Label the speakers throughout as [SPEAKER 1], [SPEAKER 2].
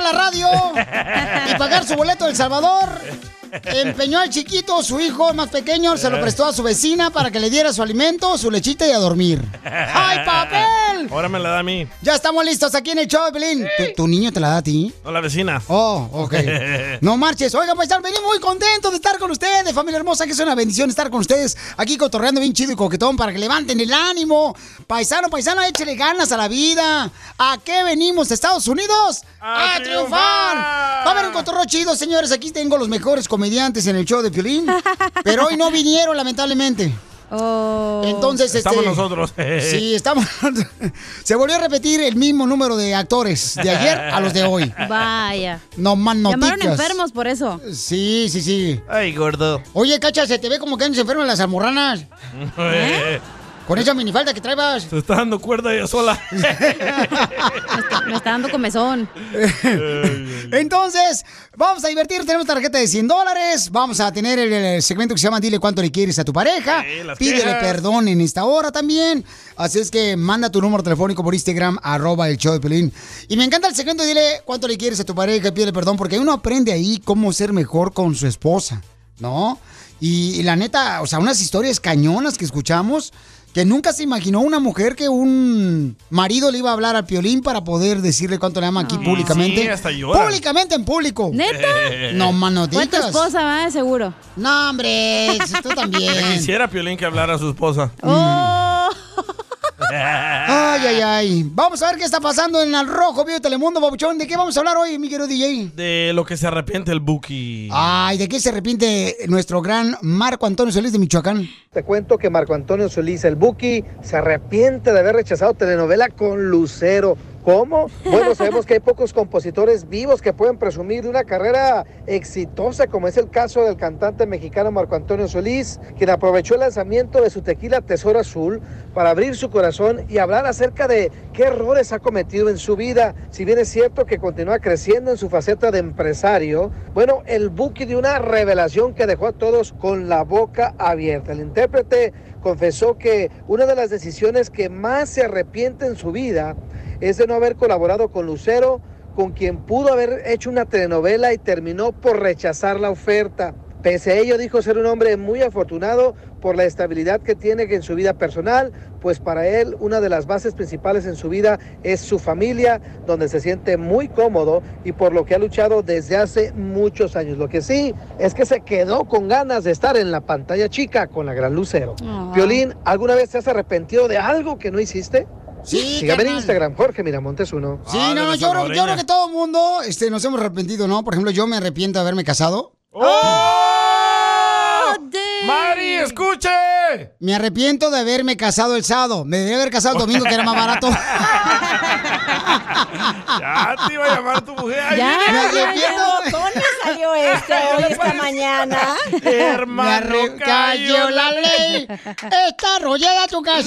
[SPEAKER 1] la radio y pagar su boleto del Salvador. Empeñó al chiquito, su hijo más pequeño, se lo prestó a su vecina para que le diera su alimento, su lechita y a dormir. ¡Ay, papel!
[SPEAKER 2] Ahora me la da a mí.
[SPEAKER 1] Ya estamos listos aquí en el show, Belín. ¿Tu, tu niño te la da a ti?
[SPEAKER 2] No, la vecina.
[SPEAKER 1] Oh, ok.
[SPEAKER 2] Eh.
[SPEAKER 1] No marches. Oiga, pues venimos muy contentos de estar con ustedes, familia hermosa, que es una bendición estar con ustedes aquí cotorreando bien chido y coquetón para que levanten el ánimo. Paisano, paisano, échale ganas a la vida. ¿A qué venimos, Estados Unidos?
[SPEAKER 3] ¡A
[SPEAKER 1] ¡A, triunfar! Va a haber un cotorreo chido, señores. Aquí tengo los mejores comediantes en el show de Piolín. Pero hoy no vinieron, lamentablemente. Entonces,
[SPEAKER 2] Estamos
[SPEAKER 1] este,
[SPEAKER 2] nosotros.
[SPEAKER 1] Sí, estamos. Se volvió a repetir el mismo número de actores de ayer a los de hoy.
[SPEAKER 4] Vaya.
[SPEAKER 1] No más
[SPEAKER 4] Ah, Llamaron
[SPEAKER 1] noticias.
[SPEAKER 4] enfermos por eso.
[SPEAKER 1] Sí, sí, sí.
[SPEAKER 2] Ay, gordo.
[SPEAKER 1] Oye, Cacha, se te ve como que andas enfermo en las almorranas.
[SPEAKER 2] Eh,
[SPEAKER 1] Con esa minifalda que traebas.
[SPEAKER 2] Se está dando cuerda ella sola.
[SPEAKER 4] Me está dando comezón.
[SPEAKER 1] Entonces, vamos a divertir. Tenemos tarjeta de 100 dólares. Vamos a tener el, el segmento que se llama Dile cuánto le quieres a tu pareja.
[SPEAKER 2] Sí, las
[SPEAKER 1] Pídele
[SPEAKER 2] quejas.
[SPEAKER 1] perdón en esta hora también. Así es que manda tu número telefónico por Instagram, arroba el show de Pelín. Y me encanta el segmento Dile cuánto le quieres a tu pareja y pídele perdón, porque uno aprende ahí cómo ser mejor con su esposa, ¿no? Y, y la neta, o sea, unas historias cañonas que escuchamos. Que nunca se imaginó una mujer que un marido le iba a hablar al piolín para poder decirle cuánto le ama aquí
[SPEAKER 2] Ah.
[SPEAKER 1] públicamente.
[SPEAKER 2] Sí, hasta lloran.
[SPEAKER 1] Públicamente en público.
[SPEAKER 2] ¿Neta?
[SPEAKER 1] No, mano,
[SPEAKER 4] Fue tu esposa, ¿verdad? Seguro.
[SPEAKER 1] No, hombre, tú
[SPEAKER 2] Ya
[SPEAKER 1] también.
[SPEAKER 2] quisiera Piolín que hablara a su esposa.
[SPEAKER 1] Mm. Oh.
[SPEAKER 2] Oh.
[SPEAKER 1] Ay, ay, ay. Vamos a ver qué está pasando en el Rojo Vivo de Telemundo, Babuchón. ¿De qué vamos a hablar hoy, mi querido DJ?
[SPEAKER 2] De lo que se arrepiente el Buki.
[SPEAKER 1] Ay, ¿de qué se arrepiente nuestro gran Marco Antonio Solís de Michoacán?
[SPEAKER 5] Te cuento que Marco Antonio Solís, el Buki, se arrepiente de haber rechazado telenovela con Lucero. ¿Cómo? Bueno, sabemos que hay pocos compositores vivos que pueden presumir de una carrera exitosa, como es el caso del cantante mexicano Marco Antonio Solís, quien aprovechó el lanzamiento de su tequila Tesoro Azul para abrir su corazón y hablar acerca de qué errores ha cometido en su vida. Si bien es cierto que continúa creciendo en su faceta de empresario, bueno, el Buki dio una revelación que dejó a todos con la boca abierta. El intérprete confesó que una de las decisiones que más se arrepiente en su vida es de no haber colaborado con Lucero, con quien pudo haber hecho una telenovela y terminó por rechazar la oferta. Pese a ello, dijo ser un hombre muy afortunado por la estabilidad que tiene en su vida personal, pues para él una de las bases principales en su vida es su familia, donde se siente muy cómodo y por lo que ha luchado desde hace muchos años. Lo que sí es que se quedó con ganas de estar en la pantalla chica con la gran lucero.
[SPEAKER 4] Ah.
[SPEAKER 5] Violín, ¿alguna vez te has arrepentido de algo que no hiciste?
[SPEAKER 1] Sí,
[SPEAKER 5] Sígame en
[SPEAKER 1] carnal.
[SPEAKER 5] Instagram, Jorge Miramontes uno.
[SPEAKER 1] Sí,
[SPEAKER 2] Ah, de
[SPEAKER 1] no, no, yo creo,
[SPEAKER 2] la
[SPEAKER 1] yo
[SPEAKER 2] salvadoreña.
[SPEAKER 1] creo que todo el mundo este, nos hemos arrepentido, ¿no? Por ejemplo, yo me arrepiento de haberme casado.
[SPEAKER 2] ¡Oh!
[SPEAKER 4] Oh, dang.
[SPEAKER 2] ¡Mari, escuche!
[SPEAKER 1] Me arrepiento de haberme casado el sábado. Me debería haber casado el domingo, que era más barato.
[SPEAKER 2] Ya te iba a llamar tu mujer. Ay,
[SPEAKER 4] Ya,
[SPEAKER 1] Me
[SPEAKER 4] ya, ya.
[SPEAKER 1] arrepiento.
[SPEAKER 6] ¿Dónde salió este hoy, esta mañana?
[SPEAKER 2] viene,
[SPEAKER 1] Me
[SPEAKER 2] Hermano,
[SPEAKER 1] arre- cayó la ley. Está arrollada tu casa.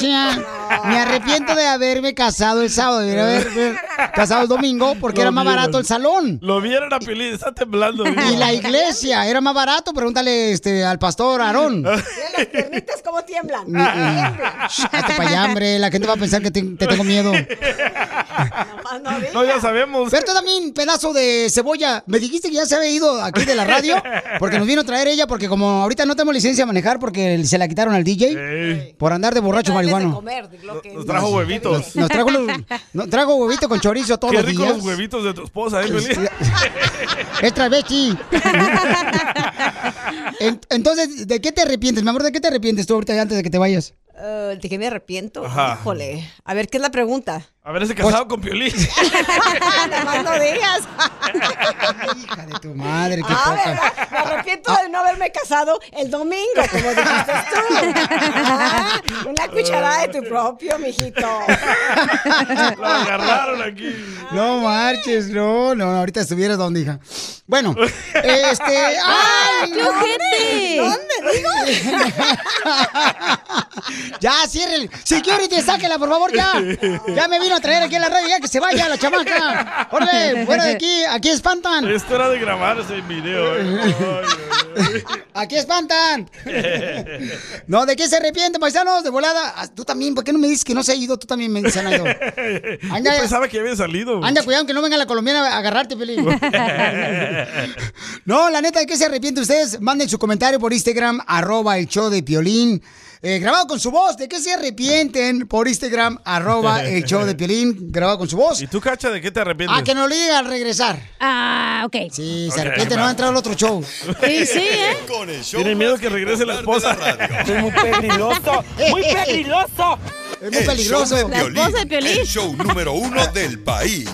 [SPEAKER 1] Me arrepiento de haberme casado el sábado. Debería haberme casado el domingo porque
[SPEAKER 2] Lo
[SPEAKER 1] era más
[SPEAKER 2] vieron.
[SPEAKER 1] barato el salón.
[SPEAKER 2] Lo vieron a Piolín, está temblando.
[SPEAKER 1] Y
[SPEAKER 2] mira.
[SPEAKER 1] la iglesia era más barato. Pregúntale este, al pastor Aarón. Mm,
[SPEAKER 6] Mira las piernitas cómo tiemblan.
[SPEAKER 1] Ni- Shh, hazte pa' allá, hombre. La gente va a pensar que te, te tengo miedo.
[SPEAKER 6] Nomás no digas.
[SPEAKER 2] No, ya sabemos.
[SPEAKER 1] Pero tú también, pedazo de cebolla. Me dijiste que ya se había ido aquí de la radio porque nos vino a traer ella porque como ahorita no tenemos licencia a manejar porque se la quitaron al DJ
[SPEAKER 2] Ey,
[SPEAKER 1] por andar de borracho
[SPEAKER 6] Darles de
[SPEAKER 1] marihuano.
[SPEAKER 6] comer, lo que-
[SPEAKER 2] nos trajo
[SPEAKER 6] lo que
[SPEAKER 2] huevitos.
[SPEAKER 1] Nos trago, los, no, trago huevito con chorizo todos
[SPEAKER 2] Qué
[SPEAKER 1] los
[SPEAKER 2] rico
[SPEAKER 1] días. Pues
[SPEAKER 2] los huevitos de tu esposa, ¿eh, Piolín?
[SPEAKER 1] Es travesti. En- Entonces, ¿de qué te arrepientes? Mi amor, ¿de qué te arrepientes tú ahorita antes de que te vayas?
[SPEAKER 6] viene. Eh, ¿De qué me arrepiento?
[SPEAKER 2] Ajá.
[SPEAKER 6] Híjole. A ver, ¿qué es la pregunta?
[SPEAKER 2] Haberse casado
[SPEAKER 1] Pues
[SPEAKER 2] con Piolín.
[SPEAKER 6] Nomás no digas.
[SPEAKER 1] Hija de tu madre, qué
[SPEAKER 6] Ah,
[SPEAKER 1] poca.
[SPEAKER 6] ¿verdad? Me arrepiento de no haberme casado el domingo, como dijiste tú. Ah, una cucharada de tu propio, mijito.
[SPEAKER 2] La agarraron aquí.
[SPEAKER 1] No marches, no, no, ahorita estuvieras donde, hija. Bueno, este. ¡Ay!
[SPEAKER 4] ¡Qué ojete!
[SPEAKER 6] ¿Dónde digo?
[SPEAKER 1] Ya, cierren. Security, sáquela, por favor, ya. Ya me vino a traer aquí a la radio, ya que se vaya la chamaca. Órale, fuera de aquí, aquí espantan.
[SPEAKER 2] Esto era de grabarse en video. ¿eh? Ay, ay, ay.
[SPEAKER 1] ¡Aquí espantan! No, ¿de qué se arrepienten, paisanos? De volada. Ah, Tú también, ¿por qué no me dices que no se ha ido? Tú también me dices, han ido.
[SPEAKER 2] Yo pensaba que había salido.
[SPEAKER 1] Anda, cuidado, que no venga la colombiana a agarrarte, Pelín. No, la neta, ¿de qué se arrepiente ustedes? Manden su comentario por Instagram, arroba el show de Piolín. Eh, grabado con su voz, ¿de qué se arrepienten? Por Instagram, arroba el show de Piolín, grabado con su voz.
[SPEAKER 2] ¿Y tú, Cacha, de qué te arrepientes?
[SPEAKER 1] A que no lo diga al regresar.
[SPEAKER 4] Ah, ok.
[SPEAKER 1] Sí,
[SPEAKER 2] Ok,
[SPEAKER 1] se arrepiente,
[SPEAKER 2] va.
[SPEAKER 1] no ha entrado al otro show.
[SPEAKER 4] Sí, sí, ¿eh?
[SPEAKER 3] Con el show
[SPEAKER 2] Tiene miedo
[SPEAKER 3] más
[SPEAKER 2] que regrese la
[SPEAKER 3] bipolar de
[SPEAKER 2] esposa.
[SPEAKER 3] radio.
[SPEAKER 7] Soy muy peligroso, muy peligroso.
[SPEAKER 1] Es muy
[SPEAKER 3] El
[SPEAKER 1] peligroso.
[SPEAKER 3] show de
[SPEAKER 4] La esposa de
[SPEAKER 3] Piolín,
[SPEAKER 4] Piolín.
[SPEAKER 3] El show número uno del país.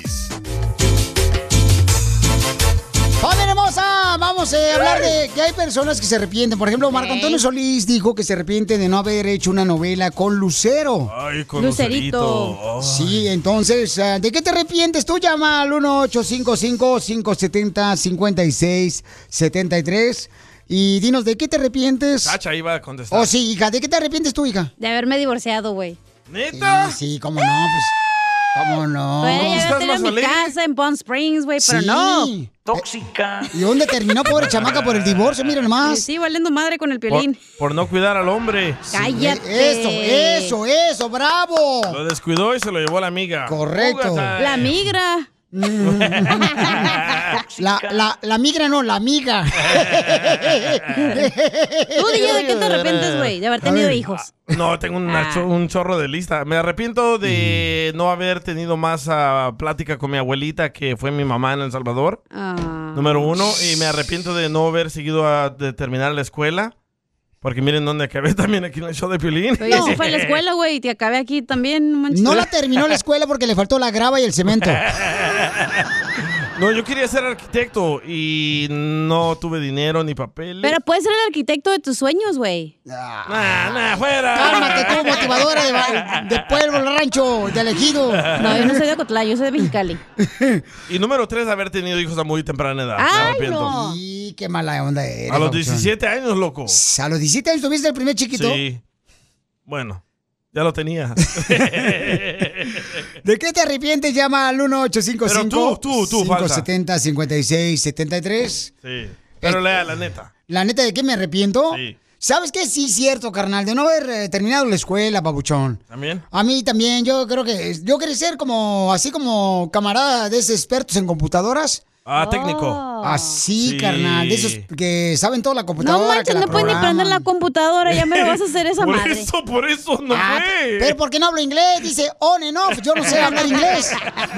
[SPEAKER 1] ¡Familia hermosa! Vamos eh, a hablar de que hay personas que se arrepienten. Por ejemplo, Marco Antonio Solís dijo que se arrepiente de no haber hecho una novela con Lucero.
[SPEAKER 2] Ay, con
[SPEAKER 4] Lucerito.
[SPEAKER 2] Lucerito. Oh.
[SPEAKER 1] Sí, entonces, ah, ¿de qué te arrepientes? Tú llama al 1-855-570-5673 y dinos, ¿de qué te arrepientes?
[SPEAKER 2] Cacha iba a contestar.
[SPEAKER 1] Oh, sí, hija, ¿de qué te arrepientes tú, hija?
[SPEAKER 4] De haberme divorciado, güey.
[SPEAKER 1] Sí,
[SPEAKER 2] ¿Neta?
[SPEAKER 1] sí, cómo no, pues, cómo
[SPEAKER 4] Podría
[SPEAKER 1] no.
[SPEAKER 2] Güey,
[SPEAKER 4] ya
[SPEAKER 2] estás
[SPEAKER 4] haber tenido
[SPEAKER 2] más
[SPEAKER 4] mi
[SPEAKER 2] alegre?
[SPEAKER 4] casa en Palm Springs, güey, pero
[SPEAKER 1] Sí.
[SPEAKER 4] no.
[SPEAKER 7] Tóxica.
[SPEAKER 1] ¿Y dónde terminó, pobre chamaca, por el divorcio? Mira
[SPEAKER 4] Y
[SPEAKER 1] nomás.
[SPEAKER 4] Sí, valiendo madre con el
[SPEAKER 2] Por,
[SPEAKER 4] piolín.
[SPEAKER 2] por no cuidar al hombre.
[SPEAKER 4] Cállate.
[SPEAKER 1] Eso, eso, eso, bravo.
[SPEAKER 2] Lo descuidó y se lo llevó a la amiga.
[SPEAKER 1] Correcto.
[SPEAKER 2] Fúgate.
[SPEAKER 4] La migra.
[SPEAKER 1] La, la, la migra no, la amiga.
[SPEAKER 4] Tú, DJ, ¿de qué te arrepientes, güey? De haber tenido hijos.
[SPEAKER 2] No, tengo
[SPEAKER 4] Ah.
[SPEAKER 2] una cho- un chorro de lista. Me arrepiento de
[SPEAKER 4] Mm.
[SPEAKER 2] no haber tenido más ah, plática con mi abuelita, que fue mi mamá en El Salvador,
[SPEAKER 4] Ah.
[SPEAKER 2] número uno. Y me arrepiento de no haber seguido a de terminar la escuela. Porque miren dónde acabé también aquí en el show de Piolín.
[SPEAKER 4] Pero yo sí fue a la escuela, güey, y te acabé aquí también. no manches.
[SPEAKER 1] No la terminó la escuela porque le faltó la grava y el cemento.
[SPEAKER 2] No, yo quería ser arquitecto y no tuve dinero ni papel.
[SPEAKER 4] Pero puedes ser el arquitecto de tus sueños, güey.
[SPEAKER 2] Nah, nah, fuera.
[SPEAKER 1] Cálmate tú, motivadora de, ba- de pueblo, rancho, de elegido.
[SPEAKER 4] No, yo no soy de Cotlá, yo soy de Mexicali.
[SPEAKER 2] Y número tres, haber tenido hijos a muy temprana edad. Me
[SPEAKER 4] Ay,
[SPEAKER 2] arrepiento.
[SPEAKER 4] no.
[SPEAKER 1] Y qué mala onda eres.
[SPEAKER 2] A los
[SPEAKER 1] papuchón.
[SPEAKER 2] 17 años, loco.
[SPEAKER 1] A los 17 años tuviste el primer chiquito.
[SPEAKER 2] Sí. Bueno, ya lo tenía.
[SPEAKER 1] ¿De qué te arrepientes? Llama al 1855
[SPEAKER 2] Pero tú, tú, tú, falsa.
[SPEAKER 1] 570 5673
[SPEAKER 2] Sí. Pero lea la neta.
[SPEAKER 1] La neta, ¿de qué me arrepiento?
[SPEAKER 2] Sí.
[SPEAKER 1] ¿Sabes qué? Sí, cierto, carnal, de no haber eh, terminado la escuela, papuchón.
[SPEAKER 2] ¿También?
[SPEAKER 1] A mí también, yo creo que yo quería ser como, así como camarada de esos expertos en computadoras.
[SPEAKER 2] Ah, técnico.
[SPEAKER 4] Oh.
[SPEAKER 1] Así,
[SPEAKER 2] Sí.
[SPEAKER 1] carnal, de esos que saben toda la
[SPEAKER 4] No
[SPEAKER 1] computadora. que
[SPEAKER 4] manches,
[SPEAKER 1] la
[SPEAKER 4] no puedes ni
[SPEAKER 1] programan.
[SPEAKER 4] prender la computadora, ya me lo vas a hacer esa
[SPEAKER 2] por
[SPEAKER 4] madre.
[SPEAKER 2] eso, por eso no
[SPEAKER 1] Ah,
[SPEAKER 2] fue.
[SPEAKER 1] pero ¿por qué no hablo inglés? Dice on and off, yo no sé hablar inglés.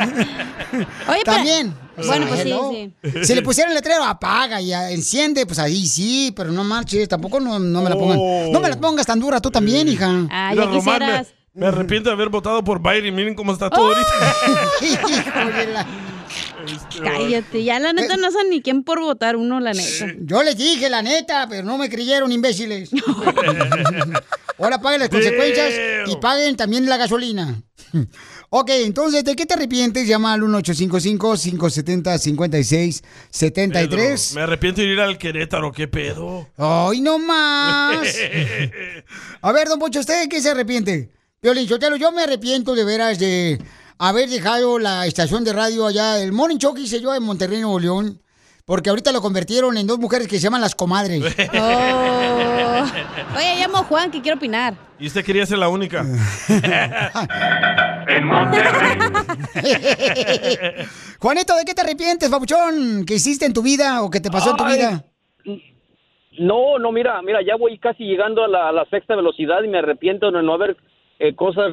[SPEAKER 4] Oye, pero-
[SPEAKER 1] También. O sea,
[SPEAKER 4] Bueno, pues sí,
[SPEAKER 1] hello.
[SPEAKER 4] sí.
[SPEAKER 1] Si le pusieran el letrero apaga y ah, enciende, pues ahí sí, pero no marches, tampoco no, no me la pongan.
[SPEAKER 2] Oh.
[SPEAKER 1] No me la pongas tan dura tú también, hija.
[SPEAKER 4] Ah,
[SPEAKER 2] Mira,
[SPEAKER 4] ya
[SPEAKER 2] Román, me,
[SPEAKER 4] quisieras.
[SPEAKER 2] me arrepiento de haber votado por Biden. Miren cómo está todo ahorita.
[SPEAKER 1] Híjole, la-
[SPEAKER 4] Cállate, ya la
[SPEAKER 1] Eh.
[SPEAKER 4] neta no sé ni quién por votar uno, la neta.
[SPEAKER 1] Yo les dije la neta, pero no me creyeron, imbéciles. Ahora paguen las consecuencias y paguen también la gasolina. ok, entonces, ¿de qué te arrepientes? Llama al 1855-570-5673.
[SPEAKER 2] Me arrepiento de ir al Querétaro, qué pedo.
[SPEAKER 1] ¡Ay, no más! A ver, don Pocho, ¿usted de qué se arrepiente? Piolín Sotelo, yo me arrepiento de veras de haber dejado la estación de radio allá, el Morning Show que hice yo en Monterrey, Nuevo León, porque ahorita lo convirtieron en dos mujeres que se llaman las comadres.
[SPEAKER 4] Oh. Oye, llamo a Juan que quiero opinar.
[SPEAKER 2] Y usted quería ser la única.
[SPEAKER 1] Juanito, ¿de qué te arrepientes, papuchón? ¿Qué hiciste en tu vida o qué te pasó en tu
[SPEAKER 8] Ay.
[SPEAKER 1] vida?
[SPEAKER 8] No, no, mira, mira, ya voy casi llegando a la, a la sexta velocidad y me arrepiento de no haber eh, cosas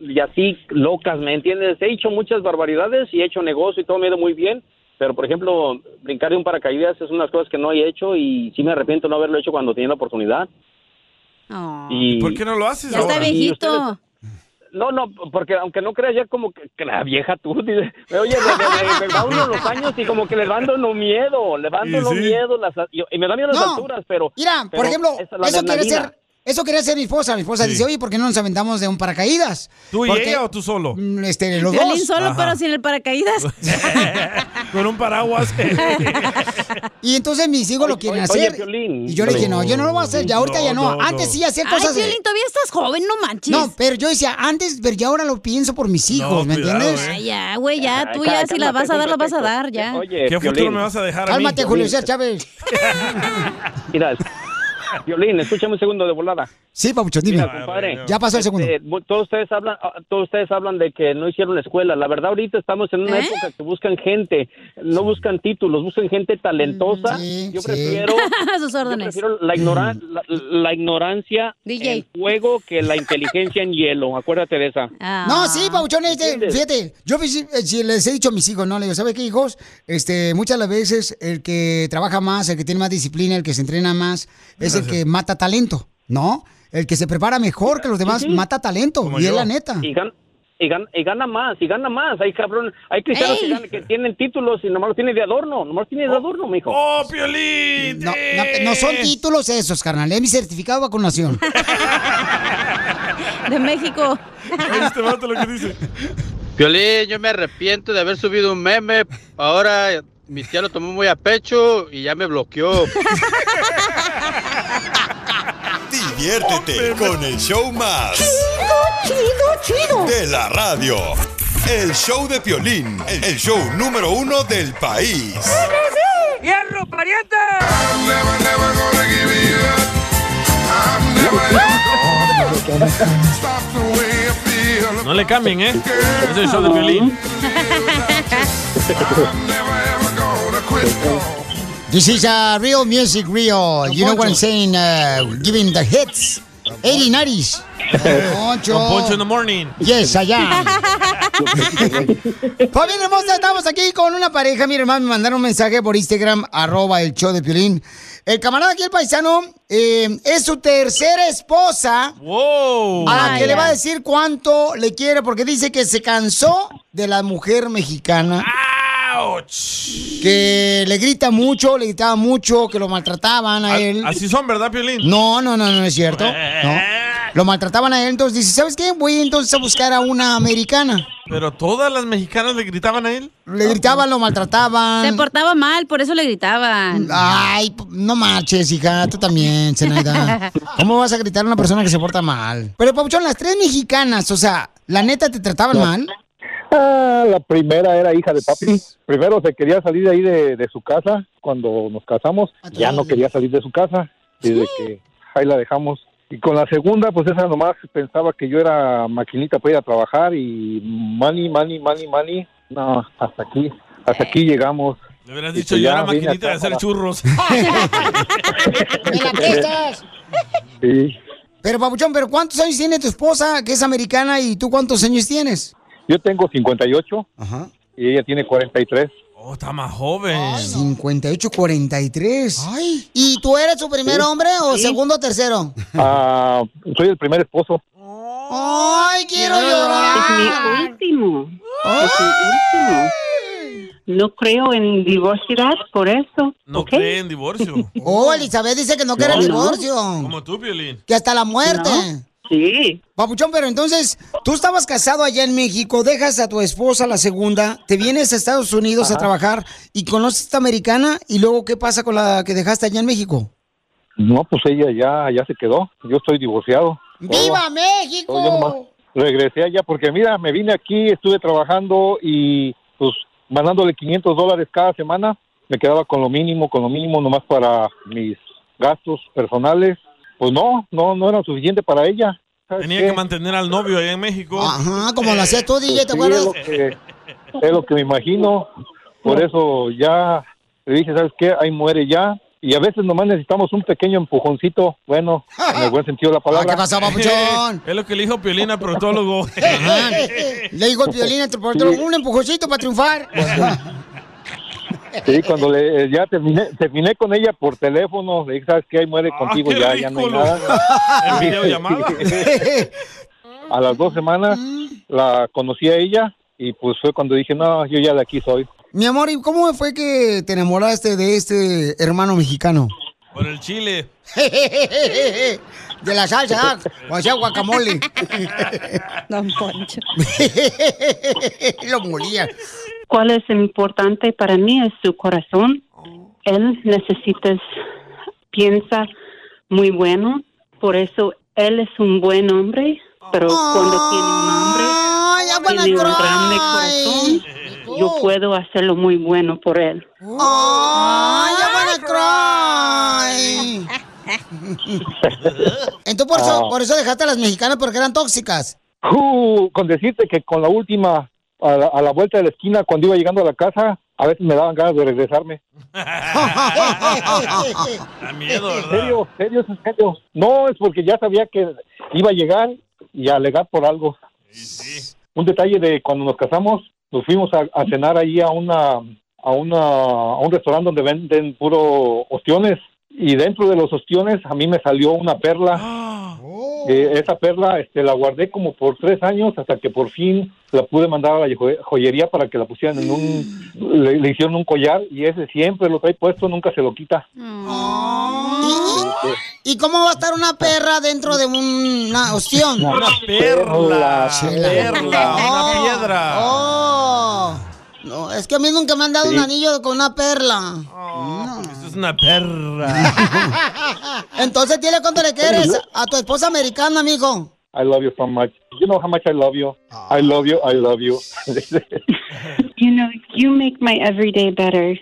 [SPEAKER 8] y así locas, ¿me entiendes? He hecho muchas barbaridades y he hecho negocio y todo me ha ido muy bien, pero por ejemplo, brincar de un paracaídas es unas cosas que no he hecho y sí me arrepiento de no haberlo hecho cuando tenía la oportunidad.
[SPEAKER 4] Oh.
[SPEAKER 8] Y
[SPEAKER 2] ¿Por qué no lo haces
[SPEAKER 4] Ya está
[SPEAKER 2] ahora?
[SPEAKER 8] bien.
[SPEAKER 4] viejito.
[SPEAKER 8] No, no, porque aunque no creas, ya como que, que la vieja tú, dice, me oye, me, me- me pues, va uno los años y como que le van dando miedo, le van
[SPEAKER 2] Y
[SPEAKER 8] dando
[SPEAKER 2] sí.
[SPEAKER 8] miedo, las, y, y me da miedo las
[SPEAKER 1] No.
[SPEAKER 8] alturas, pero...
[SPEAKER 1] Mira, por
[SPEAKER 8] pero
[SPEAKER 1] ejemplo,
[SPEAKER 8] esa- la
[SPEAKER 1] eso quiere
[SPEAKER 8] adrenalina.
[SPEAKER 1] ser Eso quería hacer mi esposa. Mi esposa
[SPEAKER 2] Sí.
[SPEAKER 1] dice, oye, ¿por qué no nos aventamos de un paracaídas?
[SPEAKER 2] ¿Tú y
[SPEAKER 1] Porque,
[SPEAKER 2] ella o tú solo?
[SPEAKER 1] mm, Este, los
[SPEAKER 4] Violín
[SPEAKER 1] dos.
[SPEAKER 4] solo,
[SPEAKER 2] Ajá.
[SPEAKER 4] pero sin el paracaídas.
[SPEAKER 2] Con un paraguas.
[SPEAKER 1] Y entonces mis hijos lo quieren
[SPEAKER 8] oye,
[SPEAKER 1] hacer.
[SPEAKER 8] Piolín.
[SPEAKER 1] y yo le dije, no, yo no lo voy a hacer. Ya ahorita
[SPEAKER 2] No,
[SPEAKER 1] ya no.
[SPEAKER 2] no,
[SPEAKER 1] Antes
[SPEAKER 2] no.
[SPEAKER 1] sí hacía
[SPEAKER 4] Ay,
[SPEAKER 1] cosas.
[SPEAKER 4] Violín, todavía estás joven, no manches.
[SPEAKER 1] no, pero yo decía antes, pero ya ahora lo pienso por mis hijos, ¿me
[SPEAKER 2] cuidado,
[SPEAKER 1] entiendes?
[SPEAKER 2] eh.
[SPEAKER 4] Ay, ya, güey, ya,
[SPEAKER 8] Ah,
[SPEAKER 4] tú
[SPEAKER 8] cá-
[SPEAKER 4] ya, si la
[SPEAKER 8] cálmate,
[SPEAKER 4] vas a dar, la vas a
[SPEAKER 8] Humberto.
[SPEAKER 4] dar, ya.
[SPEAKER 8] Oye,
[SPEAKER 2] ¿Qué futuro
[SPEAKER 8] Piolín,
[SPEAKER 2] me vas a dejar a mí?
[SPEAKER 1] Cálmate, Julio César Chávez.
[SPEAKER 8] Mira, Violín, escúchame un segundo de volada.
[SPEAKER 1] Sí, papuchón, dime.
[SPEAKER 8] Mira, compadre.
[SPEAKER 1] Ya pasó el segundo.
[SPEAKER 8] Eh, bu- todos ustedes hablan ah, todos ustedes hablan de que no hicieron la escuela la verdad ahorita estamos en una
[SPEAKER 4] ¿Eh?
[SPEAKER 8] época que buscan gente no buscan títulos buscan gente talentosa
[SPEAKER 1] Mm, sí, Mm.
[SPEAKER 8] yo
[SPEAKER 1] sí.
[SPEAKER 8] prefiero
[SPEAKER 4] A sus
[SPEAKER 8] yo
[SPEAKER 4] órdenes.
[SPEAKER 8] prefiero la, ignora- la, la ignorancia
[SPEAKER 4] DJ.
[SPEAKER 8] en fuego que la inteligencia en hielo acuérdate de esa
[SPEAKER 4] Ah.
[SPEAKER 1] No, sí, Pabuchón, este,
[SPEAKER 8] ¿Entiendes?
[SPEAKER 1] fíjate, yo vi- eh, si les he dicho a mis hijos, ¿no? Le digo, ¿sabe qué, hijos? Este, muchas de las veces el que trabaja más, el que tiene más disciplina, el que se entrena más, es el que mata talento, ¿no? El que se prepara mejor que los demás mata talento,
[SPEAKER 2] Como
[SPEAKER 1] y es
[SPEAKER 2] yo.
[SPEAKER 1] la neta.
[SPEAKER 8] y gan- y gan- y gana más, y gana más. Hay cabrón, hay cristianos que,
[SPEAKER 4] Ey.
[SPEAKER 8] ganan- que tienen títulos y nomás los tiene de adorno, nomás tiene de adorno, mijo.
[SPEAKER 2] ¡Oh, Piolín!
[SPEAKER 1] No, no, no son
[SPEAKER 2] Eh.
[SPEAKER 1] títulos esos, carnal, es mi certificado de vacunación.
[SPEAKER 4] De México.
[SPEAKER 2] Este vato lo que dice.
[SPEAKER 9] Violín, yo me arrepiento de haber subido un meme. Ahora mi tía lo tomó muy a pecho y ya me bloqueó.
[SPEAKER 3] Diviértete con el show más.
[SPEAKER 6] Chido, chido, chido.
[SPEAKER 3] de la radio. El show de Piolín, el el show número uno del país.
[SPEAKER 7] ¡Hierro, pariente!
[SPEAKER 2] No le cambien, ¿eh? Es el show de Piolín.
[SPEAKER 1] This is a real music, real. You know what I'm saying? uh, giving the hits. 80 90s.
[SPEAKER 2] Con Poncho in the morning.
[SPEAKER 1] Yes, allá. Pues bien, hermosa, estamos aquí con una pareja. Mi hermano me mandaron un mensaje por Instagram, arroba el show de Piolín. El camarada aquí, el paisano, eh, es su tercera esposa
[SPEAKER 2] ¡Wow!
[SPEAKER 1] a la
[SPEAKER 4] Ay,
[SPEAKER 1] que le va a
[SPEAKER 4] ay.
[SPEAKER 1] decir cuánto le quiere porque dice que se cansó de la mujer mexicana
[SPEAKER 2] ¡Auch!
[SPEAKER 1] que le grita mucho, le gritaba mucho, que lo maltrataban a él.
[SPEAKER 2] Ah, Así son, ¿verdad, Piolín?
[SPEAKER 1] No, no, no, no es cierto. No. Lo maltrataban a él, entonces dice, ¿sabes qué? Voy entonces a buscar a una americana.
[SPEAKER 2] Pero todas las mexicanas le gritaban a él.
[SPEAKER 1] Le gritaban, lo
[SPEAKER 4] Se
[SPEAKER 1] maltrataban.
[SPEAKER 4] portaba mal, por eso le gritaban.
[SPEAKER 1] Ay, p- no marches, hija, tú también, Zenaida. ¿Cómo vas a gritar a una persona que se porta mal? Pero, Pabuchón, las tres mexicanas, o sea, ¿la neta te trataban mal?
[SPEAKER 10] Ah, la primera era hija de papi. Primero se quería salir de ahí de, de su casa cuando nos casamos.
[SPEAKER 1] Ah,
[SPEAKER 10] Ya no
[SPEAKER 1] claro.
[SPEAKER 10] quería salir de su casa. Desde que ahí la dejamos. Y con la segunda, pues esa nomás pensaba que yo era maquinita para ir a trabajar y money, money, money, money. No, hasta aquí, hasta aquí llegamos.
[SPEAKER 2] Le hubieras
[SPEAKER 10] Y
[SPEAKER 2] dicho,
[SPEAKER 10] que
[SPEAKER 2] yo
[SPEAKER 10] ya
[SPEAKER 2] era
[SPEAKER 10] vine
[SPEAKER 2] maquinita de
[SPEAKER 10] acá
[SPEAKER 2] hacer
[SPEAKER 10] para-
[SPEAKER 2] churros.
[SPEAKER 1] ¡Me la prestas!
[SPEAKER 10] Sí.
[SPEAKER 1] Pero, Pabuchón, ¿pero cuántos años tiene tu esposa que es americana y tú cuántos años tienes?
[SPEAKER 10] Yo tengo 58
[SPEAKER 1] Ajá.
[SPEAKER 10] y ella tiene 43.
[SPEAKER 2] Oh, está más joven.
[SPEAKER 1] 58-43. Ay. ¿Y tú eres su primer hombre o segundo o tercero?
[SPEAKER 10] Ah, soy el primer esposo.
[SPEAKER 1] ¡Ay, quiero llorar!
[SPEAKER 11] último,
[SPEAKER 1] Ay,
[SPEAKER 11] último. No creo en divorciar por eso.
[SPEAKER 2] No cree en divorcio.
[SPEAKER 1] Oh, Elizabeth dice que no quiere
[SPEAKER 11] No,
[SPEAKER 1] el
[SPEAKER 11] no.
[SPEAKER 1] divorcio.
[SPEAKER 2] Como tú, Piolín.
[SPEAKER 1] Que hasta la muerte.
[SPEAKER 11] Sí.
[SPEAKER 1] Papuchón, pero entonces, tú estabas casado allá en México, dejas a tu esposa, la segunda, te vienes a Estados Unidos a trabajar y conoces a esta americana y luego, ¿qué pasa con la que dejaste allá en México?
[SPEAKER 10] No, pues ella ya, ya se quedó. Yo estoy divorciado.
[SPEAKER 1] ¡Viva
[SPEAKER 10] No, yo nomás
[SPEAKER 1] México!
[SPEAKER 10] regresé allá porque mira, me vine aquí, estuve trabajando y pues mandándole 500 dólares cada semana, me quedaba con lo mínimo, con lo mínimo nomás para mis gastos personales. Pues no, no, no era suficiente para ella. ¿Sabes
[SPEAKER 2] Tenía
[SPEAKER 10] qué?
[SPEAKER 2] que mantener al novio allá en México.
[SPEAKER 1] Ajá, Ah, como lo hacías tú, DJ, ¿te
[SPEAKER 10] Eh, Sí, es
[SPEAKER 1] acuerdas?
[SPEAKER 10] lo que, es lo que me imagino. Por eso ya le dije, ¿sabes qué? Ahí muere ya. Y a veces nomás necesitamos un pequeño empujoncito, bueno, en el buen sentido de la
[SPEAKER 1] Ah,
[SPEAKER 10] palabra.
[SPEAKER 1] ¿Qué pasó, Papuchón?
[SPEAKER 2] Es lo que le dijo Piolín al proctólogo.
[SPEAKER 1] Ajá. Le digo el violín a tu portero, un empujoncito para triunfar.
[SPEAKER 10] Sí, cuando le, eh, ya terminé, terminé con ella por teléfono, le dije, ¿sabes qué? Ahí muere
[SPEAKER 2] Ah,
[SPEAKER 10] contigo,
[SPEAKER 2] qué
[SPEAKER 10] ya, ya no hay
[SPEAKER 2] ridículo.
[SPEAKER 10] nada.
[SPEAKER 2] En videollamada.
[SPEAKER 10] A las dos semanas la conocí a ella y pues fue cuando dije, no, yo ya de aquí soy.
[SPEAKER 1] Mi amor, ¿y cómo fue que te enamoraste de este hermano mexicano?
[SPEAKER 2] Por el chile.
[SPEAKER 1] De la salsa, ¿ah? o sea, guacamole. Don Poncho. Lo molía.
[SPEAKER 11] ¿Cuál es importante para mí? Es su corazón. Él necesita, piensa muy bueno, por eso él es un buen hombre, pero cuando tiene
[SPEAKER 1] Oh,
[SPEAKER 11] un
[SPEAKER 1] Ay, ya van a
[SPEAKER 11] hombre, tiene un grande
[SPEAKER 1] cry.
[SPEAKER 11] corazón,
[SPEAKER 1] Oh.
[SPEAKER 11] yo puedo hacerlo muy bueno por él.
[SPEAKER 1] Ay, ya van a cry. Entonces, por eso,
[SPEAKER 10] Ah.
[SPEAKER 1] por eso dejaste a las mexicanas porque eran tóxicas.
[SPEAKER 10] Uh, con decirte que con la última, a la, a la vuelta de la esquina, cuando iba llegando a la casa, a veces me daban ganas de regresarme.
[SPEAKER 2] Da miedo,
[SPEAKER 10] En
[SPEAKER 2] ¿verdad?
[SPEAKER 10] serio, serio, es en serio. No, es porque ya sabía que iba a llegar y a alegar por algo. Un detalle de cuando nos casamos, nos fuimos a, a cenar ahí a una a una a un restaurante donde venden puro ostiones y dentro de los ostiones a mí me salió una perla.
[SPEAKER 2] Oh.
[SPEAKER 10] Eh, esa perla este, la guardé como por tres años hasta que por fin la pude mandar a la joye- joyería para que la pusieran en un... Le, le hicieron un collar y ese siempre lo trae puesto, nunca se lo quita.
[SPEAKER 1] ¿Y cómo va a estar una perra dentro de una ostión?
[SPEAKER 2] Una perla,
[SPEAKER 1] Chela.
[SPEAKER 2] perla, una
[SPEAKER 1] Oh,
[SPEAKER 2] piedra.
[SPEAKER 1] Oh. No, es que a mí nunca me han dado
[SPEAKER 2] Sí.
[SPEAKER 1] un anillo con una perla.
[SPEAKER 2] Esto es una perra.
[SPEAKER 1] Entonces, dile cuánto le quieres a tu esposa americana, amigo.
[SPEAKER 10] I love you so much. You know how much I love you.
[SPEAKER 12] Ah.
[SPEAKER 10] I love you. I love you.
[SPEAKER 11] You know, you make my everyday better.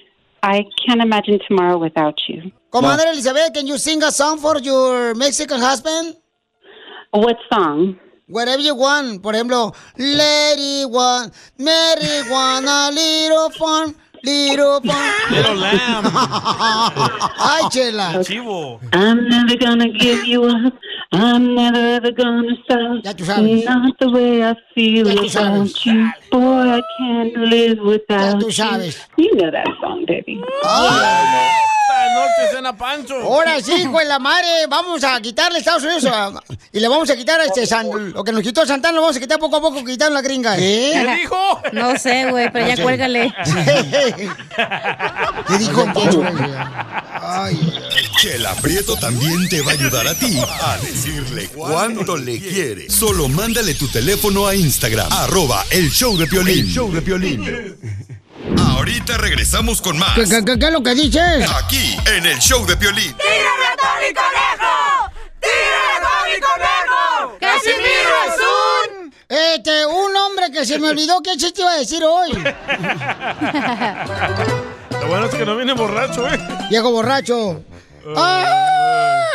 [SPEAKER 11] I can't imagine tomorrow without you.
[SPEAKER 1] Commander Elizabeth, can you sing a song for your Mexican husband?
[SPEAKER 11] What song?
[SPEAKER 1] Whatever you want. Por ejemplo, Lady One, Mary One, a little fun, little fun.
[SPEAKER 2] Little lamb.
[SPEAKER 1] Ay, chela.
[SPEAKER 2] Chivo.
[SPEAKER 11] I'm never gonna give you up. I'm never ever gonna stop.
[SPEAKER 1] sabes.
[SPEAKER 11] Not the way I feel
[SPEAKER 1] Ya tú
[SPEAKER 11] about you. Boy, I can't live without
[SPEAKER 1] tú sabes.
[SPEAKER 11] you. You know that song, baby.
[SPEAKER 2] Esta noche cena pancho.
[SPEAKER 1] Ahora sí, hijo de la madre, vamos a quitarle a Estados Unidos a- y le vamos a quitar a este San- lo que nos quitó Santana, lo vamos a quitar poco a poco, quitando la gringa. ¿Eh?
[SPEAKER 4] ¿Qué dijo? No sé, güey, pero ya cuélgale.
[SPEAKER 1] ¿Qué dijo?
[SPEAKER 3] Chela Prieto también te va a ayudar a ti a decirle cuánto le quiere. Solo mándale tu teléfono a Instagram, arroba el show de Piolín. show de Ahorita regresamos con más.
[SPEAKER 1] ¿Qué, qué- qué- qué es lo que dices?
[SPEAKER 3] Aquí, en el show de Piolín.
[SPEAKER 7] ¡Tírame a Tony Conejo! ¡Tírame a Tony Conejo! ¡Casimiro es un...
[SPEAKER 1] Este, un hombre que se me olvidó qué chiste iba a decir hoy.
[SPEAKER 2] Lo bueno es que no viene borracho, ¿eh?
[SPEAKER 1] Viejo borracho. ¡Ay,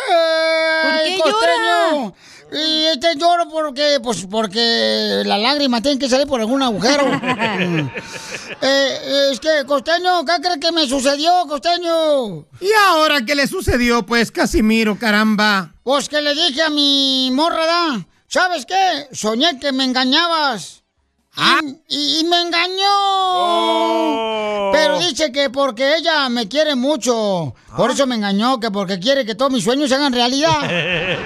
[SPEAKER 7] ¿Por qué
[SPEAKER 1] costeño! Y este lloro porque, pues, porque la lágrima tiene que salir por algún agujero. Mm. Eh, es que, costeño, ¿qué crees que me sucedió, costeño?
[SPEAKER 13] ¿Y ahora qué le sucedió, pues, Casimiro, caramba?
[SPEAKER 1] Pues que le dije a mi morra, ¿da? ¿sabes qué? Soñé que me engañabas.
[SPEAKER 13] Ah.
[SPEAKER 1] Y, y- y me engañó.
[SPEAKER 13] Oh.
[SPEAKER 1] Pero dice que porque ella me quiere mucho. Por eso me engañó, que porque quiere que todos mis sueños se hagan realidad.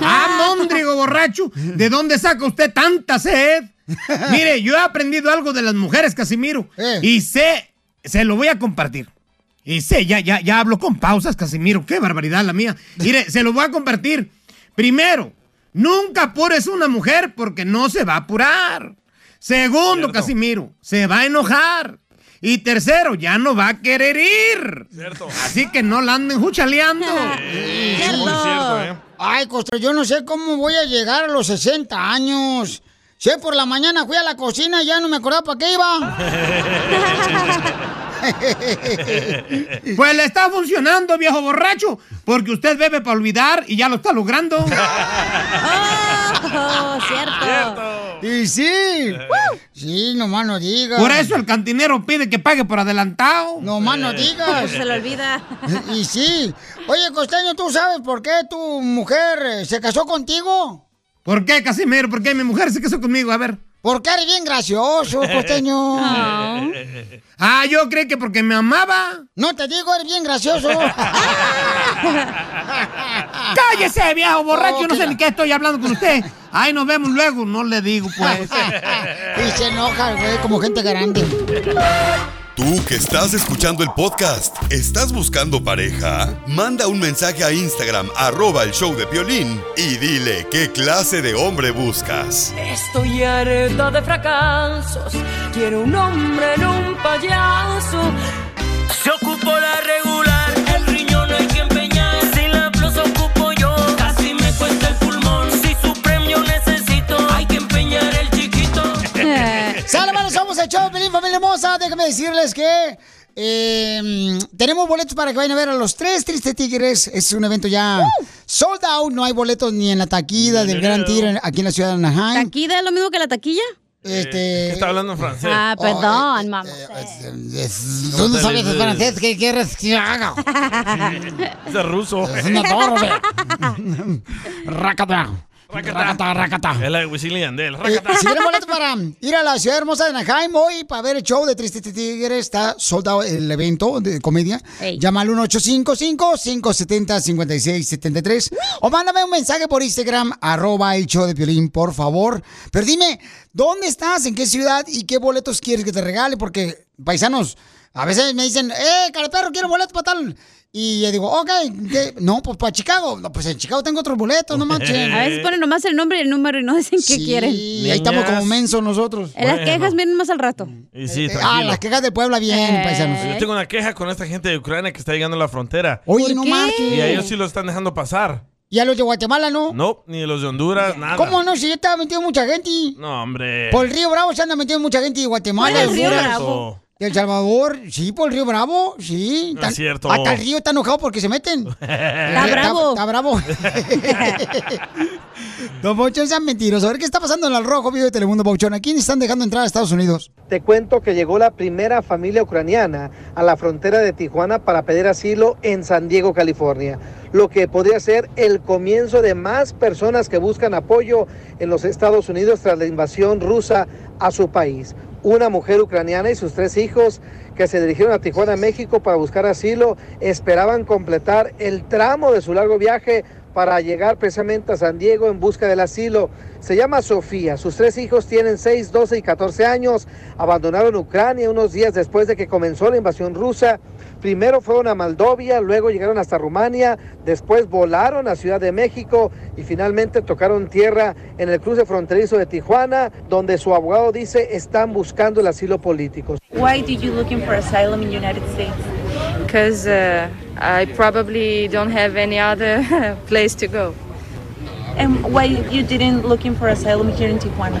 [SPEAKER 13] ¡Ah, mondrigo borracho! ¿De dónde saca usted tanta sed? Mire, yo he aprendido algo de las mujeres, Casimiro. Y sé, se lo voy a compartir. Y sé, ya, ya, ya hablo con pausas, Casimiro. ¡Qué barbaridad la mía! Mire, se lo voy a compartir. Primero, nunca apures a una mujer porque no se va a apurar. Segundo, Casimiro, se va a enojar. Y tercero, ya no va a querer ir.
[SPEAKER 2] Cierto.
[SPEAKER 13] Así que no la anden juchaleando.
[SPEAKER 1] Ah.
[SPEAKER 13] ¿eh?
[SPEAKER 1] Ay, Costro, yo no sé cómo voy a llegar a los 60 años. Sé por la mañana fui a la cocina y ya no me acordaba para qué iba.
[SPEAKER 13] Pues le está funcionando, viejo borracho, porque usted bebe para olvidar y ya lo está logrando.
[SPEAKER 4] cierto.
[SPEAKER 1] Oh, Y sí. Sí, nomás no digas.
[SPEAKER 13] Por eso el cantinero pide que pague por adelantado.
[SPEAKER 1] Nomás no digas.
[SPEAKER 4] Pues Se le olvida.
[SPEAKER 1] Y sí. Oye, Costeño, ¿tú sabes por qué tu mujer eh, se casó contigo?
[SPEAKER 13] ¿Por qué, Casimiro? ¿Por qué mi mujer se casó conmigo? A ver.
[SPEAKER 1] Porque eres bien gracioso, Costeño.
[SPEAKER 2] Eh,
[SPEAKER 13] Ah, yo creí que porque me amaba.
[SPEAKER 1] No te digo, eres bien gracioso.
[SPEAKER 13] ¡Cállese, viejo borracho! Yo no sé ni qué estoy hablando con usted. Ay, nos vemos luego.
[SPEAKER 2] eh,
[SPEAKER 13] No le digo, pues.
[SPEAKER 1] y se enoja, güey, como gente grande.
[SPEAKER 3] Tú que estás escuchando el podcast, ¿estás buscando pareja? Manda un mensaje a Instagram, arroba el show de Piolín, y dile qué clase de hombre buscas.
[SPEAKER 7] Estoy harta de fracasos. Quiero un hombre en un payaso. Se ocupó la regular, el riñón hay que empeñar. Si la blusa ocupo yo, casi me cuesta el pulmón. Si su premio necesito, hay que empeñar el chiquito.
[SPEAKER 1] ¡Sale, vale, somos el show, Pelín, familia hermosa! Déjame decirles que eh, tenemos boletos para que vayan a ver a los tres Tristes Tigres. Es un evento ya sold out, no hay boletos ni en la taquida del Gran Tigre aquí en la ciudad de Anaheim.
[SPEAKER 4] ¿Taquilla es lo mismo que la taquilla?
[SPEAKER 1] Este... Oh, eh,
[SPEAKER 2] Está hablando en francés.
[SPEAKER 4] Ah, perdón, mamá.
[SPEAKER 1] ¿Tú no sabes el francés? ¿Qué quieres que haga?
[SPEAKER 2] Es de ruso. eh.
[SPEAKER 1] Es una torre. Rácata. Rácata, rácata.
[SPEAKER 2] Es la de Wisin y Yandel.
[SPEAKER 1] Eh,
[SPEAKER 2] Rácata.
[SPEAKER 1] si quieren boleto para ir a la ciudad hermosa de Anaheim hoy para ver el show de Triste Tigre, está soldado el evento de comedia.
[SPEAKER 7] Ey.
[SPEAKER 1] Llama al 1855-570-5673 o mándame un mensaje por Instagram, arroba el show de Piolín, por favor. Pero dime, ¿dónde estás? ¿En qué ciudad? ¿Y qué boletos quieres que te regale? Porque, paisanos, a veces me dicen, eh, perro, quiero boleto para tal. Y yo digo, ok, ¿qué? no, pues para Chicago. No, pues en Chicago tengo otros boletos, no manches.
[SPEAKER 4] A veces ponen nomás el nombre y el número y no dicen qué quieren.
[SPEAKER 1] Y ahí estamos como mensos nosotros.
[SPEAKER 4] En las quejas vienen más al rato.
[SPEAKER 2] Y sí,
[SPEAKER 1] Ah,
[SPEAKER 2] tranquilo.
[SPEAKER 1] las quejas de Puebla, bien,
[SPEAKER 4] Eh.
[SPEAKER 1] paisanos.
[SPEAKER 2] Yo tengo una queja con esta gente de Ucrania que está llegando a la frontera.
[SPEAKER 1] Oye, no marches.
[SPEAKER 2] Y a ellos sí lo están dejando pasar.
[SPEAKER 1] Y a los de Guatemala, ¿no?
[SPEAKER 2] No, ni de los de Honduras, nada. Eh.
[SPEAKER 1] ¿Cómo no? Si ya estaba metido mucha gente.
[SPEAKER 2] No, hombre.
[SPEAKER 1] Por el Río Bravo se anda metiendo mucha gente de Guatemala.
[SPEAKER 2] No es
[SPEAKER 1] de Honduras,
[SPEAKER 2] cierto.
[SPEAKER 1] De El Salvador, sí, por el Río Bravo, sí.
[SPEAKER 2] No
[SPEAKER 1] Tan-
[SPEAKER 2] es cierto. Eh.
[SPEAKER 1] Hasta el río está enojado porque se meten.
[SPEAKER 2] Está
[SPEAKER 7] bravo.
[SPEAKER 1] Está, bravo. Don Bauchón, sean mentirosos. A ver qué está pasando en el rojo, vivo de Telemundo, Bauchón. ¿A quién están dejando entrar a Estados Unidos?
[SPEAKER 5] Te cuento que llegó la primera familia ucraniana a la frontera de Tijuana para pedir asilo en San Diego, California, lo que podría ser el comienzo de más personas que buscan apoyo en los Estados Unidos tras la invasión rusa a su país. Una mujer ucraniana y sus tres hijos que se dirigieron a Tijuana, México para buscar asilo, esperaban completar el tramo de su largo viaje para llegar precisamente a San Diego en busca del asilo. Se llama Sofía. Sus tres hijos tienen 6, 12 y 14 años. Abandonaron Ucrania unos días después de que comenzó la invasión rusa. Primero fueron a Moldovia, luego llegaron hasta Rumania, después volaron a Ciudad de México y finalmente tocaron tierra en el cruce fronterizo de Tijuana, donde su abogado dice están buscando el asilo político.
[SPEAKER 14] Why did you looking for asylum in United States? Because uh, I probably don't have any other place to go. And why you didn't looking for asylum here in Tijuana?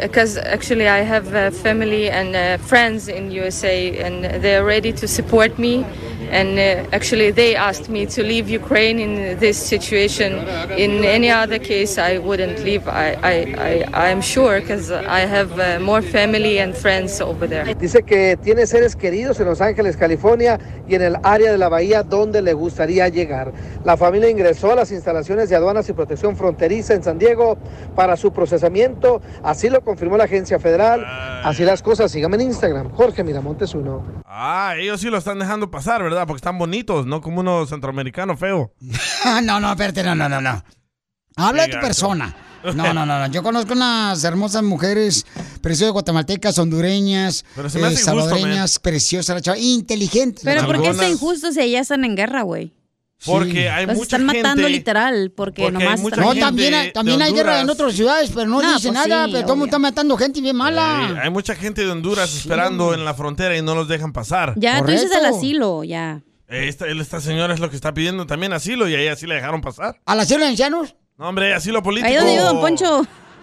[SPEAKER 14] Because Uh, actually I have uh, family and uh, friends in USA, and they're ready to support me. And uh, actually, they asked me to leave Ukraine in this situation. In any other case, I wouldn't leave. I, I, I I'm sure, because I have uh, more family and friends over there.
[SPEAKER 5] Dice que tiene seres queridos en Los Ángeles, California y en el área de la bahía donde le gustaría llegar. La familia ingresó a las instalaciones de aduanas y protección fronteriza en San Diego para su procesamiento. Así lo confirmó la agencia federal. Así las cosas. Síganme en Instagram. Jorge Miramontes uno.
[SPEAKER 2] Ah, ellos sí lo están dejando pasar, ¿verdad? Porque están bonitos, no como uno centroamericano feo.
[SPEAKER 1] no, no, espérate, no, no, no, no. Habla
[SPEAKER 2] Qué
[SPEAKER 1] de tu
[SPEAKER 2] gacho.
[SPEAKER 1] persona. No, no, no, no. Yo conozco unas hermosas mujeres preciosas guatemaltecas, hondureñas, eh,
[SPEAKER 2] Pero se me hace injusto,
[SPEAKER 1] salvadoreñas, preciosas, la chava, inteligentes.
[SPEAKER 4] Pero ¿por qué está
[SPEAKER 1] Algunas-
[SPEAKER 4] injusto si ya están en guerra, güey?
[SPEAKER 2] Porque hay
[SPEAKER 4] Los
[SPEAKER 2] mucha
[SPEAKER 4] están matando
[SPEAKER 2] gente-
[SPEAKER 4] literal, porque,
[SPEAKER 2] porque hay
[SPEAKER 4] nomás
[SPEAKER 2] mucha
[SPEAKER 4] están-
[SPEAKER 1] No, también, hay- también hay guerra en otras ciudades, pero no,
[SPEAKER 4] No,
[SPEAKER 1] dice
[SPEAKER 4] pues
[SPEAKER 1] nada,
[SPEAKER 4] sí,
[SPEAKER 1] pero todo el mundo está matando gente bien
[SPEAKER 2] Eh,
[SPEAKER 4] Ah.
[SPEAKER 1] mala.
[SPEAKER 2] hay mucha gente de Honduras esperando en la frontera y no los dejan pasar.
[SPEAKER 4] Ya, tú dices al asilo, ya.
[SPEAKER 2] Esta, esta señora es lo que está pidiendo también asilo y ahí así la dejaron pasar.
[SPEAKER 1] ¿Al asilo de ancianos?
[SPEAKER 2] No, hombre, asilo político.
[SPEAKER 4] Ahí donde vive Don Poncho.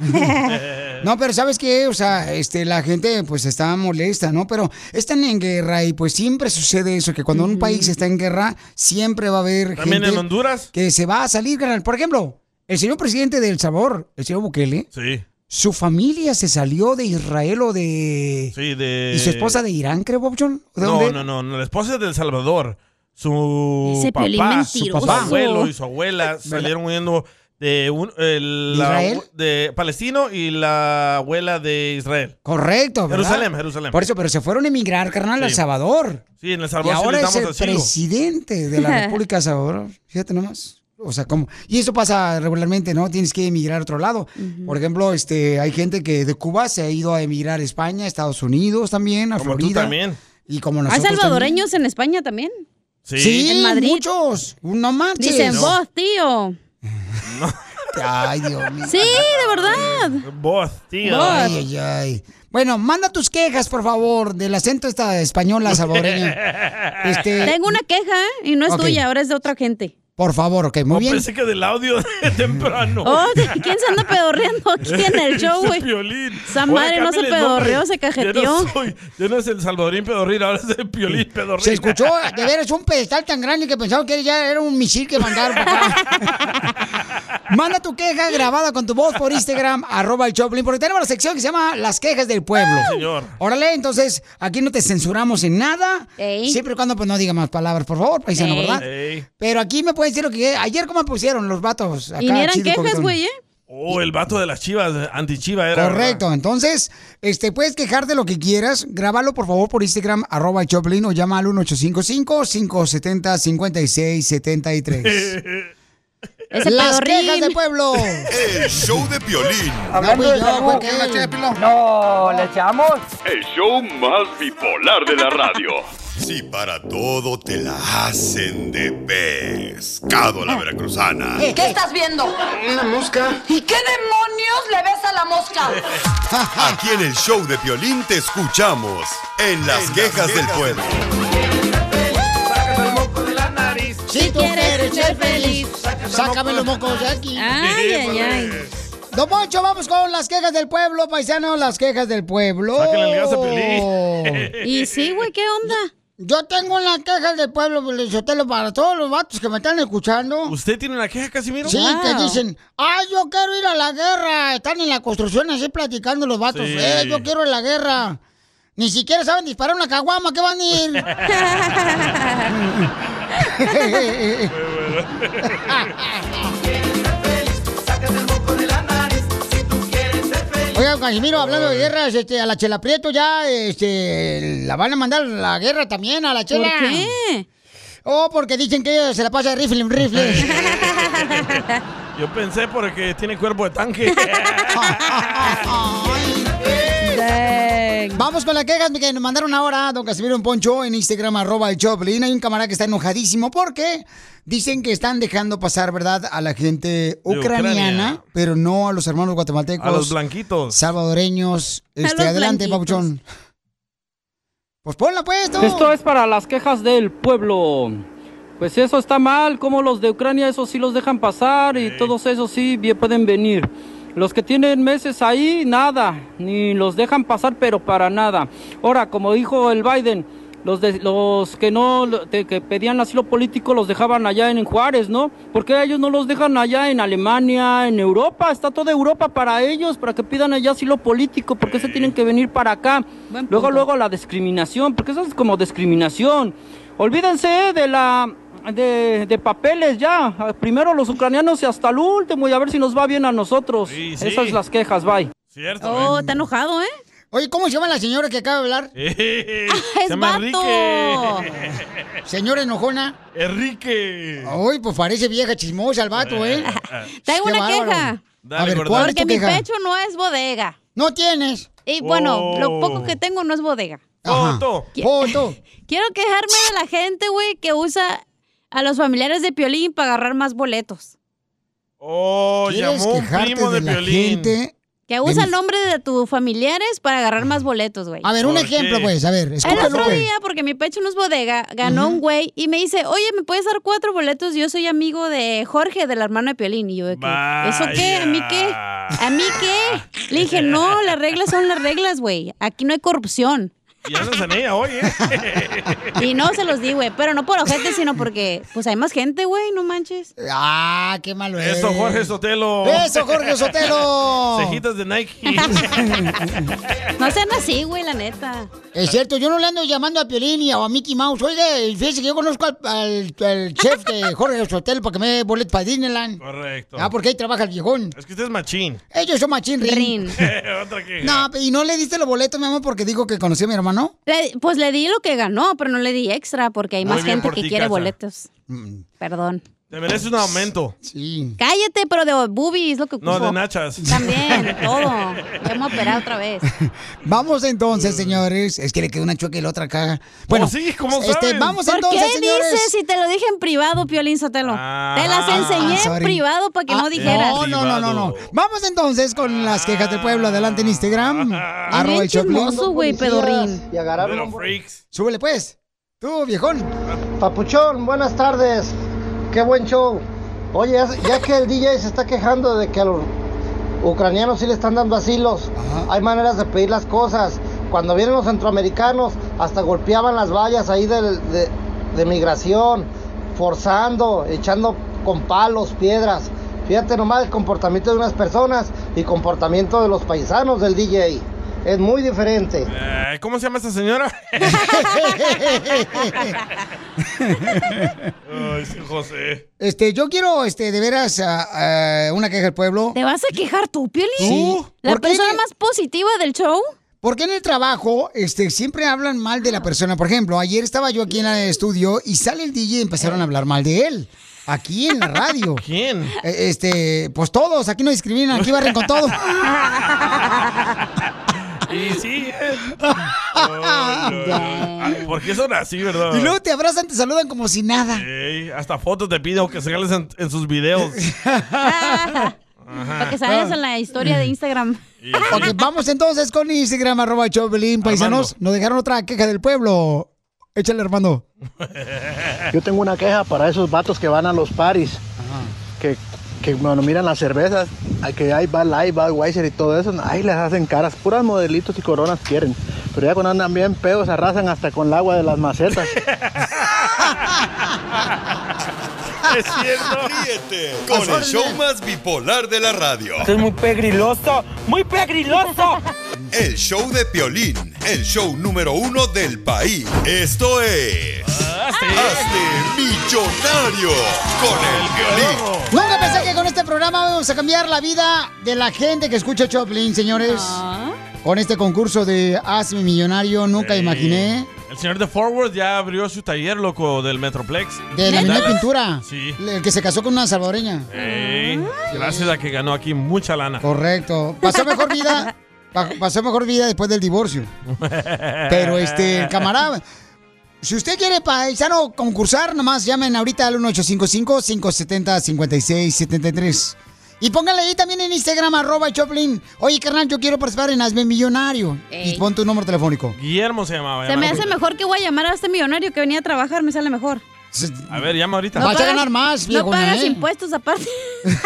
[SPEAKER 1] No, pero ¿sabes qué? O sea, este, la gente pues está molesta, ¿no? Pero están en guerra y pues siempre sucede eso, que cuando un país está en guerra, siempre va a haber
[SPEAKER 2] También
[SPEAKER 1] gente
[SPEAKER 2] en Honduras.
[SPEAKER 1] que se va a salir, carnal. Por ejemplo, el señor presidente de El Salvador, el señor Bukele,
[SPEAKER 2] Sí,
[SPEAKER 1] su familia se salió de Israel o de...
[SPEAKER 2] sí, de...
[SPEAKER 1] ¿Y su esposa de Irán, creo, Bob John? ¿De
[SPEAKER 2] Eh, no,
[SPEAKER 1] dónde?
[SPEAKER 2] no, no, no, la esposa es de El Salvador. Su
[SPEAKER 1] Ese Piolín
[SPEAKER 2] papá, su
[SPEAKER 1] mentiroso.
[SPEAKER 2] papá, abuelo y su abuela salieron huyendo de un, el, la-
[SPEAKER 1] ¿Israel?
[SPEAKER 2] de palestino y la abuela de Israel.
[SPEAKER 1] Correcto, ¿verdad?
[SPEAKER 2] Jerusalén, Jerusalén.
[SPEAKER 1] Por eso, pero se fueron a emigrar, carnal, al Salvador.
[SPEAKER 2] Sí, en El
[SPEAKER 1] Y
[SPEAKER 2] Salvador sí
[SPEAKER 1] ahora
[SPEAKER 2] les
[SPEAKER 1] es
[SPEAKER 2] damos
[SPEAKER 1] el
[SPEAKER 2] asilo.
[SPEAKER 1] presidente de la República de Salvador. Fíjate nomás. O sea, como. Y eso pasa regularmente, ¿no? Tienes que emigrar a otro lado. Por ejemplo, este, hay gente que de Cuba se ha ido a emigrar a España, a Estados Unidos también, a
[SPEAKER 2] Como tú
[SPEAKER 1] Florida.
[SPEAKER 2] también.
[SPEAKER 1] Y como
[SPEAKER 4] ¿Hay
[SPEAKER 1] nosotros. también.
[SPEAKER 4] salvadoreños en España también?
[SPEAKER 1] Sí,
[SPEAKER 4] en Madrid.
[SPEAKER 1] muchos. No manches.
[SPEAKER 4] Dicen,
[SPEAKER 1] No.
[SPEAKER 4] vos, tío.
[SPEAKER 1] Ay, Dios mío.
[SPEAKER 4] Sí, de verdad.
[SPEAKER 2] Vos, tío.
[SPEAKER 1] Ay, ay, ay. Bueno, manda tus quejas, por favor, del acento esta española salvadoreña. Este,
[SPEAKER 4] Tengo una queja ¿eh? y no es
[SPEAKER 1] Ok.
[SPEAKER 4] tuya, ahora es de otra gente.
[SPEAKER 1] Por favor, ok, muy
[SPEAKER 2] Oh,
[SPEAKER 1] bien.
[SPEAKER 2] Pensé que del audio de temprano.
[SPEAKER 4] Oh, ¿quién se anda pedorreando aquí en el show,
[SPEAKER 2] Ese
[SPEAKER 4] güey?
[SPEAKER 2] Piolín.
[SPEAKER 4] Esa
[SPEAKER 2] Oye,
[SPEAKER 4] madre no se
[SPEAKER 2] cámbiale el nombre.
[SPEAKER 4] pedorreó, se
[SPEAKER 2] Ya
[SPEAKER 4] cajeteó.
[SPEAKER 2] no, soy- ya no es el salvadorín pedorrín, ahora es el piolín pedorrín.
[SPEAKER 1] Se escuchó, de veras, un pedestal tan grande que pensaba que ya era un misil que mandaron para acá. Manda tu queja grabada con tu voz por Instagram, arroba el Choplin, porque tenemos la sección que se llama Las Quejas del Pueblo.
[SPEAKER 7] Sí, Ah, señor.
[SPEAKER 1] Órale, entonces, aquí no te censuramos en nada, siempre y cuando pues, no diga más palabras, por favor, paisano,
[SPEAKER 7] Ey.
[SPEAKER 1] ¿verdad?
[SPEAKER 2] Ey.
[SPEAKER 1] Pero aquí me pueden decir lo que... Ayer cómo pusieron los vatos acá.
[SPEAKER 4] Y ni eran
[SPEAKER 1] chido,
[SPEAKER 4] quejas,
[SPEAKER 1] coquetón.
[SPEAKER 4] güey, ¿eh?
[SPEAKER 2] Oh, el vato de las chivas, antichiva era.
[SPEAKER 1] Correcto, entonces, este, puedes quejarte lo que quieras, grábalo por favor por Instagram, arroba el Choplin o llama al 1855-570-5673.
[SPEAKER 7] Ese
[SPEAKER 1] Las
[SPEAKER 7] pedorrín.
[SPEAKER 1] quejas del pueblo.
[SPEAKER 3] El show de Piolín.
[SPEAKER 1] Hablando de salud,
[SPEAKER 15] ¿quieren la No, ¿le echamos?
[SPEAKER 3] El show más bipolar de la radio. Si para todo te la hacen de pescado la
[SPEAKER 1] Eh,
[SPEAKER 3] veracruzana.
[SPEAKER 16] ¿Qué estás viendo? Una mosca. ¿Y qué demonios le ves a la mosca?
[SPEAKER 3] Aquí en el show de Piolín te escuchamos en las quejas del pueblo.
[SPEAKER 1] Si tú quieres ser feliz, sácame los mocos de aquí.
[SPEAKER 7] Ay, ay, ay.
[SPEAKER 16] pues.
[SPEAKER 1] Don Poncho, vamos con las quejas del pueblo, paisano, las quejas del pueblo.
[SPEAKER 7] Sáquenle el gas a Piolín.
[SPEAKER 1] y sí, güey, ¿qué onda? Yo tengo las quejas del pueblo, pues, Sotelo, para todos los vatos que me están escuchando.
[SPEAKER 2] ¿Usted tiene una queja, Casimiro?
[SPEAKER 1] Sí, que dicen, ah, yo quiero ir a la guerra. Están en la construcción así platicando los vatos.
[SPEAKER 7] Sí.
[SPEAKER 1] Eh, yo quiero ir a la guerra. Ni siquiera saben disparar una caguama, ¿qué van a ir? Oiga, Casimiro, hablando de guerras, este, a la Chela Prieto ya, este, la van a mandar a la guerra también, a la Chela.
[SPEAKER 7] ¿Por
[SPEAKER 1] qué? Oh, porque dicen que ella se la pasa de rifle en rifle.
[SPEAKER 2] Yo pensé porque tiene cuerpo de tanque.
[SPEAKER 1] Vamos con las quejas que nos mandaron ahora, don Casimiro en Poncho, en Instagram, arroba el Choplin. Hay un camarada que está enojadísimo porque dicen que están dejando pasar, ¿verdad?, a la gente
[SPEAKER 2] Ucrania.
[SPEAKER 1] ucraniana, pero no a los hermanos guatemaltecos.
[SPEAKER 2] A los blanquitos.
[SPEAKER 1] Salvadoreños.
[SPEAKER 2] A
[SPEAKER 1] Este,
[SPEAKER 2] los
[SPEAKER 1] adelante,
[SPEAKER 2] blanquitos.
[SPEAKER 1] Papuchón. Pues ponla, pues, tú.
[SPEAKER 15] Esto es para las quejas del pueblo. Pues eso está mal, como los de Ucrania, esos sí los dejan pasar y todos esos sí bien pueden venir. Los que tienen meses ahí, nada, ni los dejan pasar, pero para nada. Ahora, como dijo el Biden, los, de- los que no lo- te- que pedían asilo político los dejaban allá en Juárez, ¿no? Porque ellos no los dejan allá en Alemania, en Europa, está toda Europa para ellos, para que pidan allá asilo político, porque se tienen que venir para acá. Luego, luego la discriminación, porque eso es como discriminación. Olvídense de la de, de papeles ya. Primero los ucranianos y hasta el último y a ver si nos va bien a nosotros.
[SPEAKER 2] sí.
[SPEAKER 15] Esas las quejas, bye.
[SPEAKER 2] Cierto.
[SPEAKER 1] Oh, está enojado, ¿eh? Oye, ¿cómo se llama la señora que acaba de hablar?
[SPEAKER 2] Eh,
[SPEAKER 1] Ah, es
[SPEAKER 2] se llama
[SPEAKER 1] vato.
[SPEAKER 2] Enrique.
[SPEAKER 1] Señora enojona.
[SPEAKER 2] Enrique.
[SPEAKER 1] Ay, pues parece vieja chismosa el vato, ¿eh?
[SPEAKER 4] Tengo
[SPEAKER 1] Qué
[SPEAKER 4] una
[SPEAKER 1] bárbaro.
[SPEAKER 4] queja.
[SPEAKER 1] a ver, ¿cuál es
[SPEAKER 4] Porque
[SPEAKER 1] tu
[SPEAKER 4] mi
[SPEAKER 1] queja?
[SPEAKER 4] pecho no es bodega.
[SPEAKER 1] No tienes.
[SPEAKER 4] Y bueno, lo poco
[SPEAKER 1] Oh.
[SPEAKER 4] que tengo no es bodega.
[SPEAKER 1] Ajá.
[SPEAKER 2] Foto.
[SPEAKER 4] Qui- Quiero quejarme de la gente, güey, que usa a los familiares de Piolín para agarrar más boletos.
[SPEAKER 2] Oh,
[SPEAKER 1] ¿Quieres
[SPEAKER 2] llamó un
[SPEAKER 1] quejarte
[SPEAKER 2] primo de,
[SPEAKER 1] de la
[SPEAKER 2] violín.
[SPEAKER 1] gente?
[SPEAKER 4] Que usa
[SPEAKER 1] mis-
[SPEAKER 4] el nombre de tus familiares para agarrar más boletos, güey.
[SPEAKER 1] A ver, un ¿Por ejemplo, qué? pues, a ver,
[SPEAKER 4] El
[SPEAKER 1] escúchalo,
[SPEAKER 4] otro
[SPEAKER 1] güey.
[SPEAKER 4] día, porque mi pecho no es bodega, ganó un güey y me dice, oye, ¿me puedes dar cuatro boletos? Yo soy amigo de Jorge, del hermano de Piolín. Y yo, de que, ¿eso qué? ¿A mí qué? ¿A mí qué? Le dije, no, las reglas son las reglas, güey. Aquí no hay corrupción.
[SPEAKER 2] Y andas en ella hoy, ¿eh?
[SPEAKER 4] Y no se los di, güey. Pero no por ojete, sino porque, pues hay más gente, güey, no manches.
[SPEAKER 1] Ah, qué malo es.
[SPEAKER 2] Eso, Jorge Sotelo.
[SPEAKER 4] Eso, Jorge Sotelo.
[SPEAKER 2] Cejitas de Nike.
[SPEAKER 4] No sean así, güey, la neta.
[SPEAKER 1] Es cierto, yo no le ando llamando a Piolín y a a Mickey Mouse. Oye, fíjese que yo conozco al, al- al chef de Jorge Sotelo para que me dé boleto para Disneyland.
[SPEAKER 2] Correcto.
[SPEAKER 1] Ah, porque ahí trabaja el viejón.
[SPEAKER 2] Es que usted es machín.
[SPEAKER 1] Ellos son machín rin.
[SPEAKER 2] Otra que.
[SPEAKER 1] No, y no le diste los boletos, mi amor, porque dijo que conoció a mi hermano.
[SPEAKER 4] Le- pues le di lo que ganó, pero no le di extra porque hay
[SPEAKER 1] Muy
[SPEAKER 4] más
[SPEAKER 1] bien
[SPEAKER 4] gente
[SPEAKER 1] por
[SPEAKER 4] que
[SPEAKER 1] ti,
[SPEAKER 4] quiere
[SPEAKER 1] Cacha.
[SPEAKER 4] boletos. Perdón.
[SPEAKER 2] Te mereces un aumento.
[SPEAKER 1] Mm. Sí.
[SPEAKER 4] Cállate, pero de boobies es lo que ocupo.
[SPEAKER 2] No, de nachas.
[SPEAKER 4] También, todo. Ya me voy a operar otra vez.
[SPEAKER 1] Vamos entonces, señores. Es que le quedó una chueca y la otra acá.
[SPEAKER 4] Pues
[SPEAKER 1] Bueno,
[SPEAKER 2] sí, ¿cómo
[SPEAKER 1] este,
[SPEAKER 2] saben?
[SPEAKER 1] vamos
[SPEAKER 4] ¿Por
[SPEAKER 1] entonces,
[SPEAKER 4] qué
[SPEAKER 1] señores.
[SPEAKER 4] dices si te lo dije en privado, Piolín Sotelo? te las enseñé
[SPEAKER 1] sorry.
[SPEAKER 4] en privado para que
[SPEAKER 1] Ah,
[SPEAKER 4] no dijeras.
[SPEAKER 1] No, no, no, no, no. Vamos entonces con las quejas del pueblo. Adelante en Instagram. Arroba el Choplin.
[SPEAKER 4] chismoso, güey, pedorrín.
[SPEAKER 17] Y agarraron un-
[SPEAKER 1] Súbele pues. Tú, viejón.
[SPEAKER 17] Papuchón, buenas tardes. Qué buen show. Oye, ya, ya que el DJ se está quejando de que a los ucranianos sí le están dando asilos, hay maneras de pedir las cosas. Cuando vienen los centroamericanos, hasta golpeaban las vallas ahí del- de, de migración, forzando, echando con palos, piedras. Fíjate nomás el comportamiento de unas personas y comportamiento de los paisanos del DJ. Es muy diferente.
[SPEAKER 2] Eh, ¿Cómo se llama esta señora? Ay, sí, José.
[SPEAKER 1] Este, yo quiero, este, de veras, a- a una queja del pueblo.
[SPEAKER 4] ¿Te vas a quejar tú, Piolín?
[SPEAKER 1] Sí.
[SPEAKER 4] ¿La
[SPEAKER 1] ¿Por qué
[SPEAKER 4] persona
[SPEAKER 1] me-
[SPEAKER 4] más positiva del show?
[SPEAKER 1] ¿Por qué en el trabajo este, siempre hablan mal de la persona? Por ejemplo, ayer estaba yo aquí en el estudio y sale el DJ y empezaron a hablar mal de él. Aquí en la radio.
[SPEAKER 2] ¿Quién?
[SPEAKER 1] Este, pues todos, aquí no discriminan, aquí barren con todo.
[SPEAKER 2] Y sí. eh. Oh, no, no. Ah, ¿Por qué son así, verdad?
[SPEAKER 1] Y luego te abrazan, te saludan como si nada.
[SPEAKER 2] Ey, hasta fotos te pido que sales en, en sus videos. Ah.
[SPEAKER 4] Para que salgas en la historia de
[SPEAKER 1] Mm.
[SPEAKER 4] Instagram.
[SPEAKER 1] Ok, vamos entonces con Instagram, arroba el Choplin, paisanos. Nos dejaron otra queja del pueblo. Échale, Armando.
[SPEAKER 17] Yo tengo una queja para esos vatos que van a los paris. Que, que bueno, miran las cervezas, a que hay Bad Light, Bad Weiser y todo eso, ahí les hacen caras, puras modelitos y coronas quieren. Pero ya cuando andan bien pedos, arrasan hasta con el agua de las macetas.
[SPEAKER 3] Es cierto. Ríete con el show más bipolar de la radio.
[SPEAKER 7] es muy pegriloso, muy pegriloso.
[SPEAKER 3] El show de Piolín, el show número uno del país. Esto es... Hazte millonario con el Piolín.
[SPEAKER 1] Nunca pensé que con este programa vamos a cambiar la vida de la gente que escucha Choplin, señores. Con este concurso de Hazme Millonario, nunca
[SPEAKER 2] Ey.
[SPEAKER 1] imaginé.
[SPEAKER 2] El señor de Forward ya abrió su taller, loco, del Metroplex.
[SPEAKER 1] De la
[SPEAKER 2] Dallas.
[SPEAKER 1] Unión Pintura.
[SPEAKER 2] Sí.
[SPEAKER 1] El que se casó con una salvadoreña.
[SPEAKER 2] Ey,
[SPEAKER 4] Ah.
[SPEAKER 2] gracias a que ganó aquí mucha lana.
[SPEAKER 1] Correcto. Pasó mejor vida. pa- Pasó mejor vida después del divorcio. Pero este, el camarada. Si usted quiere, paisano, concursar, nomás llamen ahorita al 1855-570-5673. Y pónganle ahí también en Instagram, arroba Choplin. Oye, carnal, yo quiero participar en Hazme Millonario.
[SPEAKER 4] Ey.
[SPEAKER 1] Y pon tu número telefónico.
[SPEAKER 2] Guillermo se llamaba.
[SPEAKER 4] Se me
[SPEAKER 2] llama.
[SPEAKER 4] hace mejor que voy a llamar a este millonario que venía a trabajar, me sale mejor.
[SPEAKER 2] A ver, llama ahorita.
[SPEAKER 4] No pagas- No
[SPEAKER 1] viejona,
[SPEAKER 4] pagas
[SPEAKER 1] ¿eh?
[SPEAKER 4] impuestos aparte.
[SPEAKER 2] Eh,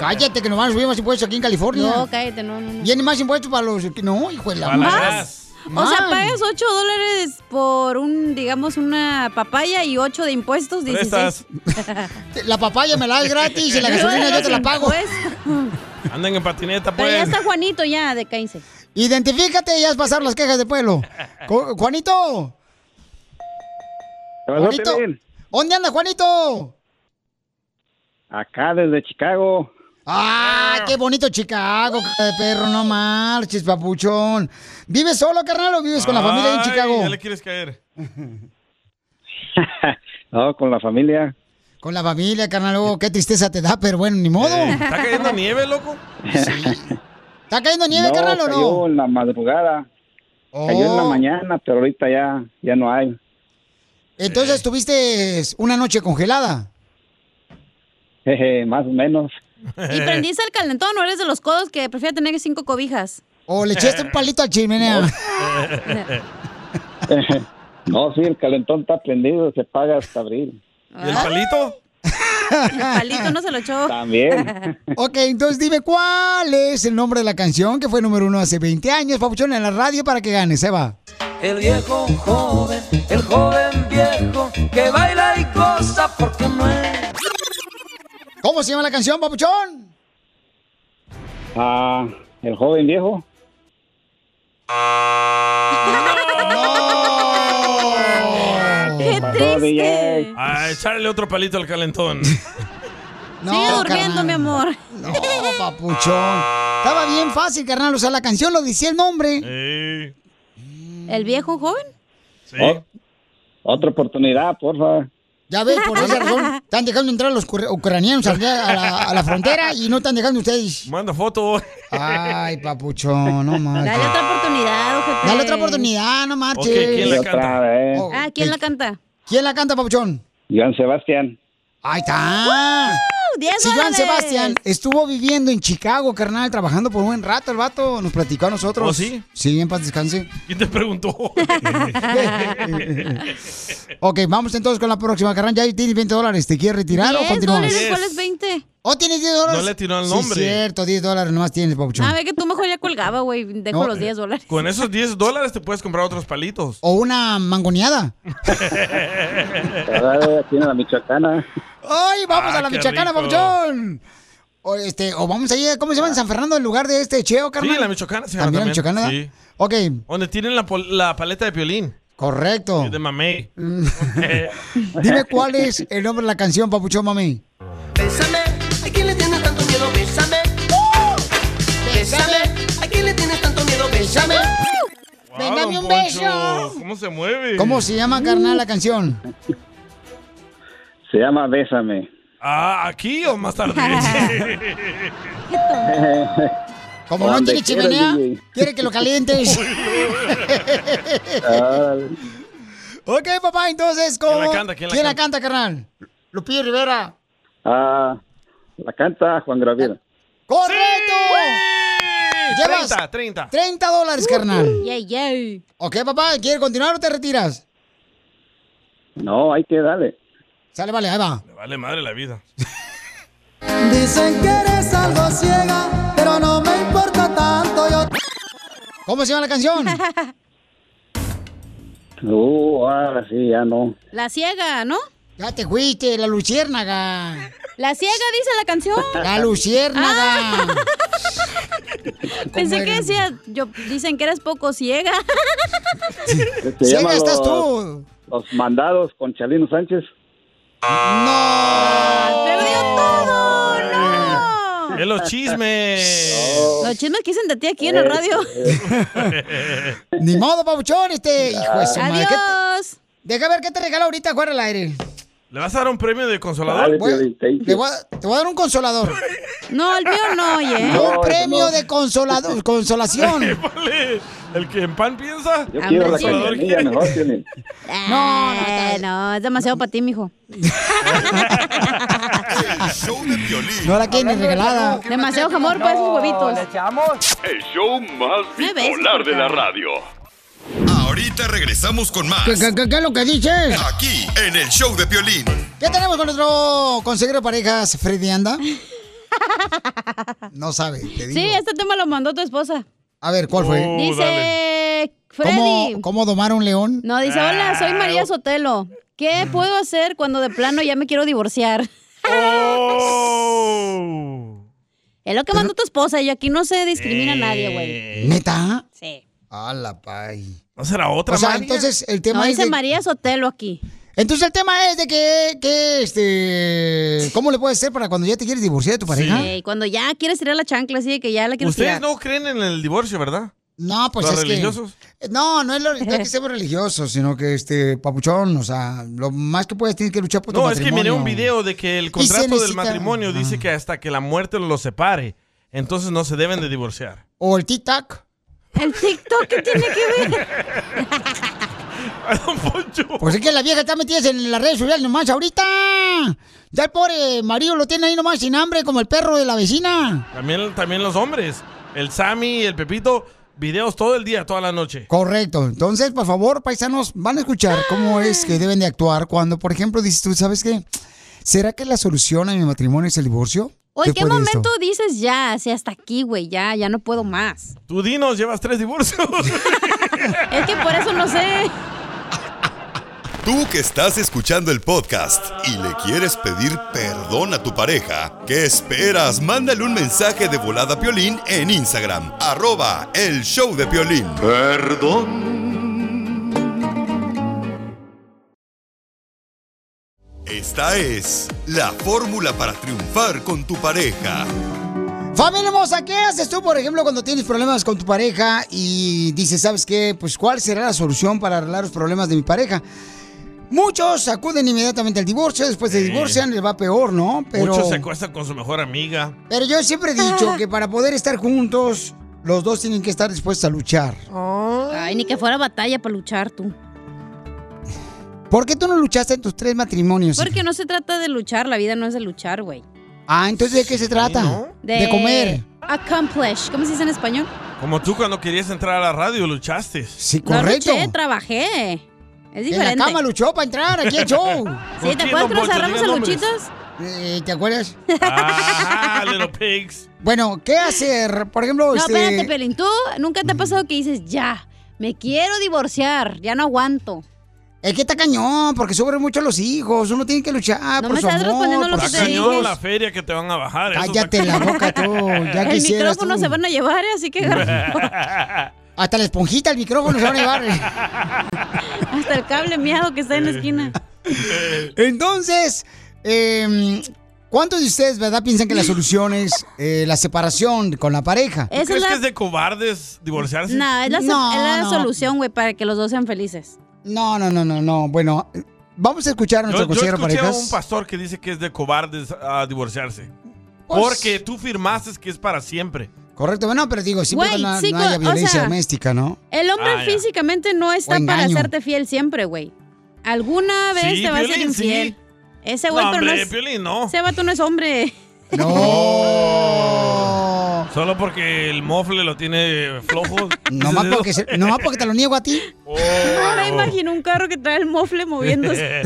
[SPEAKER 1] Cállate, que nomás subimos impuestos aquí en California.
[SPEAKER 4] No, cállate, no, no, no.
[SPEAKER 1] Viene más impuestos para los... No, hijo de la...
[SPEAKER 4] Para
[SPEAKER 1] madre.
[SPEAKER 4] las O sea, pues.
[SPEAKER 1] Mal.
[SPEAKER 4] pagas 8 dólares por un, digamos, una papaya y 8 de impuestos, 16.
[SPEAKER 1] la papaya me la das gratis y la gasolina yo te la pago.
[SPEAKER 2] Andan en patineta,
[SPEAKER 4] Pues, Pero ya
[SPEAKER 2] pues.
[SPEAKER 4] está Juanito, ya, de Caínse.
[SPEAKER 1] Identifícate y haz pasar las quejas del pueblo. Co- Juanito.
[SPEAKER 12] pasó,
[SPEAKER 1] Juanito.
[SPEAKER 12] Piolín?
[SPEAKER 1] ¿Dónde anda Juanito?
[SPEAKER 12] Acá desde Chicago.
[SPEAKER 1] ¡Ah, qué bonito Chicago, c- de perro! No marches, papuchón. ¿Vives solo, carnal, o vives con la familia en
[SPEAKER 2] Ay,
[SPEAKER 1] Chicago?
[SPEAKER 2] Ya le quieres caer.
[SPEAKER 12] No, con la familia.
[SPEAKER 1] Con la familia, carnal. oh, qué tristeza te da, pero bueno, ni modo.
[SPEAKER 12] Eh.
[SPEAKER 2] ¿Está cayendo nieve, loco?
[SPEAKER 1] ¿Está cayendo nieve,
[SPEAKER 12] no,
[SPEAKER 1] carnal, o no?
[SPEAKER 12] Cayó en la madrugada. Cayó en la
[SPEAKER 1] Oh.
[SPEAKER 12] mañana, pero ahorita ya, ya no hay. Eh.
[SPEAKER 1] Entonces tuviste una noche congelada.
[SPEAKER 12] Jeje, más o menos.
[SPEAKER 2] Eh.
[SPEAKER 4] ¿Y prendiste el calentón o eres de los codos que prefiere tener cinco cobijas?
[SPEAKER 1] O Oh, le echaste un palito al chimenea.
[SPEAKER 12] No, sí, el calentón está prendido, se paga hasta abril.
[SPEAKER 2] ¿Y el
[SPEAKER 4] Ah.
[SPEAKER 2] palito?
[SPEAKER 4] El palito no se lo echó.
[SPEAKER 12] También.
[SPEAKER 1] Ok, entonces dime cuál es el nombre de la canción que fue número uno hace 20 años, Papuchón, en la radio para que gane, se va.
[SPEAKER 7] El viejo joven, el joven viejo que baila y goza porque no es.
[SPEAKER 1] ¿Cómo se llama la canción, Papuchón?
[SPEAKER 12] Ah, el joven viejo.
[SPEAKER 4] ¡Qué
[SPEAKER 2] triste!
[SPEAKER 12] DJ.
[SPEAKER 2] A echarle otro palito al calentón.
[SPEAKER 4] Sigue durmiendo, mi amor.
[SPEAKER 1] No, papuchón.
[SPEAKER 2] Ah.
[SPEAKER 1] Estaba bien fácil, carnal. O sea, la canción lo decía el nombre.
[SPEAKER 2] Ey,
[SPEAKER 4] ¿El viejo joven?
[SPEAKER 2] sí.
[SPEAKER 15] Oh.
[SPEAKER 12] Otra oportunidad, porfa.
[SPEAKER 1] Ya ves, por esa razón, están dejando entrar a los ucra- ucranianos allá a la, a la frontera y no están dejando ustedes.
[SPEAKER 2] Manda foto.
[SPEAKER 1] Ay, papuchón, no más.
[SPEAKER 4] Dale otra oportunidad, ojete.
[SPEAKER 1] Dale otra oportunidad, no marches.
[SPEAKER 4] Ok, ¿quién la
[SPEAKER 12] Otra canta? vez.
[SPEAKER 4] Ah, ¿quién la canta?
[SPEAKER 1] ¿Quién la canta, papuchón?
[SPEAKER 12] Joan Sebastián.
[SPEAKER 1] Ahí está.
[SPEAKER 4] ¡Uh! ¡Diez
[SPEAKER 1] Si Joan
[SPEAKER 4] dólares!
[SPEAKER 1] Sebastián estuvo viviendo en Chicago, carnal, trabajando por un buen rato el vato, nos platicó a nosotros.
[SPEAKER 2] ¿Oh, sí?
[SPEAKER 1] Sí, en paz descanse.
[SPEAKER 2] ¿Quién te preguntó?
[SPEAKER 1] Ok, vamos entonces con la próxima, carnal. Ya tienes 20 dólares, ¿te quieres retirar o
[SPEAKER 4] 10
[SPEAKER 1] continuamos?
[SPEAKER 4] dólares, ¿cuál es 20?
[SPEAKER 1] ¿O tienes 10 dólares?
[SPEAKER 2] No le tiró al
[SPEAKER 1] Sí,
[SPEAKER 2] nombre.
[SPEAKER 1] cierto, 10 dólares nomás tienes, papuchón.
[SPEAKER 4] Ah, ve que tú mejor ya colgaba, güey. Dejo
[SPEAKER 1] No. eh,
[SPEAKER 4] los 10 dólares.
[SPEAKER 2] eh, Con esos 10 dólares te puedes comprar otros palitos.
[SPEAKER 1] O una mangoneada.
[SPEAKER 12] Tiene la michoacana.
[SPEAKER 1] ¡Ay, vamos
[SPEAKER 2] Ah,
[SPEAKER 1] a la
[SPEAKER 2] qué
[SPEAKER 1] Michoacana,
[SPEAKER 2] rico.
[SPEAKER 1] papuchón! O, este, o vamos allá, ¿cómo se llama? En San Fernando, en lugar de este Cheo, carnal.
[SPEAKER 2] la Michoacana se llama
[SPEAKER 1] También la
[SPEAKER 2] también,
[SPEAKER 1] Michoacana, ¿verdad?
[SPEAKER 2] sí.
[SPEAKER 1] Ok,
[SPEAKER 2] Donde tienen la, pol- la paleta de violín.
[SPEAKER 1] correcto. Mm.
[SPEAKER 2] De mamey.
[SPEAKER 1] Dime cuál es el nombre de la canción, papuchón, mami.
[SPEAKER 7] Bésame, ¿a quién le tienes tanto miedo? Bésame. Bésame, ¿a quién le tienes tanto miedo? Bésame.
[SPEAKER 2] Wow,
[SPEAKER 1] dame
[SPEAKER 2] don
[SPEAKER 1] un
[SPEAKER 2] Poncho,
[SPEAKER 1] beso.
[SPEAKER 2] ¿Cómo se mueve?
[SPEAKER 1] ¿Cómo se llama, carnal, la canción?
[SPEAKER 12] Se llama Bésame.
[SPEAKER 2] Ah, ¿aquí o más tarde?
[SPEAKER 1] Como no
[SPEAKER 12] Donde
[SPEAKER 1] tiene
[SPEAKER 12] quieras,
[SPEAKER 1] chimenea,
[SPEAKER 12] DJ.
[SPEAKER 1] quiere que lo calientes.
[SPEAKER 7] Ah.
[SPEAKER 12] Órale.
[SPEAKER 1] ok, papá, entonces, ¿cómo?
[SPEAKER 12] ¿Quién la canta? ¿Quién la
[SPEAKER 1] canta, carnal? Lupillo Rivera.
[SPEAKER 12] Ah, la canta Juan Gabriel.
[SPEAKER 1] ¡Correcto! Llevas
[SPEAKER 2] 30, 30.
[SPEAKER 1] 30 dólares, carnal.
[SPEAKER 4] Uh-huh. Yay, yay.
[SPEAKER 1] Ok, papá, ¿quieres continuar o te retiras?
[SPEAKER 12] No, hay que darle.
[SPEAKER 1] Sale, vale, ahí va.
[SPEAKER 2] Me vale madre la vida.
[SPEAKER 7] Dicen que eres algo ciega, pero no me importa tanto. Yo
[SPEAKER 1] ¿Cómo se llama la canción?
[SPEAKER 12] Uh, ahora sí, ya no.
[SPEAKER 4] La ciega, ¿no?
[SPEAKER 1] Ya te fuiste, la luciérnaga.
[SPEAKER 4] La ciega dice la canción.
[SPEAKER 1] La luciérnaga.
[SPEAKER 4] Ah. Pensé
[SPEAKER 1] ¿Cómo
[SPEAKER 4] que
[SPEAKER 1] eres?
[SPEAKER 4] decía, yo, dicen que eres poco ciega.
[SPEAKER 12] Se
[SPEAKER 1] Ciega
[SPEAKER 12] llama
[SPEAKER 1] estás
[SPEAKER 12] Los-
[SPEAKER 1] tú.
[SPEAKER 12] Los mandados con Chalino Sánchez.
[SPEAKER 4] Oh,
[SPEAKER 2] Es los chismes.
[SPEAKER 12] Oh.
[SPEAKER 4] Los chismes que dicen de ti aquí en la radio.
[SPEAKER 1] Ni modo, pabuchón, este. Hijo de su madre. ¿qué te-
[SPEAKER 4] Adiós.
[SPEAKER 1] Deja ver qué te regala ahorita, jugar al aire.
[SPEAKER 2] ¿Le vas a dar un premio de consolador?
[SPEAKER 1] Voy- le voy a- te voy a dar un consolador.
[SPEAKER 4] No, el mío no, oye.
[SPEAKER 1] un premio de consolado- consolación.
[SPEAKER 2] Vale, ¿El que en pan piensa?
[SPEAKER 12] Yo quiero la cachanilla mejor, Piolín.
[SPEAKER 4] No, no, no, es demasiado para ti, mijo.
[SPEAKER 1] No la quieren ni regalada.
[SPEAKER 4] Demasiado jamón para esos huevitos.
[SPEAKER 3] El show más bipolar de la radio. Ahorita regresamos con más.
[SPEAKER 1] ¿Qué, qué- qué- qué es lo que dices?
[SPEAKER 3] Aquí, en el show de Piolín.
[SPEAKER 1] ¿Qué tenemos con nuestro consejero de parejas, Freddy Anda? No sabe, te digo.
[SPEAKER 4] Sí, Oh, este tema lo mandó tu esposa.
[SPEAKER 1] A ver, ¿cuál fue?
[SPEAKER 4] Dice Freddy.
[SPEAKER 1] ¿Cómo, ¿Cómo domar a un león?
[SPEAKER 4] No, dice, hola, soy María Sotelo. ¿Qué puedo hacer cuando de plano ya me quiero divorciar? Es lo que mandó tu esposa. Yo aquí no se discrimina a nadie,
[SPEAKER 7] Eh.
[SPEAKER 4] güey.
[SPEAKER 1] ¿Neta?
[SPEAKER 4] Sí.
[SPEAKER 1] A la pay.
[SPEAKER 2] ¿No será otra,
[SPEAKER 1] O sea,
[SPEAKER 2] María?
[SPEAKER 1] entonces el tema
[SPEAKER 4] no,
[SPEAKER 1] es
[SPEAKER 4] dice
[SPEAKER 1] de...
[SPEAKER 4] María Sotelo aquí.
[SPEAKER 1] Entonces el tema es de que, que, este, ¿cómo le puedes hacer para cuando ya te quieres divorciar de tu pareja?
[SPEAKER 4] Ey, cuando ya quieres tirar la chancla, así de que ya la quieres
[SPEAKER 2] Ustedes
[SPEAKER 4] tirar.
[SPEAKER 2] no creen en el divorcio, ¿verdad?
[SPEAKER 1] No, pues
[SPEAKER 2] ¿Los
[SPEAKER 1] es
[SPEAKER 2] religiosos?
[SPEAKER 1] que no, no es, lo, no es que seamos religiosos, sino que este papuchón, o sea, lo más que puedes tienes que luchar por pues, tu
[SPEAKER 2] No, es que
[SPEAKER 1] matrimonio.
[SPEAKER 2] miré un video de que el contrato del
[SPEAKER 1] necesita-
[SPEAKER 2] matrimonio dice que hasta que la muerte los separe, entonces no se deben de divorciar.
[SPEAKER 1] O el tic-tac.
[SPEAKER 4] El TikTok, ¿qué tiene que ver?
[SPEAKER 1] Pues es que la vieja está metida en las redes sociales nomás ahorita. Ya el pobre marido lo tiene ahí nomás sin hambre como el perro de la vecina.
[SPEAKER 2] También, también los hombres, el Sammy y el Pepito, videos todo el día, toda la noche.
[SPEAKER 1] Correcto. Entonces, por favor, paisanos, van a escuchar cómo es que deben de actuar cuando, por ejemplo, dices tú, ¿sabes qué? ¿Será que la solución a mi matrimonio es el divorcio?
[SPEAKER 4] ¿O en qué
[SPEAKER 1] Después de esto.
[SPEAKER 4] momento dices ya, así hasta aquí, güey, ya, ya no puedo más?
[SPEAKER 2] Tú dinos, llevas tres divorcios.
[SPEAKER 4] Es que por eso no sé.
[SPEAKER 3] Tú que estás escuchando el podcast y le quieres pedir perdón a tu pareja, ¿qué esperas? Mándale un mensaje de volada a Piolín en Instagram, arroba el show de Piolín. Perdón. Esta es la fórmula para triunfar con tu pareja.
[SPEAKER 1] Familia hermosa, ¿qué haces tú, por ejemplo, cuando tienes problemas con tu pareja y dices, ¿sabes qué? Pues, ¿cuál será la solución para arreglar los problemas de mi pareja? Muchos acuden inmediatamente al divorcio, después se
[SPEAKER 2] Sí.
[SPEAKER 1] divorcian, les va peor, ¿no? Pero,
[SPEAKER 2] Muchos se acuestan con su mejor amiga.
[SPEAKER 1] pero yo siempre he dicho que para poder estar juntos, los dos tienen que estar dispuestos a luchar.
[SPEAKER 4] Ay, ni que fuera batalla para luchar tú.
[SPEAKER 1] ¿Por qué tú no luchaste en tus tres matrimonios?
[SPEAKER 4] Porque no se trata de luchar, la vida no es de luchar, güey.
[SPEAKER 1] Ah, entonces ¿de qué se trata? De... comer.
[SPEAKER 4] Accomplish. ¿Cómo se dice en español?
[SPEAKER 2] Como tú cuando querías entrar a la radio, luchaste.
[SPEAKER 1] Sí,
[SPEAKER 4] No luché, trabajé. Es
[SPEAKER 1] En la
[SPEAKER 4] diferente.
[SPEAKER 1] cama luchó para entrar aquí al show.
[SPEAKER 4] Sí, ¿te acuerdas que nos agarramos a luchitos?
[SPEAKER 1] Eh, ¿Te acuerdas?
[SPEAKER 2] Ah, little pigs.
[SPEAKER 1] Bueno, ¿qué hacer? Por ejemplo,
[SPEAKER 4] No,
[SPEAKER 1] este...
[SPEAKER 4] espérate, Pelín. ¿Tú nunca te ha pasado que dices, ya, me quiero divorciar, ya no aguanto?
[SPEAKER 1] Es que está cañón, porque sobran mucho los hijos. Uno tiene que luchar
[SPEAKER 4] No
[SPEAKER 1] por
[SPEAKER 4] me
[SPEAKER 1] su
[SPEAKER 4] estás
[SPEAKER 1] amor,
[SPEAKER 4] respondiendo lo
[SPEAKER 1] por
[SPEAKER 4] que
[SPEAKER 1] su-
[SPEAKER 4] te
[SPEAKER 2] Cañón
[SPEAKER 4] dije.
[SPEAKER 2] la feria que te van a bajar.
[SPEAKER 1] Cállate la boca tú, ya
[SPEAKER 4] El
[SPEAKER 1] quisieras
[SPEAKER 4] micrófono
[SPEAKER 1] tú.
[SPEAKER 4] se van a llevar, ¿eh? así que
[SPEAKER 2] agarra-
[SPEAKER 1] Hasta la esponjita, el micrófono se va a llevar.
[SPEAKER 4] hasta el cable miado que está en la esquina.
[SPEAKER 1] Entonces, eh, ¿cuántos de ustedes, verdad, piensan que la solución es eh, la separación con la pareja?
[SPEAKER 2] ¿Tú crees que es de cobardes divorciarse?
[SPEAKER 4] No, es la,
[SPEAKER 1] No,
[SPEAKER 4] es la
[SPEAKER 1] no.
[SPEAKER 4] solución, güey, para que los dos sean felices.
[SPEAKER 1] No, no, no, no, no. Bueno, vamos a escuchar a
[SPEAKER 2] Yo,
[SPEAKER 1] nuestro
[SPEAKER 2] yo escuché
[SPEAKER 1] consejero
[SPEAKER 2] a
[SPEAKER 1] parejas.
[SPEAKER 2] un pastor que dice que es de cobardes a divorciarse.
[SPEAKER 1] Pues-
[SPEAKER 2] Porque tú firmaste que es para siempre.
[SPEAKER 1] Correcto, bueno, pero digo, siempre
[SPEAKER 4] Güey,
[SPEAKER 1] que no,
[SPEAKER 4] sí,
[SPEAKER 1] no
[SPEAKER 4] co-
[SPEAKER 1] haya
[SPEAKER 4] o
[SPEAKER 1] violencia
[SPEAKER 4] sea,
[SPEAKER 1] doméstica, ¿no?
[SPEAKER 4] El hombre
[SPEAKER 1] Ah, ya.
[SPEAKER 4] físicamente no está
[SPEAKER 1] O
[SPEAKER 4] para
[SPEAKER 1] engaño.
[SPEAKER 4] hacerte fiel siempre, güey. Alguna vez
[SPEAKER 2] Sí,
[SPEAKER 4] te va a ser
[SPEAKER 2] Piolín, sí.
[SPEAKER 4] infiel. Ese
[SPEAKER 2] No,
[SPEAKER 4] güey, pero no
[SPEAKER 2] hombre,
[SPEAKER 4] es.
[SPEAKER 2] Piolín, no.
[SPEAKER 4] Ese vato no es hombre.
[SPEAKER 2] Solo porque el mofle lo tiene flojo.
[SPEAKER 1] No más porque, se- no más porque te lo niego a ti.
[SPEAKER 2] Oh.
[SPEAKER 4] Ahora imagino un carro que trae el mofle moviéndose.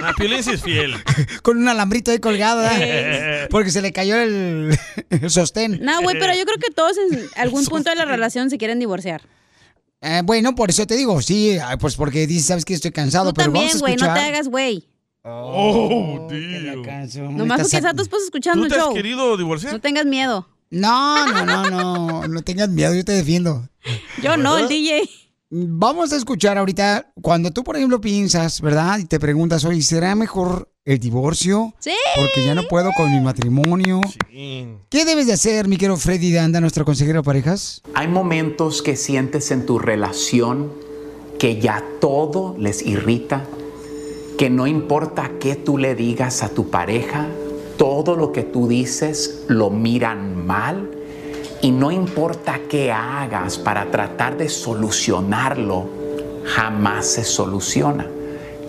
[SPEAKER 2] La Piolín sí es fiel.
[SPEAKER 1] Con un alambrito ahí colgado, ¿verdad?
[SPEAKER 2] Eh.
[SPEAKER 1] Porque se le cayó el, el sostén.
[SPEAKER 4] No, güey, pero yo creo que todos en algún punto de la relación se quieren divorciar.
[SPEAKER 1] Eh, bueno, por eso te digo, sí, ah, pues porque dices, sabes que estoy cansado,
[SPEAKER 4] Tú
[SPEAKER 1] pero
[SPEAKER 4] también,
[SPEAKER 1] vamos a
[SPEAKER 4] güey, no
[SPEAKER 1] escuchar.
[SPEAKER 4] te hagas, güey.
[SPEAKER 2] Oh,
[SPEAKER 1] tío.
[SPEAKER 4] Nomás porque está tu esposo escuchando
[SPEAKER 1] ¿Tú
[SPEAKER 4] el
[SPEAKER 1] te has
[SPEAKER 4] show.
[SPEAKER 2] querido divorciar?
[SPEAKER 4] No tengas miedo.
[SPEAKER 1] No, no, no, no, no tengas miedo, yo te defiendo.
[SPEAKER 4] Yo no, el DJ.
[SPEAKER 1] Vamos a escuchar ahorita, cuando tú, por ejemplo, piensas, ¿verdad? Y te preguntas, oye, ¿será mejor el divorcio?
[SPEAKER 4] Sí.
[SPEAKER 1] Porque ya no puedo con mi matrimonio. ¿Qué debes de hacer, mi querido Freddy de Anda, nuestro consejero de parejas?
[SPEAKER 18] Hay momentos que sientes en tu relación que ya todo les irrita, que no importa qué tú le digas a tu pareja, todo lo que tú dices lo miran mal y no importa qué hagas para tratar de solucionarlo, jamás se soluciona.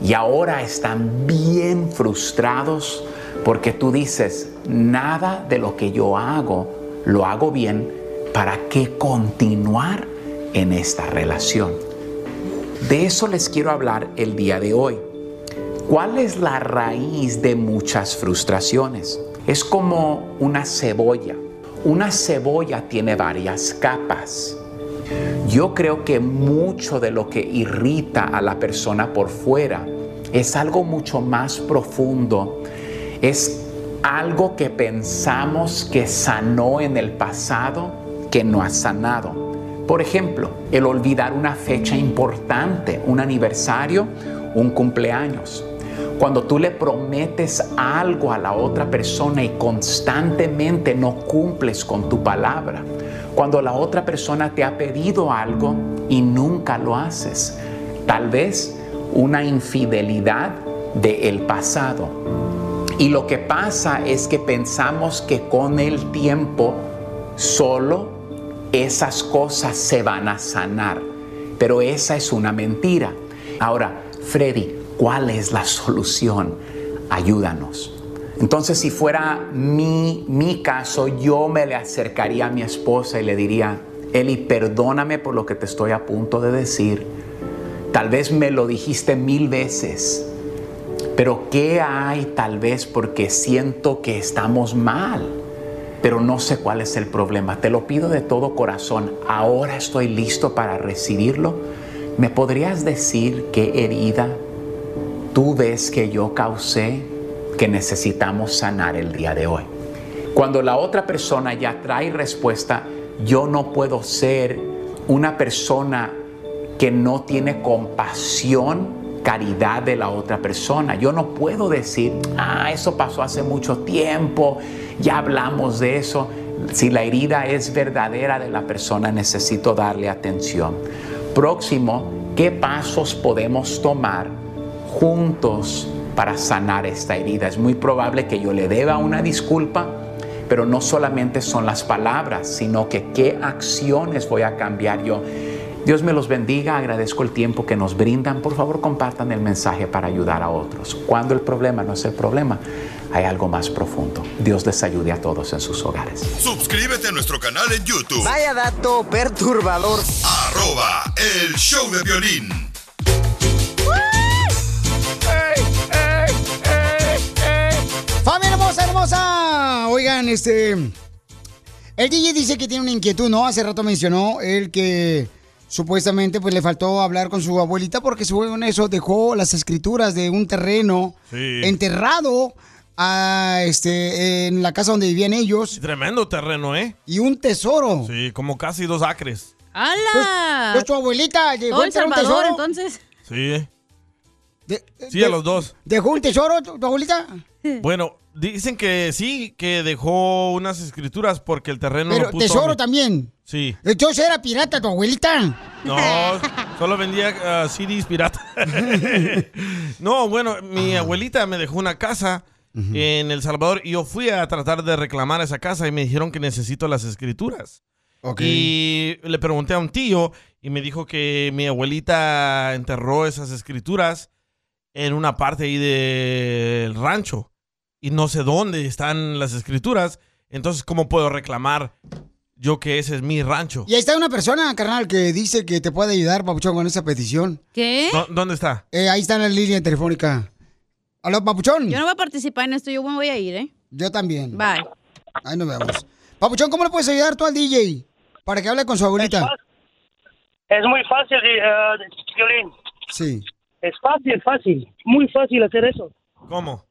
[SPEAKER 18] Y ahora están bien frustrados porque tú dices, nada de lo que yo hago lo hago bien, ¿para qué continuar en esta relación? De eso les quiero hablar el día de hoy. ¿Cuál es la raíz de muchas frustraciones? Es como una cebolla. Una cebolla tiene varias capas. Yo creo que mucho de lo que irrita a la persona por fuera es algo mucho más profundo. Es algo que pensamos que sanó en el pasado que no ha sanado. Por ejemplo, el olvidar una fecha importante, un aniversario, un cumpleaños. Cuando tú le prometes algo a la otra persona y constantemente no cumples con tu palabra. Cuando la otra persona te ha pedido algo y nunca lo haces. Tal vez una infidelidad del pasado. Y lo que pasa es que pensamos que con el tiempo solo esas cosas se van a sanar. Pero esa es una mentira. Ahora, Freddy, ¿cuál es la solución? Ayúdanos. Entonces, si fuera mi, mi caso, yo me le acercaría a mi esposa y le diría, Eli, perdóname por lo que te estoy a punto de decir. Tal vez me lo dijiste mil veces. Pero ¿qué hay tal vez porque siento que estamos mal? Pero no sé cuál es el problema. Te lo pido de todo corazón. Ahora estoy listo para recibirlo. ¿Me podrías decir qué herida tú ves que yo causé que necesitamos sanar el día de hoy? Cuando la otra persona ya trae respuesta, yo no puedo ser una persona que no tiene compasión, caridad de la otra persona. Yo no puedo decir, ah, eso pasó hace mucho tiempo, ya hablamos de eso. Si la herida es verdadera de la persona, necesito darle atención. Próximo, ¿qué pasos podemos tomar juntos para sanar esta herida. Es muy probable que yo le deba una disculpa, pero no solamente son las palabras, sino que qué acciones voy a cambiar yo. Dios me los bendiga, agradezco el tiempo que nos brindan. Por favor, compartan el mensaje para ayudar a otros. Cuando el problema no es el problema, hay algo más profundo. Dios les ayude a todos en sus hogares.
[SPEAKER 3] Suscríbete a nuestro canal en YouTube.
[SPEAKER 16] Vaya dato perturbador.
[SPEAKER 3] Arroba El Show de Violín.
[SPEAKER 1] ¡Familia hermosa, hermosa! Oigan, este. El DJ dice que tiene una inquietud, ¿no? Hace rato mencionó el que supuestamente pues le faltó hablar con su abuelita porque según eso dejó las escrituras de un terreno
[SPEAKER 2] Sí.
[SPEAKER 1] enterrado a, este, en la casa donde vivían ellos
[SPEAKER 2] Tremendo terreno, ¿eh?
[SPEAKER 1] y un tesoro.
[SPEAKER 2] Sí, como casi dos acres.
[SPEAKER 4] ¡Hala!
[SPEAKER 1] Pues tu abuelita llegó
[SPEAKER 4] Todo
[SPEAKER 1] a
[SPEAKER 4] El
[SPEAKER 1] tener un
[SPEAKER 4] Salvador,
[SPEAKER 1] tesoro.
[SPEAKER 4] entonces.
[SPEAKER 2] Sí. sí,
[SPEAKER 1] de-
[SPEAKER 2] a los dos.
[SPEAKER 1] ¿Dejó un tesoro tu, tu abuelita?
[SPEAKER 2] Bueno, dicen que sí, que dejó unas escrituras porque el terreno lo
[SPEAKER 1] Pero
[SPEAKER 2] puso
[SPEAKER 1] tesoro
[SPEAKER 2] mi-
[SPEAKER 1] también.
[SPEAKER 2] Sí.
[SPEAKER 1] Entonces era pirata tu abuelita.
[SPEAKER 2] No, solo vendía ah, CDs pirata. no, bueno, mi abuelita me dejó una casa en El Salvador y yo fui a tratar de reclamar esa casa y me dijeron que necesito las escrituras.
[SPEAKER 1] Ok.
[SPEAKER 2] Y le pregunté a un tío y me dijo que mi abuelita enterró esas escrituras en una parte ahí del rancho y no sé dónde están las escrituras. Entonces, ¿cómo puedo reclamar yo que ese es mi rancho?
[SPEAKER 1] Y ahí está una persona, carnal, que dice que te puede ayudar, Papuchón, con esa petición.
[SPEAKER 4] ¿Qué?
[SPEAKER 2] ¿Dó- ¿Dónde está?
[SPEAKER 1] Eh, ahí está en la línea telefónica. Aló, Papuchón.
[SPEAKER 4] Yo no voy a participar en esto, yo me voy a ir, ¿eh?
[SPEAKER 1] Yo también.
[SPEAKER 4] Bye.
[SPEAKER 1] Ahí nos vemos. Papuchón, ¿cómo le puedes ayudar tú al DJ? Para que hable con su abuelita.
[SPEAKER 19] Es muy fácil, eh, Violín.
[SPEAKER 1] Sí.
[SPEAKER 19] Es fácil, es fácil. Muy fácil hacer eso.
[SPEAKER 2] ¿Cómo?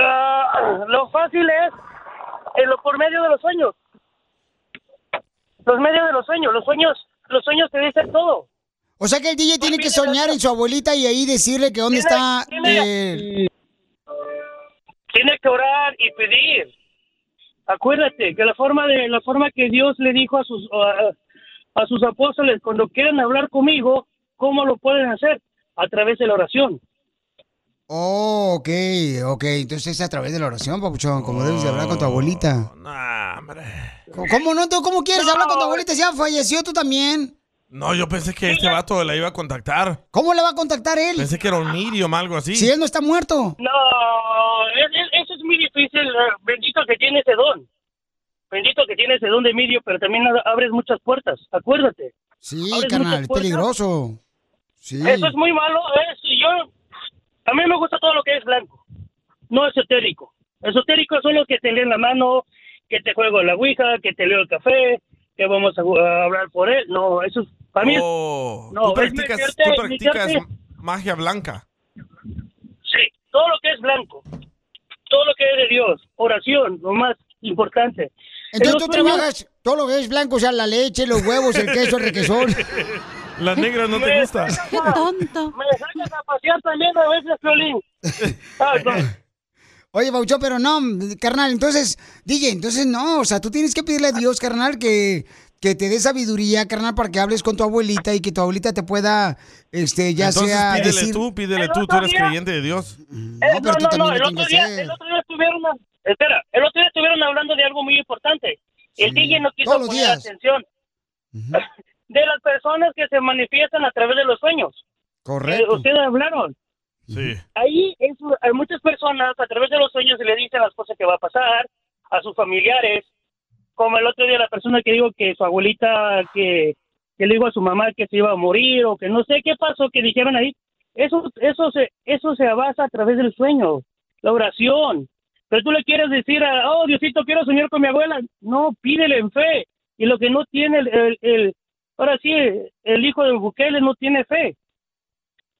[SPEAKER 19] Ah, lo fácil es eh, lo, por medio de los sueños. Los medios de los sueños. Los sueños los sueños te dicen todo.
[SPEAKER 1] O sea que el
[SPEAKER 19] Pues
[SPEAKER 1] DJ tiene que soñar en su abuelita y ahí decirle que dónde
[SPEAKER 19] Tiene-
[SPEAKER 1] está.
[SPEAKER 19] tiene-
[SPEAKER 1] eh,
[SPEAKER 19] Tienes que orar y pedir. Acuérdate que la forma de la forma que Dios le dijo a sus a, a sus apóstoles cuando quieren hablar conmigo, ¿cómo lo pueden hacer? A través de la oración.
[SPEAKER 1] Oh, ok, ok. Entonces es a través de la oración, Papuchón, como debes de hablar con tu abuelita. ¿Cómo- ¿Cómo no? ¿Tú cómo quieres hablar con tu abuelita? Ya falleció tú también.
[SPEAKER 2] No, yo pensé que este vato la iba a contactar.
[SPEAKER 1] ¿Cómo le va a contactar él?
[SPEAKER 2] Pensé que era un medium, algo así.
[SPEAKER 1] Si él no está muerto.
[SPEAKER 19] No, es- es- eso es muy difícil. eh, Bendito que tiene ese don. Bendito que tiene ese don de medio, pero también a- abres muchas puertas. Acuérdate.
[SPEAKER 1] Sí,
[SPEAKER 19] Abres
[SPEAKER 1] carnal,
[SPEAKER 19] muchas
[SPEAKER 1] es
[SPEAKER 19] puertas.
[SPEAKER 1] peligroso. Sí.
[SPEAKER 19] Eso es muy malo. Es, yo, a mí me gusta todo lo que es blanco. No esotérico. Esotérico son los que te leen la mano, que te juego la ouija, que te leo el café, que vamos a, ju- a hablar por él. No, eso es, para mí es-
[SPEAKER 2] Oh,
[SPEAKER 19] no,
[SPEAKER 2] tú
[SPEAKER 19] es
[SPEAKER 2] practicas,
[SPEAKER 19] meterte-
[SPEAKER 2] tú practicas
[SPEAKER 19] meterte-
[SPEAKER 2] magia blanca.
[SPEAKER 19] Sí, todo lo que es blanco, todo lo que es de Dios, oración, lo más importante. En
[SPEAKER 1] Entonces
[SPEAKER 19] los
[SPEAKER 1] tú
[SPEAKER 19] sueños-
[SPEAKER 1] trabajas todo lo que es blanco, o sea, la leche, los huevos, el queso, el requesón.
[SPEAKER 2] Las negras no te gustan.
[SPEAKER 19] Qué tonto. Me sacas a pasear también a veces, Piolín. Ah, no.
[SPEAKER 1] Oye, Pauchón, pero no, carnal, entonces, DJ, entonces no, o sea, tú tienes que pedirle a Dios, carnal, que, que te dé sabiduría, carnal, para que hables con tu abuelita y que tu abuelita te pueda, este, ya
[SPEAKER 2] Entonces
[SPEAKER 1] sea
[SPEAKER 2] pídele
[SPEAKER 1] decir... Mm.
[SPEAKER 2] tú, pídele
[SPEAKER 19] El
[SPEAKER 2] tú, tú
[SPEAKER 19] otro
[SPEAKER 2] eres
[SPEAKER 19] día-
[SPEAKER 2] creyente de Dios.
[SPEAKER 19] Eh,
[SPEAKER 1] pero tú
[SPEAKER 19] no, no,
[SPEAKER 1] también
[SPEAKER 19] no, el
[SPEAKER 1] lo
[SPEAKER 19] otro
[SPEAKER 1] tienes que
[SPEAKER 19] día,
[SPEAKER 1] hacer.
[SPEAKER 19] el otro día estuvieron, a- espera, el otro día estuvieron hablando de algo muy importante. El DJ no quiso
[SPEAKER 1] todos los
[SPEAKER 19] poner
[SPEAKER 1] días.
[SPEAKER 19] atención. De las personas que se manifiestan a través de los sueños. Eh,
[SPEAKER 1] Correcto.
[SPEAKER 19] ustedes hablaron.
[SPEAKER 2] Sí.
[SPEAKER 19] Ahí es, hay muchas personas a través de los sueños se le dicen las cosas que va a pasar a sus familiares. Como el otro día la persona que digo que su abuelita, que, que le dijo a su mamá que se iba a morir o que no sé qué pasó, que dijeron ahí. Eso, eso, se, eso se basa a través del sueño, la oración. Pero tú le quieres decir, a, oh Diosito, quiero soñar con mi abuela. No, pídele en fe. Y lo que no tiene el, el- el- ahora sí, el hijo de Bukele no tiene fe.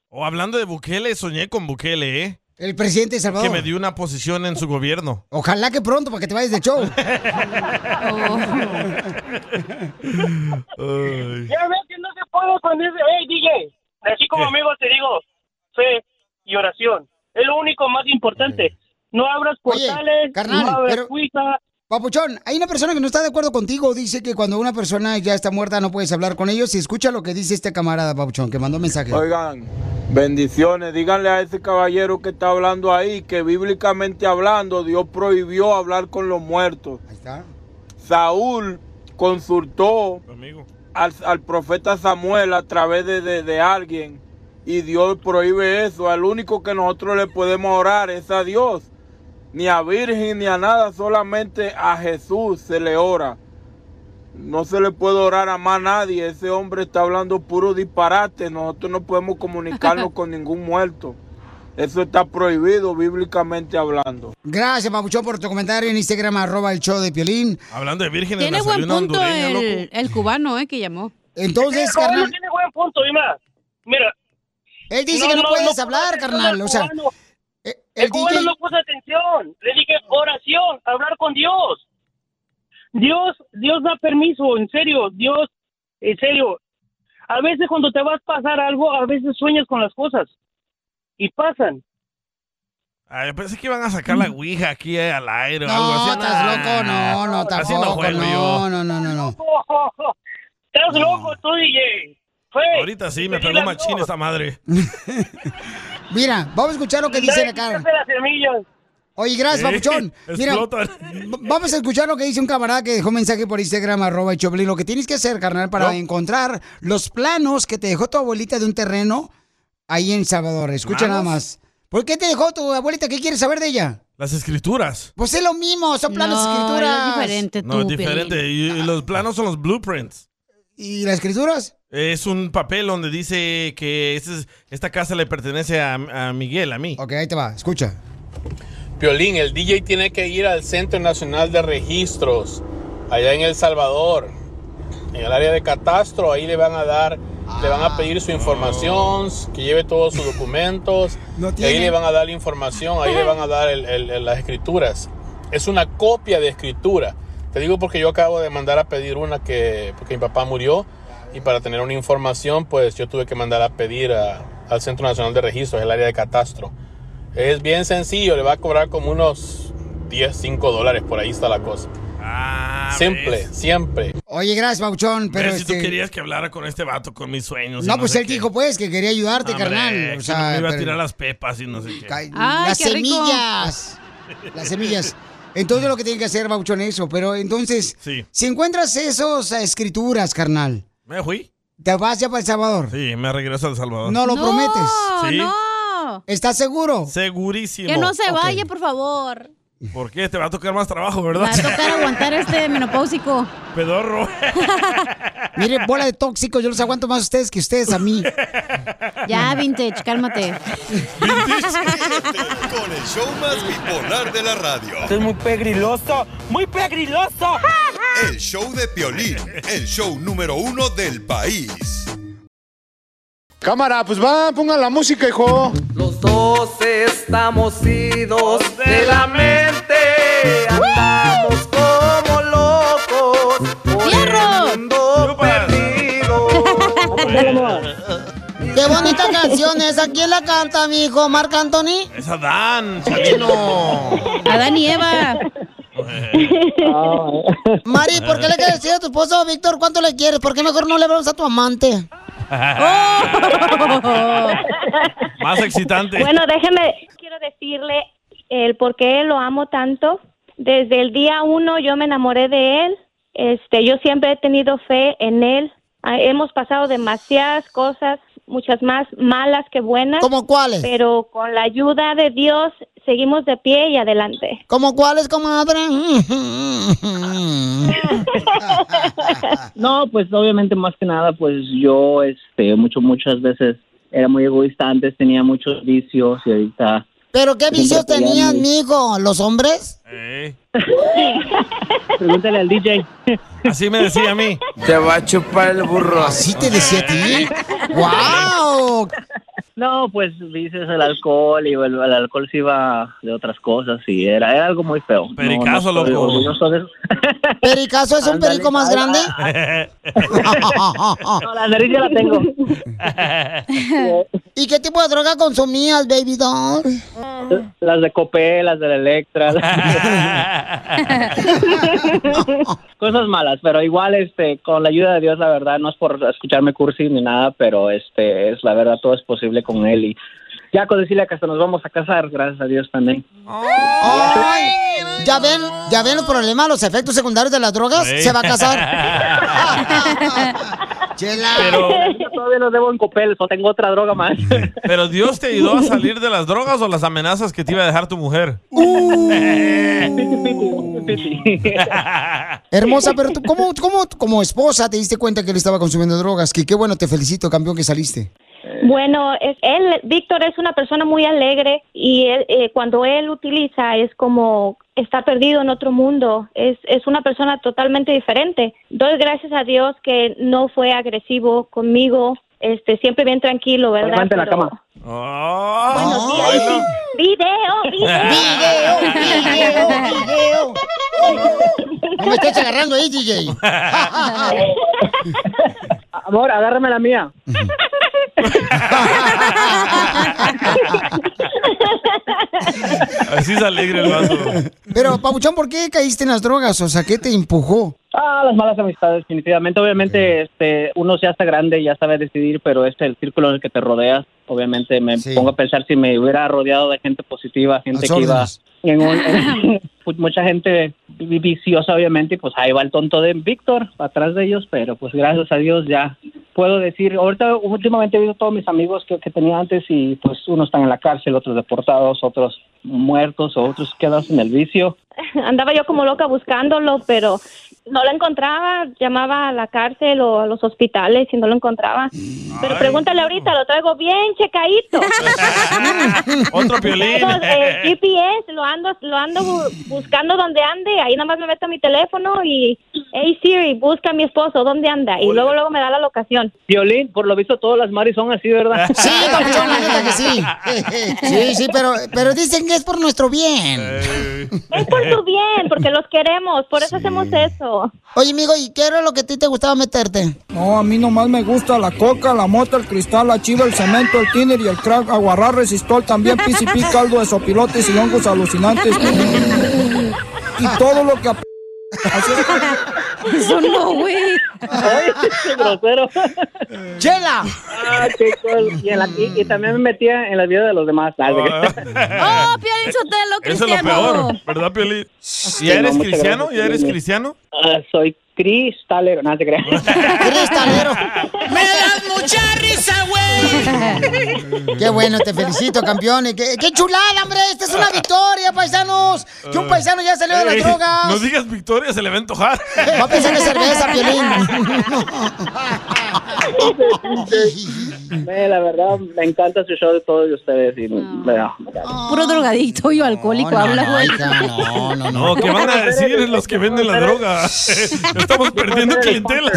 [SPEAKER 2] O hablando de Bukele, soñé con Bukele, ¿eh?
[SPEAKER 1] El presidente de Salvador.
[SPEAKER 2] Que me dio una posición en su gobierno.
[SPEAKER 1] Ojalá que pronto, para que te vayas de show.
[SPEAKER 19] Ya ves que no se puede cuando dice, hey DJ, así como amigo te digo, fe y oración. Es lo único más importante. No abras portales,
[SPEAKER 1] carnal,
[SPEAKER 19] no abras
[SPEAKER 1] pero-
[SPEAKER 19] cuita,
[SPEAKER 1] Papuchón, hay una persona que no está de acuerdo contigo. Dice que cuando una persona ya está muerta no puedes hablar con ellos. Y escucha lo que dice este camarada, Papuchón, que mandó mensaje.
[SPEAKER 20] Oigan, bendiciones. Díganle a ese caballero que está hablando ahí que bíblicamente hablando Dios prohibió hablar con los muertos. Saúl consultó al, al profeta Samuel a través de, de- de alguien y Dios prohíbe eso. Al único que nosotros le podemos orar es a Dios. Ni a Virgen ni a nada, solamente a Jesús se le ora. No se le puede orar a más nadie. Ese hombre está hablando puro disparate. Nosotros no podemos comunicarnos con ningún muerto. Eso está prohibido bíblicamente hablando.
[SPEAKER 1] Gracias, Papuchón, por tu comentario en Instagram, arroba el show de Piolín.
[SPEAKER 2] Hablando de vírgenes,
[SPEAKER 4] Tiene
[SPEAKER 2] me
[SPEAKER 4] buen
[SPEAKER 2] salió una
[SPEAKER 4] punto
[SPEAKER 2] hondureña,
[SPEAKER 4] el,
[SPEAKER 2] loco.
[SPEAKER 4] el cubano, ¿eh? Que llamó.
[SPEAKER 1] Entonces,
[SPEAKER 4] Sí,
[SPEAKER 1] carnal...
[SPEAKER 4] no,
[SPEAKER 19] Tiene buen punto, Ima. Mira.
[SPEAKER 1] Él dice que no puedes hablar, carnal, o sea, e-,
[SPEAKER 19] El,
[SPEAKER 1] el
[SPEAKER 19] cubano
[SPEAKER 1] DJ
[SPEAKER 19] no puso atención. Le dije oración, hablar con Dios. Dios, Dios da permiso, en serio, Dios, en serio. A veces cuando te vas a pasar algo, a veces sueñas con las cosas y pasan.
[SPEAKER 2] Ay, pensé que iban a sacar la ouija aquí eh, al aire o
[SPEAKER 1] No,
[SPEAKER 2] algo así.
[SPEAKER 1] estás
[SPEAKER 2] Nah,
[SPEAKER 1] loco, no, no,
[SPEAKER 2] Así no
[SPEAKER 1] tampoco,
[SPEAKER 2] juego
[SPEAKER 1] no,
[SPEAKER 2] yo.
[SPEAKER 1] no, no, no, no.
[SPEAKER 19] Estás loco tú, DJ. Fue.
[SPEAKER 2] Ahorita sí, me pegó machín esta madre.
[SPEAKER 1] Mira, vamos a escuchar lo que dicen acá. Oye, gracias,
[SPEAKER 2] Eh,
[SPEAKER 1] papuchón. Mira,
[SPEAKER 2] explotan.
[SPEAKER 1] va- vamos a escuchar lo que dice un camarada que dejó mensaje por Instagram, arroba el Choplin. Lo que tienes que hacer, carnal, para
[SPEAKER 2] No.
[SPEAKER 1] encontrar los planos que te dejó tu abuelita de un terreno ahí en Salvador. Escucha
[SPEAKER 2] ¿Planos?
[SPEAKER 1] nada más. ¿Por qué te dejó tu abuelita? ¿Qué quieres saber de ella?
[SPEAKER 2] Las escrituras.
[SPEAKER 1] Pues es lo mismo, son planos
[SPEAKER 4] No,
[SPEAKER 1] escrituras.
[SPEAKER 4] es diferente
[SPEAKER 2] No, es diferente. Y, y los planos son los blueprints.
[SPEAKER 1] ¿Y las escrituras?
[SPEAKER 2] Es un papel donde dice que este es- esta casa le pertenece a, a Miguel, a mí.
[SPEAKER 1] Ok, ahí te va, escucha.
[SPEAKER 21] Piolín, el DJ tiene que ir al Centro Nacional de Registros, allá en El Salvador, en el área de catastro, ahí le van a dar, le van a pedir su información, que lleve todos sus documentos, y ahí
[SPEAKER 22] tiene.
[SPEAKER 21] le van a dar la información, ahí le van a dar el- el- el- las escrituras. Es una copia de escritura. Te digo porque yo acabo de mandar a pedir una que, porque mi papá murió, y para tener una información, pues yo tuve que mandar a pedir a- al Centro Nacional de Registros, el área de catastro. Es bien sencillo, le va a cobrar como unos 10, 5 dólares, por ahí está la cosa. Simple, siempre.
[SPEAKER 1] Oye, gracias, Papuchón, pero
[SPEAKER 2] Pero si tú
[SPEAKER 1] este-
[SPEAKER 2] querías que hablara con este vato, con mis sueños. y
[SPEAKER 1] No, pues
[SPEAKER 2] sé
[SPEAKER 1] él
[SPEAKER 2] qué.
[SPEAKER 1] dijo, pues, que quería ayudarte,
[SPEAKER 2] Hombre,
[SPEAKER 1] carnal. O
[SPEAKER 2] que
[SPEAKER 1] sea,
[SPEAKER 2] me iba a
[SPEAKER 1] pero-
[SPEAKER 2] tirar las pepas y no sé qué.
[SPEAKER 1] Ay,
[SPEAKER 4] Ay,
[SPEAKER 1] las
[SPEAKER 4] qué rico.
[SPEAKER 1] semillas. Las semillas. Entonces lo que tiene que hacer, Bauchón, es eso. Pero entonces, si encuentras esas escrituras, carnal,
[SPEAKER 2] ¿Me fui?
[SPEAKER 1] ¿te vas ya para El Salvador?
[SPEAKER 2] Sí, me regreso al Salvador.
[SPEAKER 1] No lo prometes.
[SPEAKER 2] ¿Sí?
[SPEAKER 4] no.
[SPEAKER 1] ¿Estás seguro?
[SPEAKER 2] Segurísimo.
[SPEAKER 4] Que no se vaya, por favor.
[SPEAKER 2] ¿Por qué? Te va a tocar más trabajo,
[SPEAKER 4] Me Va
[SPEAKER 2] ¿verdad?
[SPEAKER 4] a tocar aguantar este menopáusico.
[SPEAKER 2] Pedorro.
[SPEAKER 1] Mire, bola de tóxicos, yo los aguanto más a ustedes que ustedes a mí.
[SPEAKER 4] Ya, vintage, cálmate.
[SPEAKER 3] Con el show más bipolar de la radio.
[SPEAKER 23] Esto es muy pegriloso, muy pegriloso.
[SPEAKER 3] El show de Piolín, el show número uno del país.
[SPEAKER 23] Cámara, pues va, pongan la música, hijo.
[SPEAKER 7] Los dos estamos idos de la mente. Andamos como locos. Por el mundo perdido.
[SPEAKER 1] Qué bonita canción esa. ¿Quién la canta, mi hijo? ¿Marc Anthony?
[SPEAKER 2] Es Adán, Sabino.
[SPEAKER 1] Adán y Eva. Mari, ¿por qué le quieres decir a tu esposo, Víctor, cuánto le quieres? ¿Por qué mejor no le hablas a tu amante?
[SPEAKER 2] Más excitante.
[SPEAKER 24] Bueno, déjeme, quiero decirle el por qué lo amo tanto. Desde el día uno yo me enamoré de él. Este, yo siempre he tenido fe en él. Ah, Hemos pasado demasiadas cosas, muchas más malas que buenas.
[SPEAKER 1] ¿Cómo cuáles?
[SPEAKER 24] Pero con la ayuda de Dios seguimos de pie y adelante.
[SPEAKER 1] ¿Cómo cuáles, comadre?
[SPEAKER 25] No, pues obviamente más que nada, pues yo, este, mucho, muchas veces era muy egoísta, antes tenía muchos vicios y ahorita...
[SPEAKER 1] ¿Pero qué vicios
[SPEAKER 25] Siempre peleando.
[SPEAKER 1] tenías, mijo? ¿Los hombres?
[SPEAKER 25] Pregúntale al DJ.
[SPEAKER 2] Así me decía a mí.
[SPEAKER 25] Te va a chupar el burro.
[SPEAKER 1] ¿Así te decía a ti? ¡Wow!
[SPEAKER 25] No, pues dices el alcohol y el, el alcohol se iba de otras cosas y era, era algo muy feo. No,
[SPEAKER 2] Pericazo,
[SPEAKER 25] no estoy
[SPEAKER 2] loco.
[SPEAKER 25] orgulloso de eso.
[SPEAKER 1] ¿Pericazo es un
[SPEAKER 25] Ándale,
[SPEAKER 1] perico más
[SPEAKER 25] ay,
[SPEAKER 1] grande?
[SPEAKER 25] No, la nariz ya la tengo.
[SPEAKER 1] ¿Y qué tipo de droga consumías, baby doll?
[SPEAKER 25] Las de Copé, las de la Electra. las- Cosas malas, pero igual, este, con la ayuda de Dios, la verdad, no es por escucharme cursi ni nada, pero este, es la verdad, todo es posible con él y ya con decirle que hasta nos vamos a casar, gracias a Dios también.
[SPEAKER 1] Ay, ¿Ya ven, ¿Ya ven los problemas, los efectos secundarios de las drogas?
[SPEAKER 25] Sí.
[SPEAKER 1] ¿Se va a casar? Chela.
[SPEAKER 2] Pero-
[SPEAKER 25] Yo todavía los debo en Copel, o tengo otra droga más.
[SPEAKER 2] ¿Pero Dios te ayudó a salir de las drogas o las amenazas que te iba a dejar tu mujer?
[SPEAKER 1] Uh. Hermosa, pero tú, ¿cómo, cómo como esposa te diste cuenta que él estaba consumiendo drogas? Que qué bueno, te felicito, campeón, que saliste.
[SPEAKER 24] Bueno, es- él, Víctor es una persona muy alegre y él, eh, cuando él utiliza es como está perdido en otro mundo, es, es una persona totalmente diferente. Doy gracias a Dios que no fue agresivo conmigo, este, siempre bien tranquilo, ¿verdad?
[SPEAKER 25] Levante la
[SPEAKER 24] Pero-
[SPEAKER 25] cama.
[SPEAKER 7] Oh.
[SPEAKER 24] Video, video,
[SPEAKER 1] video, video. No me estés agarrando ahí, DJ.
[SPEAKER 25] Amor, agárrame la mía.
[SPEAKER 2] Así es alegre el vato.
[SPEAKER 1] Pero, Pabuchón, ¿por qué caíste en las drogas? O sea, ¿qué te empujó?
[SPEAKER 25] Ah, las malas amistades, definitivamente. Obviamente, este, uno ya está grande y ya sabe decidir, pero este, el círculo en el que te rodeas, obviamente me pongo a pensar si me hubiera rodeado de gente positiva, gente
[SPEAKER 6] Las
[SPEAKER 25] que iba
[SPEAKER 6] órdenes.
[SPEAKER 25] en un- en- pues, mucha gente vi- viciosa, obviamente, y pues ahí va el tonto de Víctor atrás de ellos, pero pues gracias a Dios ya puedo decir, ahorita últimamente he visto todos mis amigos que, que tenía antes y pues unos están en la cárcel, otros deportados, otros muertos, otros quedados en el vicio.
[SPEAKER 24] andaba yo como loca buscándolo, pero no lo encontraba, llamaba a la cárcel o a los hospitales y no lo encontraba. Pero pregúntale ahorita, lo traigo bien checadito.
[SPEAKER 2] Otro piolín.
[SPEAKER 24] Traigo el GPS, lo ando, lo ando bu- buscando donde ande, ahí nada más me meto a mi teléfono y, hey Siri, busca a mi esposo, ¿dónde anda? Y luego luego me da la locación.
[SPEAKER 25] Violín, por lo visto todas las maris son así, ¿verdad?
[SPEAKER 1] Sí, Pabuchón, la neta que sí. Sí, sí, pero, pero dicen que es por nuestro bien.
[SPEAKER 24] Es por
[SPEAKER 1] eh,
[SPEAKER 24] tu bien, porque los queremos, por eso hacemos eso.
[SPEAKER 1] Oye, amigo, ¿y qué era lo que a ti te gustaba meterte?
[SPEAKER 8] No, a mí nomás me gusta la coca, la mota, el cristal, la chiva, el cemento, el tiner y el crack, aguarrar, resistol, también PCP, caldo de sopilotes y hongos alucinantes. Y todo lo que... ap- Así es.
[SPEAKER 7] Eso no,
[SPEAKER 25] güey. Qué grosero.
[SPEAKER 1] ¡Chela!
[SPEAKER 25] Ah, qué cool. Y, en la- y- y también me metía en la vida de los demás. Ah,
[SPEAKER 4] ¡Oh, Piolín Sotelo,
[SPEAKER 25] Eso
[SPEAKER 4] Cristiano!
[SPEAKER 25] es lo peor.
[SPEAKER 2] ¿Verdad, Piolín?
[SPEAKER 25] Sí,
[SPEAKER 2] ¿Ya
[SPEAKER 25] no,
[SPEAKER 2] eres
[SPEAKER 25] muchas
[SPEAKER 2] cristiano?
[SPEAKER 25] gracias,
[SPEAKER 2] ¿Ya eres
[SPEAKER 25] Piolín.
[SPEAKER 2] cristiano?
[SPEAKER 25] Ah, soy cristalero. No te creas.
[SPEAKER 1] ¡Me das mucha risa, güey! Qué bueno, te felicito, campeones. ¡Qué, qué chulada, hombre! ¡Esta es una victoria, paisanos! ¡Que un paisano ya salió de las
[SPEAKER 2] Ey,
[SPEAKER 1] drogas!
[SPEAKER 2] No digas victoria, se le va a antojar.
[SPEAKER 1] Va a pensar en cerveza,
[SPEAKER 25] Eh, la verdad, me encanta su show de todos ustedes. Y, bueno,
[SPEAKER 4] Puro drogadicto y alcohólico habla, güey.
[SPEAKER 1] No, no,
[SPEAKER 2] No, ¿qué van a decir los que venden la droga? Estamos perdiendo clientela.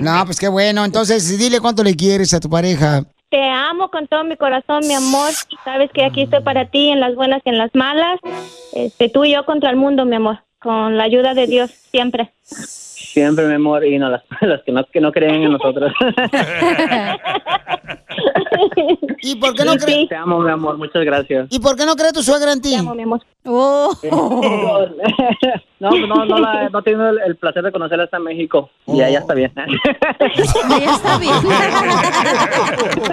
[SPEAKER 1] No, pues qué bueno. Entonces, dile cuánto le quieres a tu pareja.
[SPEAKER 24] Te amo con todo mi corazón, mi amor. Sabes que aquí estoy para ti en las buenas y en las malas. Este, tú y yo contra el mundo, mi amor. Con la ayuda de Dios, siempre.
[SPEAKER 25] siempre, mi amor, y no, las, las que, no, que no creen en nosotros.
[SPEAKER 1] ¿Y por qué no crees?
[SPEAKER 25] Te amo, mi amor. Muchas gracias.
[SPEAKER 1] ¿Y por qué no cree tu suegra en ti? Oh.
[SPEAKER 25] No, No, no, no, la, no he tenido el, el placer de conocerla hasta México. Y ella está bien.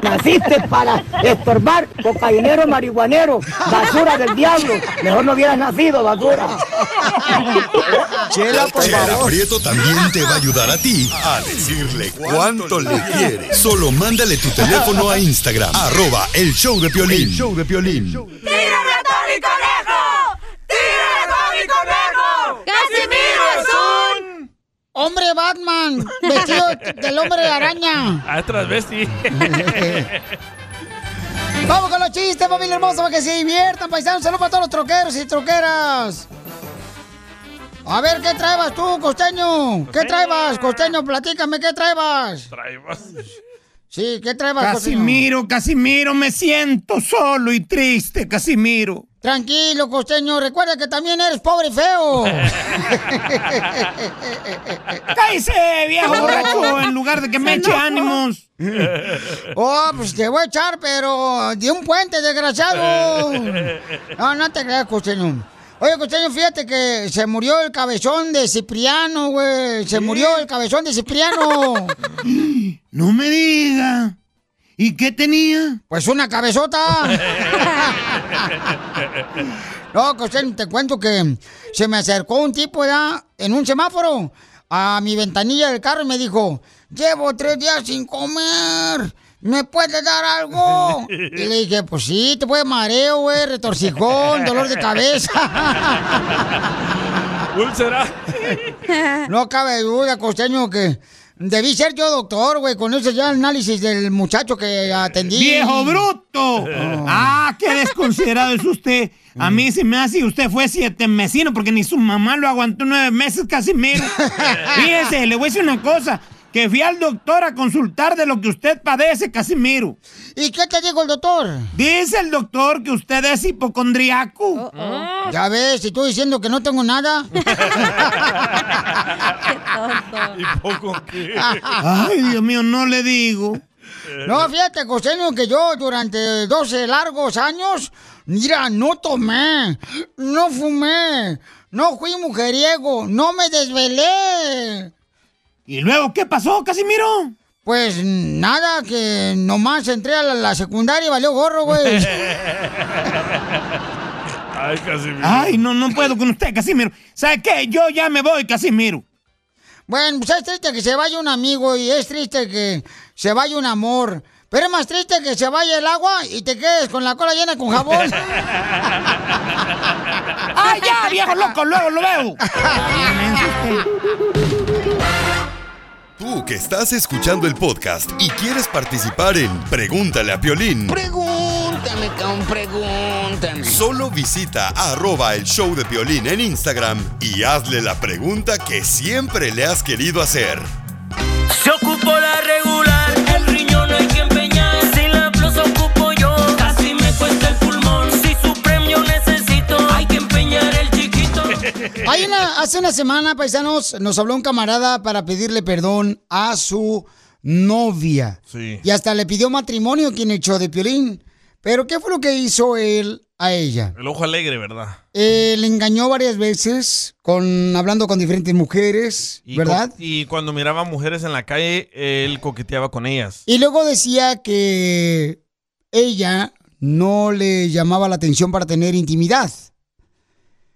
[SPEAKER 9] Naciste para estorbar, cocainero, marihuanero, basura del diablo. Mejor no hubieras nacido, basura.
[SPEAKER 1] Chela,
[SPEAKER 3] Chela Prieto también te va a ayudar a ti a decirle cuánto le quieres. Solo mándale tu teléfono a Instagram, arroba el show de Piolín. El show de Piolín.
[SPEAKER 7] ¡Tírame a Tony Conejo! ¡Tírame a Tony Conejo!
[SPEAKER 1] ¡Casimiro es un hombre Batman! Vestido del hombre de araña.
[SPEAKER 2] Ah, es transvesti.
[SPEAKER 1] Vamos con los chistes, familia hermosa, para que se diviertan, paisanos. Saludos para todos los troqueros y troqueras. A ver, ¿qué traebas tú, costeño? ¿Qué traebas, costeño? Platícame, ¿qué traebas?
[SPEAKER 2] Traebas.
[SPEAKER 1] Sí, ¿qué traebas,
[SPEAKER 6] Casimiro, Casimiro, me siento solo y triste, Casimiro.
[SPEAKER 1] Tranquilo, costeño. Recuerda que también eres pobre y feo.
[SPEAKER 6] ¡Cállese, viejo borracho! En lugar de que me eche ánimos.
[SPEAKER 1] Oh, pues te voy a echar, pero de un puente, desgraciado. No, no te creas, costeño. Oye, costeño, fíjate que se murió el cabezón de Cipriano, güey. Se murió el cabezón de Cipriano.
[SPEAKER 6] No me diga. ¿Y qué tenía?
[SPEAKER 1] Pues una cabezota. No, costeño, te cuento que se me acercó un tipo ya en un semáforo a mi ventanilla del carro y me dijo, llevo tres días sin comer, ¿me puedes dar algo? Y le dije, pues sí, te puede mareo, güey, retorcijón, dolor de cabeza.
[SPEAKER 2] "Ah". ¿Úlcera?
[SPEAKER 1] No cabe duda, costeño, que debí ser yo doctor, güey, con ese ya análisis del muchacho que atendí.
[SPEAKER 6] ¡Viejo bruto! ¡Ah, qué desconsiderado es usted! A mí se me hace y usted fue siete mesino porque ni su mamá lo aguantó nueve meses, Casimiro. Fíjese, le voy a decir una cosa. Que fui al doctor a consultar de lo que usted padece, Casimiro.
[SPEAKER 1] ¿Y qué te dijo el doctor?
[SPEAKER 6] Dice el doctor que usted es hipocondriaco.
[SPEAKER 1] Oh. Ya ves, si estoy diciendo que no tengo nada.
[SPEAKER 2] ¿Y poco qué?
[SPEAKER 6] Ay, Dios mío, no le digo.
[SPEAKER 1] No, fíjate, Costeño, que yo durante 12 largos años, mira, no tomé, no fumé, no fui mujeriego, no me desvelé.
[SPEAKER 6] ¿Y luego qué pasó, Casimiro?
[SPEAKER 1] Pues nada, que nomás entré a la, la secundaria y valió gorro, güey.
[SPEAKER 2] Ay, Casimiro.
[SPEAKER 6] Ay, no, no puedo con usted, Casimiro. ¿Sabe qué? Yo ya me voy, Casimiro.
[SPEAKER 1] Bueno, pues es triste que se vaya un amigo y es triste que se vaya un amor. Pero es más triste que se vaya el agua y te quedes con la cola llena con jabón.
[SPEAKER 6] ¡Ay, ya, viejo loco! ¡Luego lo veo!
[SPEAKER 3] Tú que estás escuchando el podcast y quieres participar en Pregúntale a Piolín,
[SPEAKER 10] Pregúntame, con pregúntame.
[SPEAKER 3] solo visita arroba el show de Piolín en Instagram y hazle la pregunta que siempre le has querido hacer.
[SPEAKER 7] Se ocupó la regular, el riñón hay que empeñar. Si la blusa ocupo yo, casi me cuesta el pulmón. Si su premio necesito, hay que empeñar el chiquito.
[SPEAKER 1] Hay una- hace una semana, paisanos, nos habló un camarada para pedirle perdón a su novia.
[SPEAKER 2] Sí.
[SPEAKER 1] Y hasta le pidió matrimonio quien echó de Piolín. Pero ¿qué fue lo que hizo él a ella?
[SPEAKER 2] El ojo alegre, ¿verdad?
[SPEAKER 1] Eh, le engañó varias veces con hablando con diferentes mujeres,
[SPEAKER 2] Y
[SPEAKER 1] ¿verdad?
[SPEAKER 2] cu- Y cuando miraba mujeres en la calle, él coqueteaba con ellas.
[SPEAKER 1] Y luego decía que ella no le llamaba la atención para tener intimidad.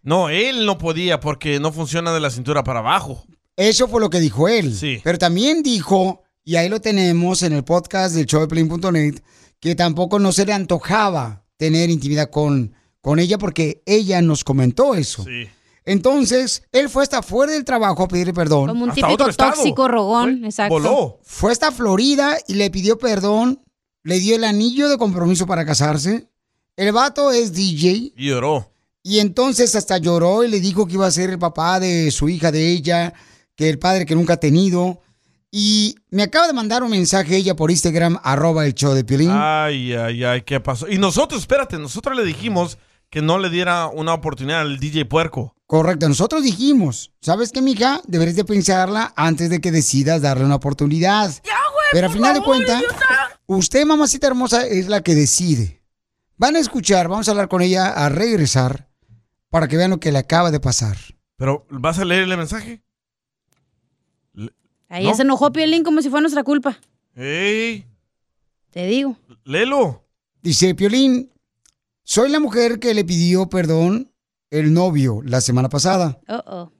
[SPEAKER 2] No, él no podía porque no funciona de la cintura para abajo.
[SPEAKER 1] Eso fue lo que dijo él. Pero también dijo, y ahí lo tenemos en el podcast del show de Piolín.net, que tampoco no se le antojaba tener intimidad con, con ella porque ella nos comentó eso. Entonces, él fue hasta fuera del trabajo a pedirle perdón.
[SPEAKER 4] Como un típico tóxico rogón, exacto.
[SPEAKER 1] Fue hasta Florida y le pidió perdón, le dio el anillo de compromiso para casarse. El vato es DJ.
[SPEAKER 2] Y lloró.
[SPEAKER 1] Y entonces hasta lloró y le dijo que iba a ser el papá de su hija, de ella, que el padre que nunca ha tenido. Y me acaba de mandar un mensaje ella por Instagram, arroba el show de Piolín.
[SPEAKER 2] Ay, ay, ay, ¿qué pasó? Y nosotros, espérate, nosotros le dijimos que no le diera una oportunidad al DJ Puerco.
[SPEAKER 1] Correcto, nosotros dijimos, ¿sabes qué, mija? Deberías de pensarla antes de que decidas darle una oportunidad. Pero al final de cuentas, usted, mamacita hermosa, es la que decide. Van a escuchar, vamos a hablar con ella a regresar para que vean lo que le acaba de pasar.
[SPEAKER 2] Pero, ¿vas a leer el mensaje?
[SPEAKER 4] Ahí
[SPEAKER 2] ¿No?
[SPEAKER 4] se enojó Piolín como si fuera nuestra culpa.
[SPEAKER 2] ¡Ey!
[SPEAKER 4] Te digo.
[SPEAKER 2] Lelo.
[SPEAKER 1] Dice Piolín, soy la mujer que le pidió perdón el novio la semana pasada.
[SPEAKER 4] Oh, oh.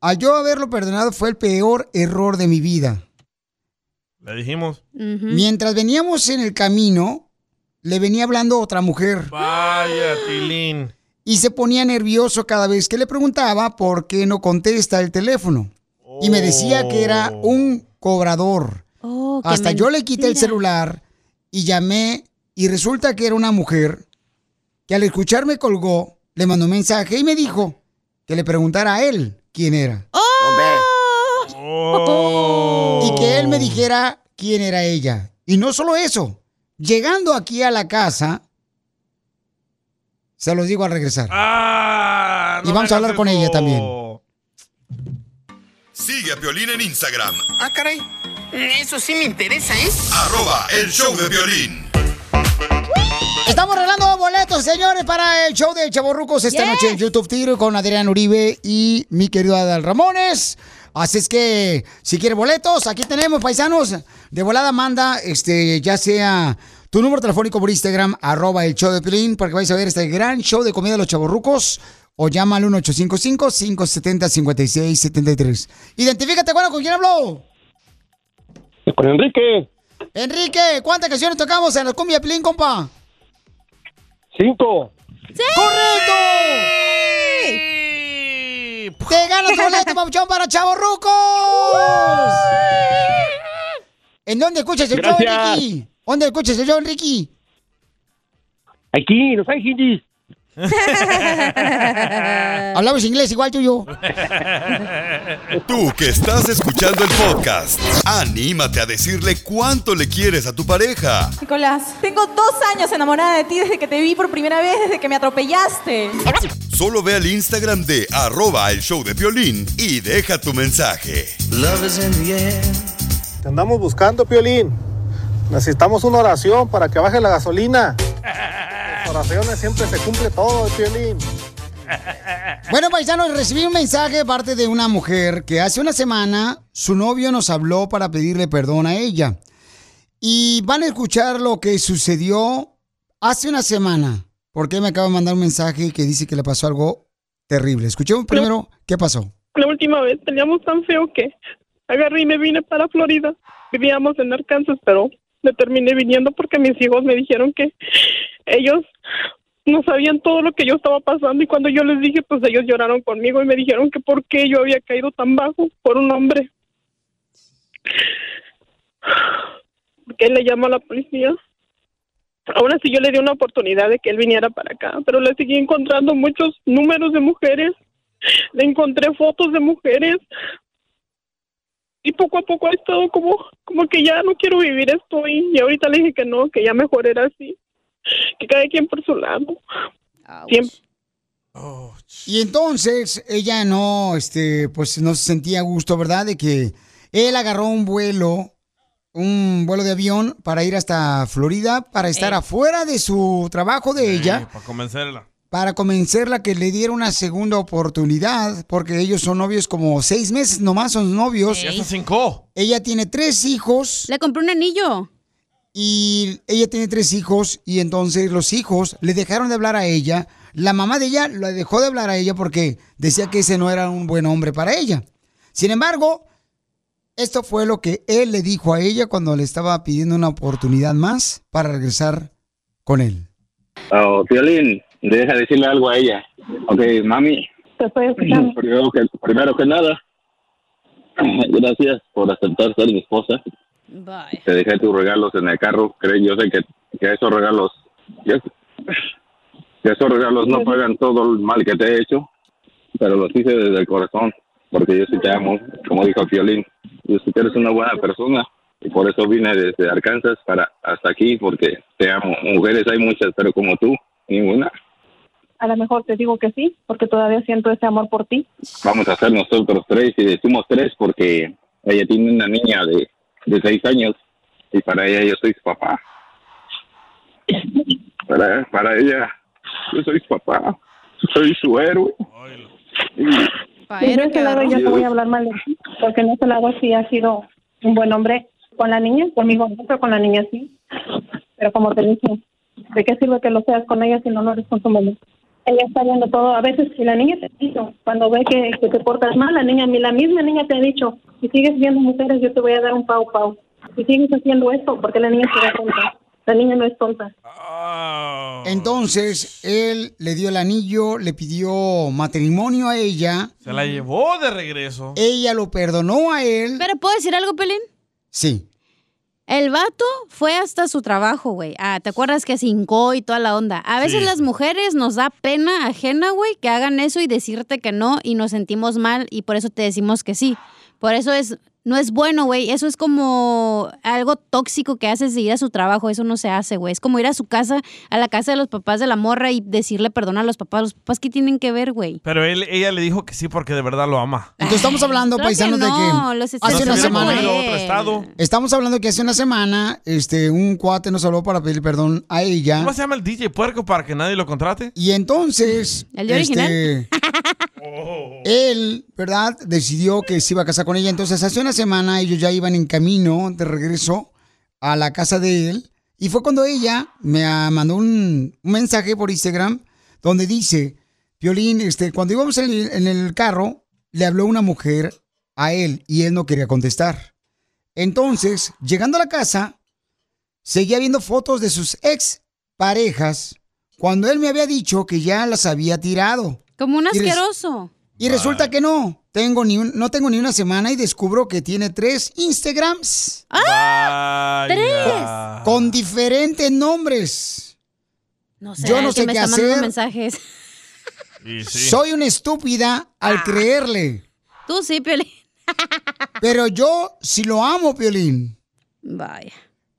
[SPEAKER 1] A yo haberlo perdonado fue el peor error de mi vida.
[SPEAKER 2] Le dijimos.
[SPEAKER 1] Mientras veníamos en el camino, le venía hablando otra mujer
[SPEAKER 2] Vaya, Tilín.
[SPEAKER 1] y se ponía nervioso cada vez que le preguntaba por qué no contesta el teléfono. Y me decía que era un cobrador.
[SPEAKER 4] qué
[SPEAKER 1] Hasta yo le quité el
[SPEAKER 4] mentira.
[SPEAKER 1] celular y llamé y resulta que era una mujer que al escucharme colgó, le mandó un mensaje y me dijo que le preguntara a él quién era. Y que él me dijera quién era ella. Y no solo eso, llegando aquí a la casa, se los digo al regresar. y vamos a hablar con ella también.
[SPEAKER 3] Sigue a Piolín en Instagram,
[SPEAKER 7] Ah, caray. Eso sí me interesa, ¿eh? ¿es?
[SPEAKER 3] arroba el show de violín.
[SPEAKER 1] Estamos regalando boletos, señores, para el show de Chaborrucos esta
[SPEAKER 7] Yes.
[SPEAKER 1] noche en YouTube Tiro con Adrián Uribe y mi querido Adal Ramones. Así es que, si quiere boletos, aquí tenemos, paisanos. De volada manda, este, ya sea tu número telefónico por Instagram, arroba el show de Pilín, para que vayas a ver este gran show de comida de los chaborrucos. O llama al 1855-570-5673. Identifícate, bueno, ¿con quién habló?
[SPEAKER 5] Con Enrique,
[SPEAKER 1] Enrique, ¿cuántas canciones tocamos en la cumbia Pilín, compa?
[SPEAKER 5] cinco.
[SPEAKER 1] ¡Correcto! ¡Te ganas tu boleto, papuchón, para Chavos Rucos! ¿En dónde escuchas el show,
[SPEAKER 5] Gracias.
[SPEAKER 1] Ricky? ¿Dónde escuchas el show, Ricky?
[SPEAKER 5] Aquí, en Los Ángeles.
[SPEAKER 1] Hablamos inglés igual tú y yo.
[SPEAKER 3] Tú que estás escuchando el podcast, anímate a decirle cuánto le quieres a tu pareja.
[SPEAKER 11] Nicolás, tengo dos años enamorada de ti desde que te vi por primera vez, desde que me atropellaste.
[SPEAKER 3] Solo ve al Instagram de arroba el show de violín y deja tu mensaje.
[SPEAKER 13] Te andamos buscando, Piolín. Necesitamos una oración para que baje la gasolina. Las oraciones siempre se cumple todo, Piolín.
[SPEAKER 1] Bueno, paisanos, recibí un mensaje de parte de una mujer que hace una semana su novio nos habló para pedirle perdón a ella. Y van a escuchar lo que sucedió hace una semana. Porque me acaba de mandar un mensaje que dice que le pasó algo terrible. Escuchemos primero qué pasó.
[SPEAKER 14] La última vez teníamos tan feo que agarré y me vine para Florida. Vivíamos en Arkansas, pero me terminé viniendo porque mis hijos me dijeron que ellos no sabían todo lo que yo estaba pasando y cuando yo les dije, pues ellos lloraron conmigo y me dijeron que por qué yo había caído tan bajo por un hombre. Porque él le llamó a la policía. Aún así yo le di una oportunidad de que él viniera para acá, pero le seguí encontrando muchos números de mujeres le encontré fotos de mujeres y poco a poco ha estado como, como que ya no quiero vivir esto y, y ahorita le dije que no, que ya mejor era así, que cada quien por su lado. Siempre.
[SPEAKER 1] Y entonces ella no, este, pues no se sentía a gusto, ¿verdad? De que él agarró un vuelo, un vuelo de avión para ir hasta Florida, para estar afuera de su trabajo de ella,
[SPEAKER 2] Para convencerla.
[SPEAKER 1] para convencerla que le diera una segunda oportunidad, porque ellos son novios como seis meses nomás, son novios.
[SPEAKER 2] Ya se cincó.
[SPEAKER 1] Ella tiene tres hijos. Le compré un anillo. Y ella tiene tres hijos y entonces los hijos le dejaron de hablar a ella. La mamá de ella la dejó de hablar a ella porque decía que ese no era un buen hombre para ella. Sin embargo, esto fue lo que él le dijo a ella cuando le estaba pidiendo una oportunidad más para regresar con él.
[SPEAKER 12] Oh, Piolín, deja decirle algo a ella. Ok, mami,
[SPEAKER 14] Te estoy escuchando.
[SPEAKER 12] primero que, primero que nada, gracias por aceptar ser mi esposa. Te dejé tus regalos en el carro. Creo, yo sé que, que esos regalos, yo- que esos regalos no pagan todo el mal que te he hecho, pero los hice desde el corazón, porque yo sí te amo, como dijo Piolín. Yo sé que eres una buena persona y por eso vine desde Arkansas para hasta aquí, porque te amo. Mujeres hay muchas, pero como tú, ninguna.
[SPEAKER 14] A lo mejor te digo que sí, porque todavía siento ese amor por ti.
[SPEAKER 12] vamos a hacer nosotros tres y decimos tres porque ella tiene una niña de, de seis años y para ella yo soy su papá. Para, para ella yo soy su papá, soy su héroe.
[SPEAKER 14] Y de ese lado yo te voy a hablar mal de ti, porque en ese lado sí ha sido un buen hombre con la niña, conmigo no, pero con la niña sí. Pero como te dije, ¿de qué sirve que lo seas con ella si no lo eres con tu mamá? Ella está viendo todo. A veces, si la niña te dijo, cuando ve que, que te portas mal, la niña, la misma niña te ha dicho, si sigues viendo mujeres, yo te voy a dar un pau pau. Si sigues haciendo esto, porque la niña será tonta. La niña no es tonta.
[SPEAKER 1] Entonces, él le dio el anillo, le pidió matrimonio a ella.
[SPEAKER 2] Se la llevó de regreso.
[SPEAKER 1] Ella lo perdonó a él.
[SPEAKER 4] Pero ¿puedo decir algo, Pelín?
[SPEAKER 1] Sí.
[SPEAKER 4] El vato fue hasta su trabajo, güey. Ah, ¿te acuerdas que se hincó y toda la onda? A veces
[SPEAKER 15] Sí.
[SPEAKER 4] las mujeres nos da pena ajena, güey, que hagan eso y decirte que no y nos sentimos mal y por eso te decimos que sí. Por eso es, no es bueno, güey. Eso es como algo tóxico que haces de ir a su trabajo. Eso no se hace, güey. Es como ir a su casa, a la casa de los papás de la morra y decirle perdón a los papás. Los papás, ¿qué tienen que ver, güey?
[SPEAKER 2] Pero él, ella le dijo que sí porque de verdad lo ama.
[SPEAKER 1] Entonces estamos hablando,
[SPEAKER 4] Claro que
[SPEAKER 1] paisanos, de
[SPEAKER 4] no,
[SPEAKER 1] que
[SPEAKER 4] los estás
[SPEAKER 1] hace una
[SPEAKER 4] haciendo
[SPEAKER 1] semana.
[SPEAKER 4] comer.
[SPEAKER 2] Otro estado.
[SPEAKER 1] Estamos hablando que hace una semana, este, un cuate nos habló para pedir perdón a ella.
[SPEAKER 2] ¿Cómo se llama el DJ puerco para que nadie lo contrate?
[SPEAKER 1] Y entonces,
[SPEAKER 2] ¿El de original?
[SPEAKER 1] este, él, ¿verdad? Decidió que se iba a casar con ella. Entonces, hace una semana ellos ya iban en camino de regreso a la casa de él. Y fue cuando ella me ah, mandó un, un mensaje por Instagram donde dice, Violín, este, cuando íbamos en el, en el carro, le habló una mujer a él y él no quería contestar. Entonces, llegando a la casa, seguía viendo fotos de sus ex parejas cuando él me había dicho que ya las había tirado.
[SPEAKER 4] Como un
[SPEAKER 1] Y res-
[SPEAKER 4] asqueroso.
[SPEAKER 1] Y resulta que no. Tengo ni un- no tengo ni una semana y descubro que tiene tres Instagrams.
[SPEAKER 2] ¡Ah!
[SPEAKER 1] ¡Tres! Con diferentes nombres.
[SPEAKER 4] No sé,
[SPEAKER 1] Yo no
[SPEAKER 4] el que
[SPEAKER 1] sé
[SPEAKER 4] me
[SPEAKER 1] qué
[SPEAKER 4] está mandando
[SPEAKER 1] hacer.
[SPEAKER 4] mensajes.
[SPEAKER 1] Soy una estúpida
[SPEAKER 4] Ah.
[SPEAKER 1] al creerle.
[SPEAKER 4] Tú sí, Piolín.
[SPEAKER 1] Pero yo sí lo amo, Piolín.
[SPEAKER 4] Vaya.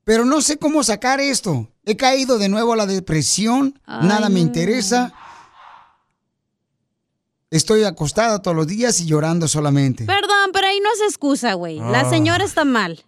[SPEAKER 1] Pero no sé cómo sacar esto. He caído de nuevo a la depresión.
[SPEAKER 4] Ay,
[SPEAKER 1] nada me
[SPEAKER 4] no.
[SPEAKER 1] interesa. Estoy acostada todos los días y llorando solamente.
[SPEAKER 4] Perdón, pero ahí no es excusa, güey.
[SPEAKER 1] Ah.
[SPEAKER 4] La señora está mal.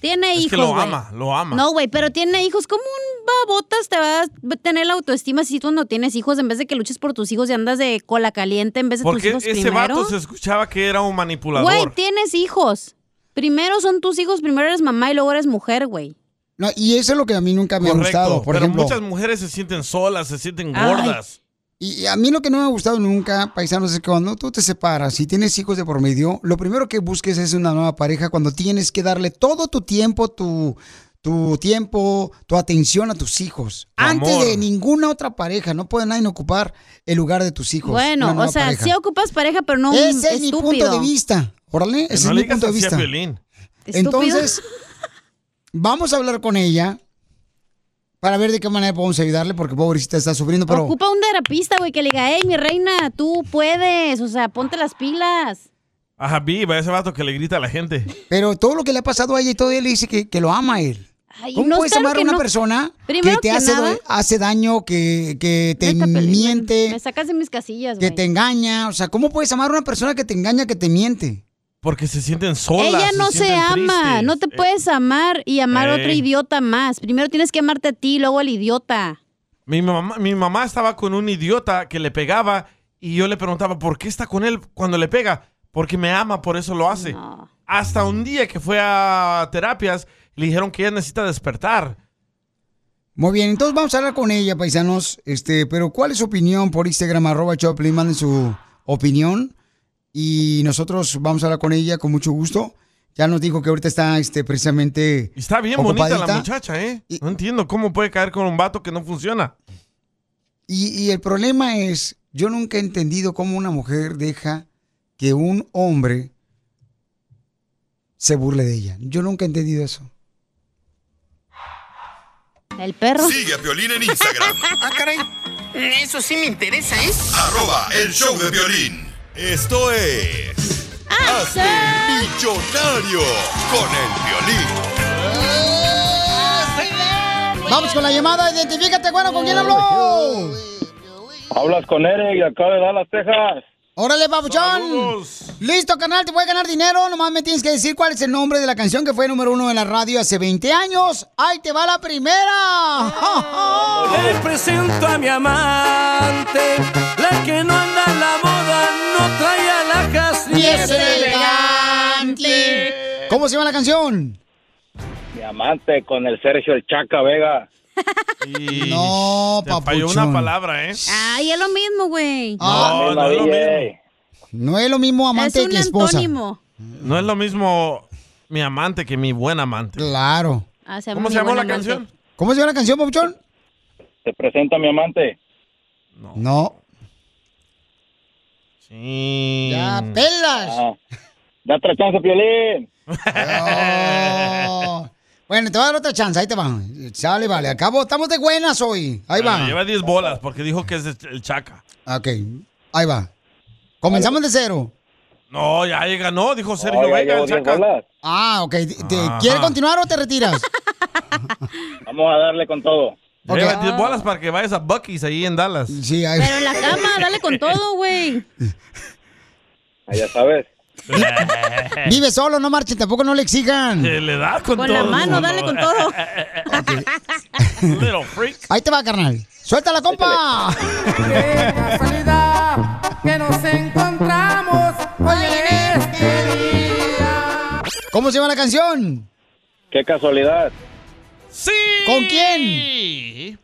[SPEAKER 4] Tiene
[SPEAKER 2] Es
[SPEAKER 4] hijos.
[SPEAKER 2] que lo
[SPEAKER 4] güey.
[SPEAKER 2] ama, lo ama.
[SPEAKER 4] No, güey, pero tiene hijos. ¿Cómo un babotas te va a tener la autoestima si tú no tienes hijos en vez de que luches por tus hijos y andas de cola caliente en vez de tus
[SPEAKER 2] Porque
[SPEAKER 4] hijos
[SPEAKER 2] ese
[SPEAKER 4] primero?
[SPEAKER 2] vato se escuchaba que era un manipulador.
[SPEAKER 4] Güey, tienes hijos. Primero son tus hijos, primero eres mamá y luego eres mujer, güey.
[SPEAKER 1] No, y eso es lo que a mí nunca me
[SPEAKER 2] Correcto,
[SPEAKER 1] ha gustado. Por
[SPEAKER 2] pero
[SPEAKER 1] ejemplo,
[SPEAKER 2] muchas mujeres se sienten solas, se sienten
[SPEAKER 1] Ay.
[SPEAKER 2] gordas.
[SPEAKER 1] Y a mí lo que no me ha gustado nunca, paisanos, es que cuando tú te separas y tienes hijos de por medio, lo primero que busques es una nueva pareja cuando tienes que darle todo tu tiempo, tu, tu tiempo, tu atención a tus hijos.
[SPEAKER 4] Tu
[SPEAKER 1] Antes
[SPEAKER 4] amor.
[SPEAKER 1] de ninguna otra pareja, no puede nadie ocupar el lugar de tus hijos. una
[SPEAKER 4] Bueno, o
[SPEAKER 1] nueva
[SPEAKER 4] sea,
[SPEAKER 1] pareja.
[SPEAKER 4] sí ocupas pareja, pero no un
[SPEAKER 1] Ese es mi
[SPEAKER 4] estúpido.
[SPEAKER 1] punto de vista. Órale,
[SPEAKER 2] Que
[SPEAKER 1] ese
[SPEAKER 2] no
[SPEAKER 1] es
[SPEAKER 2] le
[SPEAKER 1] mi
[SPEAKER 2] digas
[SPEAKER 1] punto de
[SPEAKER 2] así a
[SPEAKER 1] vista.
[SPEAKER 2] Piolín.
[SPEAKER 4] ¿Estúpido?
[SPEAKER 1] Entonces, vamos a hablar con ella para ver de qué manera podemos ayudarle, porque pobrecita está sufriendo, pero...
[SPEAKER 4] Ocupa un terapista, güey, que le diga, hey, mi reina, tú puedes, o sea, ponte las pilas.
[SPEAKER 2] A Habib, a ese vato que le grita a la gente.
[SPEAKER 1] Pero todo lo que le ha pasado a ella y todo, él dice que, que lo ama a él.
[SPEAKER 4] Ay,
[SPEAKER 1] ¿Cómo
[SPEAKER 4] no,
[SPEAKER 1] puedes
[SPEAKER 4] claro
[SPEAKER 1] amar a
[SPEAKER 4] que
[SPEAKER 1] una
[SPEAKER 4] no.
[SPEAKER 1] persona
[SPEAKER 4] Primero
[SPEAKER 1] que te
[SPEAKER 4] que
[SPEAKER 1] hace,
[SPEAKER 4] nada-
[SPEAKER 1] hace daño, que, que te
[SPEAKER 4] Me
[SPEAKER 1] miente,
[SPEAKER 4] sacas de mis casillas,
[SPEAKER 1] que
[SPEAKER 4] güey.
[SPEAKER 1] te engaña? O sea, ¿cómo puedes amar a una persona que te engaña, que te miente?
[SPEAKER 2] Porque se sienten solas.
[SPEAKER 4] Ella no se,
[SPEAKER 2] sienten
[SPEAKER 4] ama,
[SPEAKER 2] tristes. Eh.
[SPEAKER 4] no te puedes amar y amar a otro
[SPEAKER 2] Ey.
[SPEAKER 4] idiota más. Primero tienes que amarte a ti, luego al idiota.
[SPEAKER 2] Mi mamá, mi mamá estaba con un idiota que le pegaba y yo le preguntaba, ¿por qué está con él cuando le pega? Porque me ama, por eso lo hace. Hasta un día que fue a terapias, le dijeron que ella necesita despertar.
[SPEAKER 1] Muy bien, entonces vamos a hablar con ella, paisanos. Este, pero ¿cuál es su opinión por Instagram, arroba Choplin? Manden su opinión. Y nosotros vamos a hablar con ella con mucho gusto. Ya nos dijo que ahorita está este, precisamente.
[SPEAKER 2] Está bien bonita
[SPEAKER 1] ocupadita.
[SPEAKER 2] la muchacha, ¿eh? No entiendo cómo puede caer con un vato que no funciona.
[SPEAKER 1] Y, y el problema es, yo nunca he entendido cómo una mujer deja que un hombre se burle de ella. Yo nunca he entendido eso.
[SPEAKER 4] El perro.
[SPEAKER 3] Sigue a Violín en Instagram,
[SPEAKER 10] Ah, caray. Eso sí me interesa, ¿eh?
[SPEAKER 3] arroba el show de violín. Esto es. Hazte Millonario con el violín.
[SPEAKER 1] Vamos con la llamada, identifícate, bueno, ¿con quién habló?
[SPEAKER 15] Hablas con Eric de acá de Dallas, Texas.
[SPEAKER 1] Órale, papuchón.
[SPEAKER 15] Saludos.
[SPEAKER 1] Listo, canal, te voy a ganar dinero. Nomás me tienes que decir cuál es el nombre de la canción que fue número uno en la radio hace 20 años. ¡Ahí te va la primera!
[SPEAKER 7] Le presento a mi amante, la que no anda en la moda, no trae a la casa
[SPEAKER 1] Y es elegante. ¿Cómo se llama la canción?
[SPEAKER 15] Mi amante con el Sergio el Chaca Vega.
[SPEAKER 1] No,
[SPEAKER 2] Te falló
[SPEAKER 1] papuchón.
[SPEAKER 2] una palabra, ¿eh?
[SPEAKER 4] Ay, es lo mismo, güey.
[SPEAKER 15] Ah,
[SPEAKER 2] No, no es lo mismo.
[SPEAKER 1] Ah. No es lo mismo amante
[SPEAKER 4] es un
[SPEAKER 1] que esposa.
[SPEAKER 4] antónimo.
[SPEAKER 2] No es lo mismo mi amante que mi buen amante.
[SPEAKER 1] Claro.
[SPEAKER 4] Ah,
[SPEAKER 2] ¿Cómo
[SPEAKER 4] mi
[SPEAKER 2] se llamó
[SPEAKER 4] buen
[SPEAKER 2] la
[SPEAKER 4] amante.
[SPEAKER 2] canción?
[SPEAKER 1] ¿Cómo se llama la canción, papuchón?
[SPEAKER 15] Te presento a mi amante.
[SPEAKER 1] No.
[SPEAKER 2] Sí.
[SPEAKER 1] Ya,
[SPEAKER 15] Ah,
[SPEAKER 1] pelas.
[SPEAKER 15] da otra chance, Piolín.
[SPEAKER 1] No. Oh. Bueno, te voy a dar otra chance, ahí te va. Sale, vale. Acabo, estamos de buenas hoy. Ahí
[SPEAKER 2] Bueno,
[SPEAKER 1] va.
[SPEAKER 2] Lleva 10 bolas porque dijo que es el Chaca.
[SPEAKER 1] Ok, ahí va. Comenzamos de cero.
[SPEAKER 2] No, ya ya ganó, dijo Sergio
[SPEAKER 15] No, ya
[SPEAKER 2] Vega,
[SPEAKER 15] llevo
[SPEAKER 2] el
[SPEAKER 15] 10
[SPEAKER 2] Chaca.
[SPEAKER 15] bolas.
[SPEAKER 1] Ah, ok. ¿Te-
[SPEAKER 2] Ajá.
[SPEAKER 1] ¿Quieres continuar o te retiras?
[SPEAKER 15] Vamos a darle con todo.
[SPEAKER 2] Lleva 10 bolas para que vayas a Bucky's ahí en Dallas.
[SPEAKER 1] Sí, ahí.
[SPEAKER 4] Pero en la cama, dale con todo, güey.
[SPEAKER 15] Ah, Ya sabes.
[SPEAKER 1] Vive solo, no marchen, tampoco no le exijan.
[SPEAKER 2] Eh, Le das con,
[SPEAKER 4] Con
[SPEAKER 2] todo.
[SPEAKER 4] la mano, dale con todo.
[SPEAKER 2] Little freak.
[SPEAKER 1] Ahí te va, carnal. ¡Suelta la compa!
[SPEAKER 7] que nos encontramos hoy en este día.
[SPEAKER 1] ¿Cómo se llama la canción?
[SPEAKER 15] Qué casualidad.
[SPEAKER 2] ¡Sí!
[SPEAKER 1] ¿Con quién?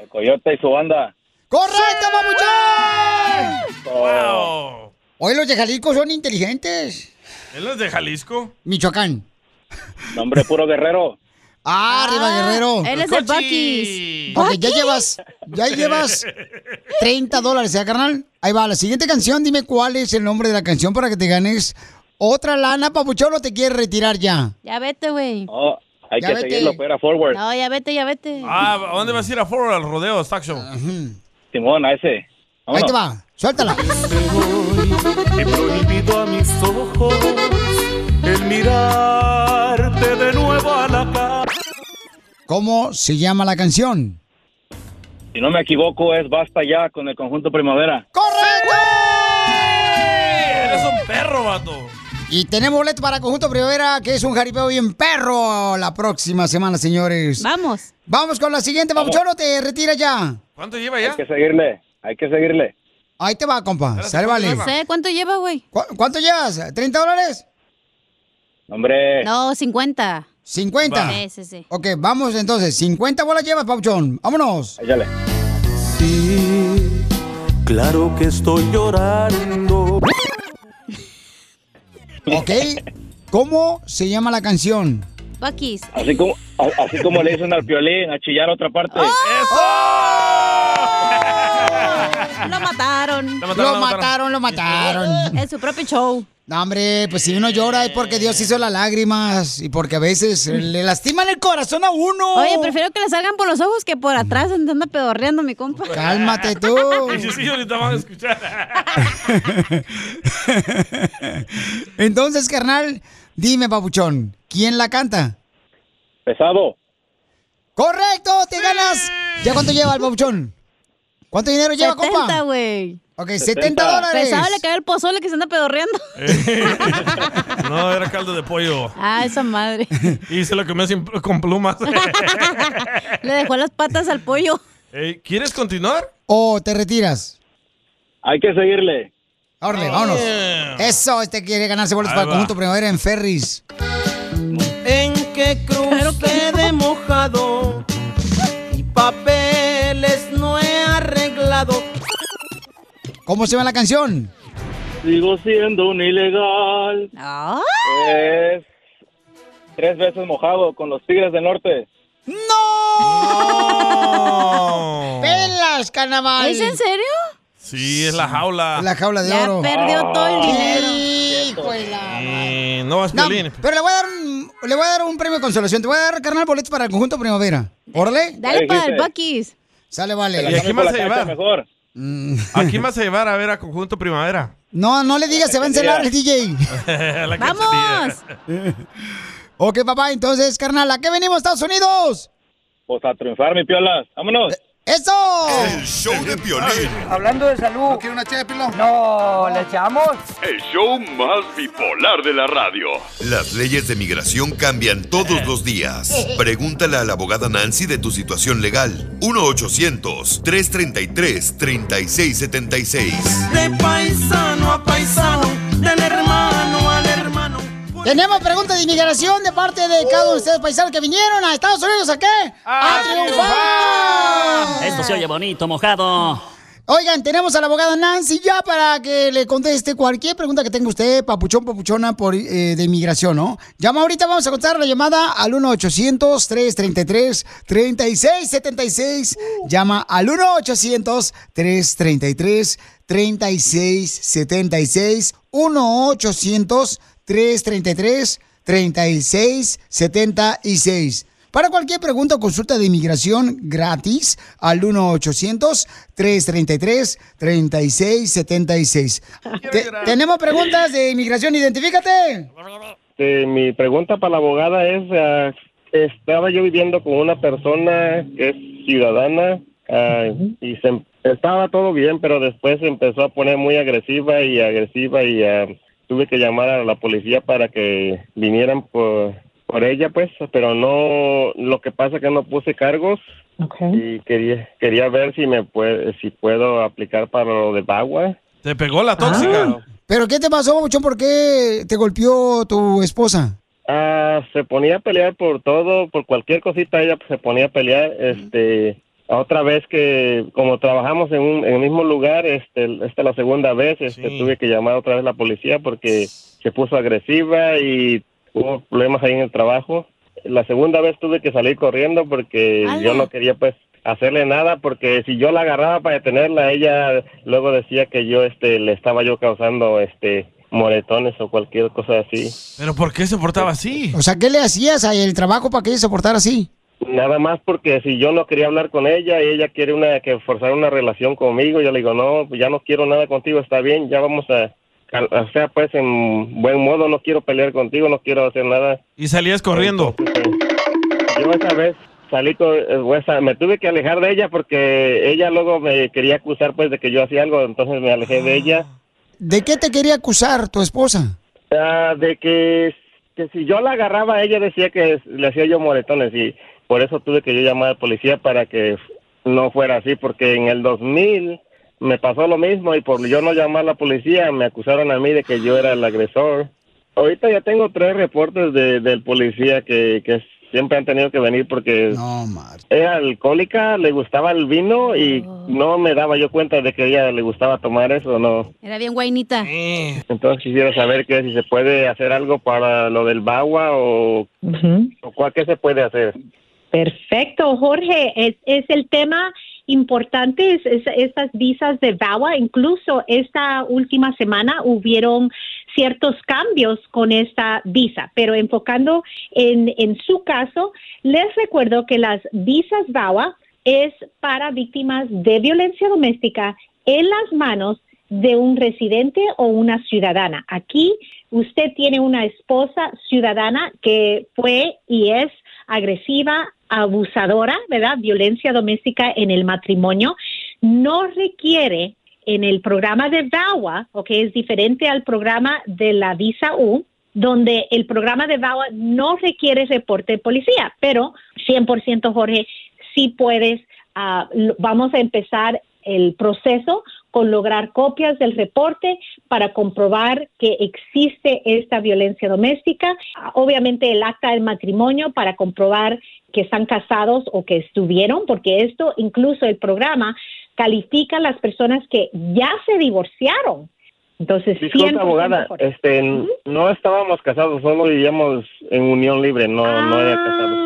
[SPEAKER 15] El Coyote y su banda.
[SPEAKER 1] ¡Correcto, papuchón!
[SPEAKER 2] Wow.
[SPEAKER 1] Hoy los de Jalisco son inteligentes.
[SPEAKER 2] ¿Él es de Jalisco?
[SPEAKER 1] Michoacán.
[SPEAKER 15] Nombre puro guerrero.
[SPEAKER 1] Ah, arriba, guerrero.
[SPEAKER 4] él es el Bucky's.
[SPEAKER 1] Ok, ya llevas, ya llevas 30 dólares, ¿ya, carnal? Ahí va, la siguiente canción, dime cuál es el nombre de la canción para que te ganes otra lana, papuchón, o te quieres retirar ya.
[SPEAKER 4] Ya vete, güey.
[SPEAKER 15] Oh, hay
[SPEAKER 1] Ya
[SPEAKER 15] que
[SPEAKER 1] vete.
[SPEAKER 15] seguirlo, pero a forward.
[SPEAKER 4] No, ya vete, ya vete.
[SPEAKER 2] Ah, ¿a dónde vas a ir a Forward al rodeo, Stack Show?
[SPEAKER 15] Simón, a ese.
[SPEAKER 1] Ahí te
[SPEAKER 7] Ah,
[SPEAKER 1] va, suéltala.
[SPEAKER 7] He prohibido a mis ojos el mirarte de nuevo a la cara.
[SPEAKER 1] ¿Cómo se llama la canción?
[SPEAKER 15] Si no me equivoco, es Pues Basta Ya con el conjunto Primavera.
[SPEAKER 2] Eres un perro, vato.
[SPEAKER 1] Y tenemos boleto para Conjunto Primavera, que es un jaripeo bien perro la próxima semana, señores.
[SPEAKER 4] Vamos.
[SPEAKER 1] Vamos con la siguiente,
[SPEAKER 15] Vamos.
[SPEAKER 1] papuchón, o te retiras ya.
[SPEAKER 2] ¿Cuánto lleva ya?
[SPEAKER 15] Hay que seguirle, hay que seguirle.
[SPEAKER 1] Ahí te va, compa. Sale, vale.
[SPEAKER 4] No sé, ¿cuánto lleva, güey?
[SPEAKER 1] ¿Cu- ¿Cuánto llevas? ¿30 dólares?
[SPEAKER 15] Hombre,
[SPEAKER 4] No, 50.
[SPEAKER 1] 50.
[SPEAKER 4] Sí, sí, sí.
[SPEAKER 1] Ok, vamos entonces. 50 bolas llevas, Pauchón. Vámonos.
[SPEAKER 15] Échale.
[SPEAKER 7] Sí, claro que estoy llorando.
[SPEAKER 1] Ok. ¿Cómo se llama la canción?
[SPEAKER 4] Bucky's.
[SPEAKER 15] así como, a- así como le dicen al piolín, a chillar otra parte.
[SPEAKER 4] ¡Oh! Lo mataron.
[SPEAKER 1] Lo mataron, lo mataron, lo mataron.
[SPEAKER 4] En su propio show.
[SPEAKER 1] No, hombre, pues si uno llora es porque Dios hizo las lágrimas y porque a veces le lastiman el corazón a uno.
[SPEAKER 4] Oye, prefiero que le salgan por los ojos que por atrás donde anda pedorreando mi compa.
[SPEAKER 1] Cálmate tú.
[SPEAKER 2] Y si sí, ahorita van a escuchar.
[SPEAKER 1] Entonces, carnal, dime, Papuchón, ¿quién la canta?
[SPEAKER 15] Pesado.
[SPEAKER 1] ¡Correcto! ¡Te ganas! ¿Ya cuánto lleva el Papuchón? ¿Cuánto dinero lleva,
[SPEAKER 4] 70,
[SPEAKER 1] compa?
[SPEAKER 4] güey.
[SPEAKER 1] Ok, 70 dólares.
[SPEAKER 4] Pesado le cae el pozole que se anda pedorreando.
[SPEAKER 2] No, era caldo de pollo.
[SPEAKER 4] Ah, esa madre.
[SPEAKER 2] Y se lo comió sin- con plumas.
[SPEAKER 4] Le dejó las patas al pollo.
[SPEAKER 2] Ey, ¿Quieres continuar?
[SPEAKER 1] ¿O te retiras?
[SPEAKER 15] Hay que seguirle.
[SPEAKER 1] Órale, vámonos. Eso, este quiere ganarse boletos
[SPEAKER 15] Ahí
[SPEAKER 1] para el
[SPEAKER 15] va.
[SPEAKER 1] conjunto primavera en Ferris.
[SPEAKER 7] En qué cruce de mojado y papeles no he arreglado.
[SPEAKER 1] ¿Cómo se llama la canción?
[SPEAKER 15] Sigo siendo un ilegal. Es tres veces mojado con los Tigres del Norte.
[SPEAKER 1] ¡No! ¡Pelas, carnaval!
[SPEAKER 4] ¿Es en serio?
[SPEAKER 2] Sí, es la jaula.
[SPEAKER 1] La jaula de oro.
[SPEAKER 15] Ah.
[SPEAKER 1] Hijo de la-
[SPEAKER 2] Eh, no vas
[SPEAKER 1] No,
[SPEAKER 2] violín.
[SPEAKER 1] pero le voy, a dar un, le voy a dar un premio de consolación. Te voy a dar, carnal, boletos para el conjunto primavera. Órale.
[SPEAKER 7] Eh,
[SPEAKER 4] Dale para el Bucky's.
[SPEAKER 1] Sale, vale.
[SPEAKER 2] ¿Y a quién vas a llevar?
[SPEAKER 15] Mejor.
[SPEAKER 2] ¿A quién vas a llevar a ver a Conjunto Primavera?
[SPEAKER 1] No, no le digas, se va a encelar el DJ.
[SPEAKER 2] La
[SPEAKER 1] ¡Vamos!
[SPEAKER 2] cachetilla.
[SPEAKER 1] Ok, papá, entonces, carnal, ¿a qué venimos, Estados Unidos?
[SPEAKER 15] Pues a triunfar, mi piolas. Vámonos.
[SPEAKER 1] ¡Eso!
[SPEAKER 3] El show de Piolín.
[SPEAKER 9] Eh. Hablando de salud. ¿No una No, ¿le echamos?
[SPEAKER 16] El show más bipolar de la radio.
[SPEAKER 3] Las leyes de migración cambian todos los días. Pregúntale a la abogada Nancy de tu situación legal. 1-800-333-3676.
[SPEAKER 7] De paisano a paisano, del hermano al hermano.
[SPEAKER 1] Tenemos preguntas de inmigración de parte de cada uno de ustedes, paisanos, que vinieron a Estados Unidos, ¿a qué? ¡A,
[SPEAKER 9] Ah.
[SPEAKER 1] triunfar!
[SPEAKER 17] Esto se oye bonito, mojado.
[SPEAKER 1] Oigan, tenemos a la abogada Nancy ya para que le conteste cualquier pregunta que tenga usted, papuchón, papuchona, por, eh, de inmigración, ¿no? Llama ahorita, vamos a contar la llamada al 1-800-333-3676. Llama al 1-800-333-3676. 1-800-333-3676. 3676 Para cualquier pregunta o consulta de inmigración gratis al 1-800-333-3676. Te- tenemos preguntas de inmigración, identifícate.
[SPEAKER 26] Este, mi pregunta para la abogada es, ah, estaba yo viviendo con una persona que es ciudadana ah, y se, em- estaba todo bien, pero después se empezó a poner muy agresiva y agresiva y ah, tuve que llamar a la policía para que vinieran por, por ella, pues, pero no, lo que pasa es que no puse cargos y quería, quería ver si me puede, si puedo aplicar para lo de Bagua.
[SPEAKER 2] Te pegó la
[SPEAKER 1] Ah.
[SPEAKER 2] tóxica.
[SPEAKER 1] ¿Pero qué te pasó, Papuchón? ¿Por qué te golpeó tu esposa?
[SPEAKER 26] Ah, se ponía a pelear por todo, por cualquier cosita ella se ponía a pelear, este, otra vez que como trabajamos en un en el mismo lugar, este, esta es la segunda vez, este, tuve que llamar otra vez a la policía porque se puso agresiva y hubo problemas ahí en el trabajo. La segunda vez tuve que salir corriendo porque yo no quería pues hacerle nada porque si yo la agarraba para detenerla, ella luego decía que yo este le estaba yo causando este moretones o cualquier cosa así.
[SPEAKER 2] ¿Pero por qué se portaba así?
[SPEAKER 1] O sea, ¿qué le hacías a el trabajo para que ella se portara así?
[SPEAKER 26] Nada más porque si yo no quería hablar con ella y ella quiere una que forzar una relación conmigo, yo le digo, no, pues ya no quiero nada contigo, está bien, ya vamos a, a- o sea, pues en buen modo, no quiero pelear contigo, no quiero hacer nada.
[SPEAKER 2] Y salías corriendo.
[SPEAKER 26] Yo esa vez salí con, eh, o sea, me tuve que alejar de ella porque ella luego me quería acusar pues de que yo hacía algo, entonces me alejé de ella.
[SPEAKER 1] ¿De qué te quería acusar tu esposa?
[SPEAKER 26] Ah, de que, que si yo la agarraba, ella decía que le hacía yo moretones y por eso tuve que yo llamar al policía para que no fuera así, porque en el 2000 me pasó lo mismo y por yo no llamar a la policía me acusaron a mí de que yo era el agresor. Ahorita ya tengo tres reportes de, del policía que, que siempre han tenido que venir porque era alcohólica, le gustaba el vino y no me daba yo cuenta de que a ella le gustaba tomar eso, no.
[SPEAKER 4] Era bien guainita.
[SPEAKER 26] Entonces quisiera saber que si se puede hacer algo para lo del Bagua o, o cuál que se puede hacer.
[SPEAKER 27] Perfecto, Jorge. Es, es el tema importante, es- es- estas visas de VAWA. Incluso esta última semana hubieron ciertos cambios con esta visa, pero enfocando en, en su caso, les recuerdo que las visas VAWA es para víctimas de violencia doméstica en las manos de un residente o una ciudadana. Aquí usted tiene una esposa ciudadana que fue y es agresiva, abusadora, ¿verdad? Violencia doméstica en el matrimonio. No requiere en el programa de VAWA, o que es diferente al programa de la Visa U, donde el programa de VAWA no requiere reporte de policía, pero 100% Jorge, sí puedes, ah, lo- vamos a empezar el proceso con lograr copias del reporte para comprobar que existe esta violencia doméstica, Ah, obviamente el acta del matrimonio para comprobar que están casados o que estuvieron, porque esto incluso el programa califica a las personas que ya se divorciaron. Entonces,
[SPEAKER 26] Disculpe,
[SPEAKER 27] 100%
[SPEAKER 26] abogada,
[SPEAKER 27] Jorge.
[SPEAKER 26] este, n- no estábamos casados, solo vivíamos en unión libre, no, Ah, no era casados.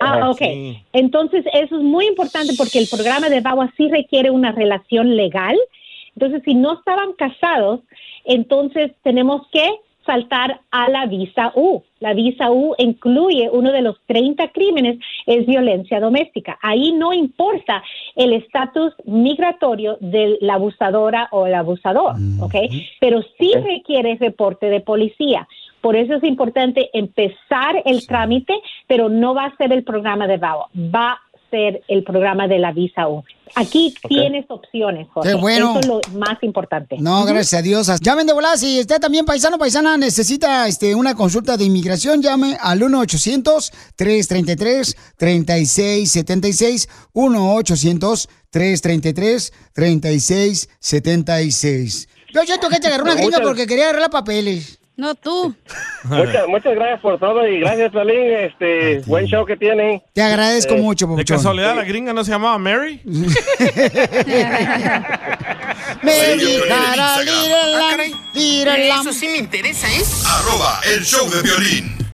[SPEAKER 27] Ah,
[SPEAKER 26] Ajá,
[SPEAKER 27] ok.
[SPEAKER 26] sí.
[SPEAKER 27] Entonces, eso es muy importante porque el programa de VAWA sí requiere una relación legal. Entonces, si no estaban casados, entonces tenemos que saltar a la visa U. La visa U incluye uno de los 30 crímenes, es violencia doméstica. Ahí no importa el estatus migratorio de la abusadora o el abusador, ¿ok? Pero sí
[SPEAKER 26] Ok.
[SPEAKER 27] requiere reporte de policía. Por eso es importante empezar el trámite, pero no va a ser el programa de VAO, va a ser el programa de la visa U. Aquí
[SPEAKER 1] Ok.
[SPEAKER 27] tienes opciones, Jorge.
[SPEAKER 1] Qué bueno.
[SPEAKER 27] Eso es lo más importante.
[SPEAKER 1] No,
[SPEAKER 27] Ujú.
[SPEAKER 1] gracias a Dios. Llamen de volada. Si usted también, paisano paisana, necesita este, una consulta de inmigración, llame al 1-800-333-3676. 1-800-333-3676. Yo siento que te agarró una gringa
[SPEAKER 26] Muchas-
[SPEAKER 1] porque quería arreglar papeles.
[SPEAKER 4] No tú.
[SPEAKER 26] Muchas, muchas gracias por todo y gracias, Salín, este, buen show que tienen. Eh,
[SPEAKER 1] Te agradezco mucho,
[SPEAKER 26] De
[SPEAKER 1] Papuchón.
[SPEAKER 2] ¿Soledad la gringa no se llamaba Mary?
[SPEAKER 1] Me
[SPEAKER 13] dejará
[SPEAKER 1] dirán,
[SPEAKER 13] Ah, Eso sí me interesa, ¿eh?
[SPEAKER 11] Arroba el show de violín.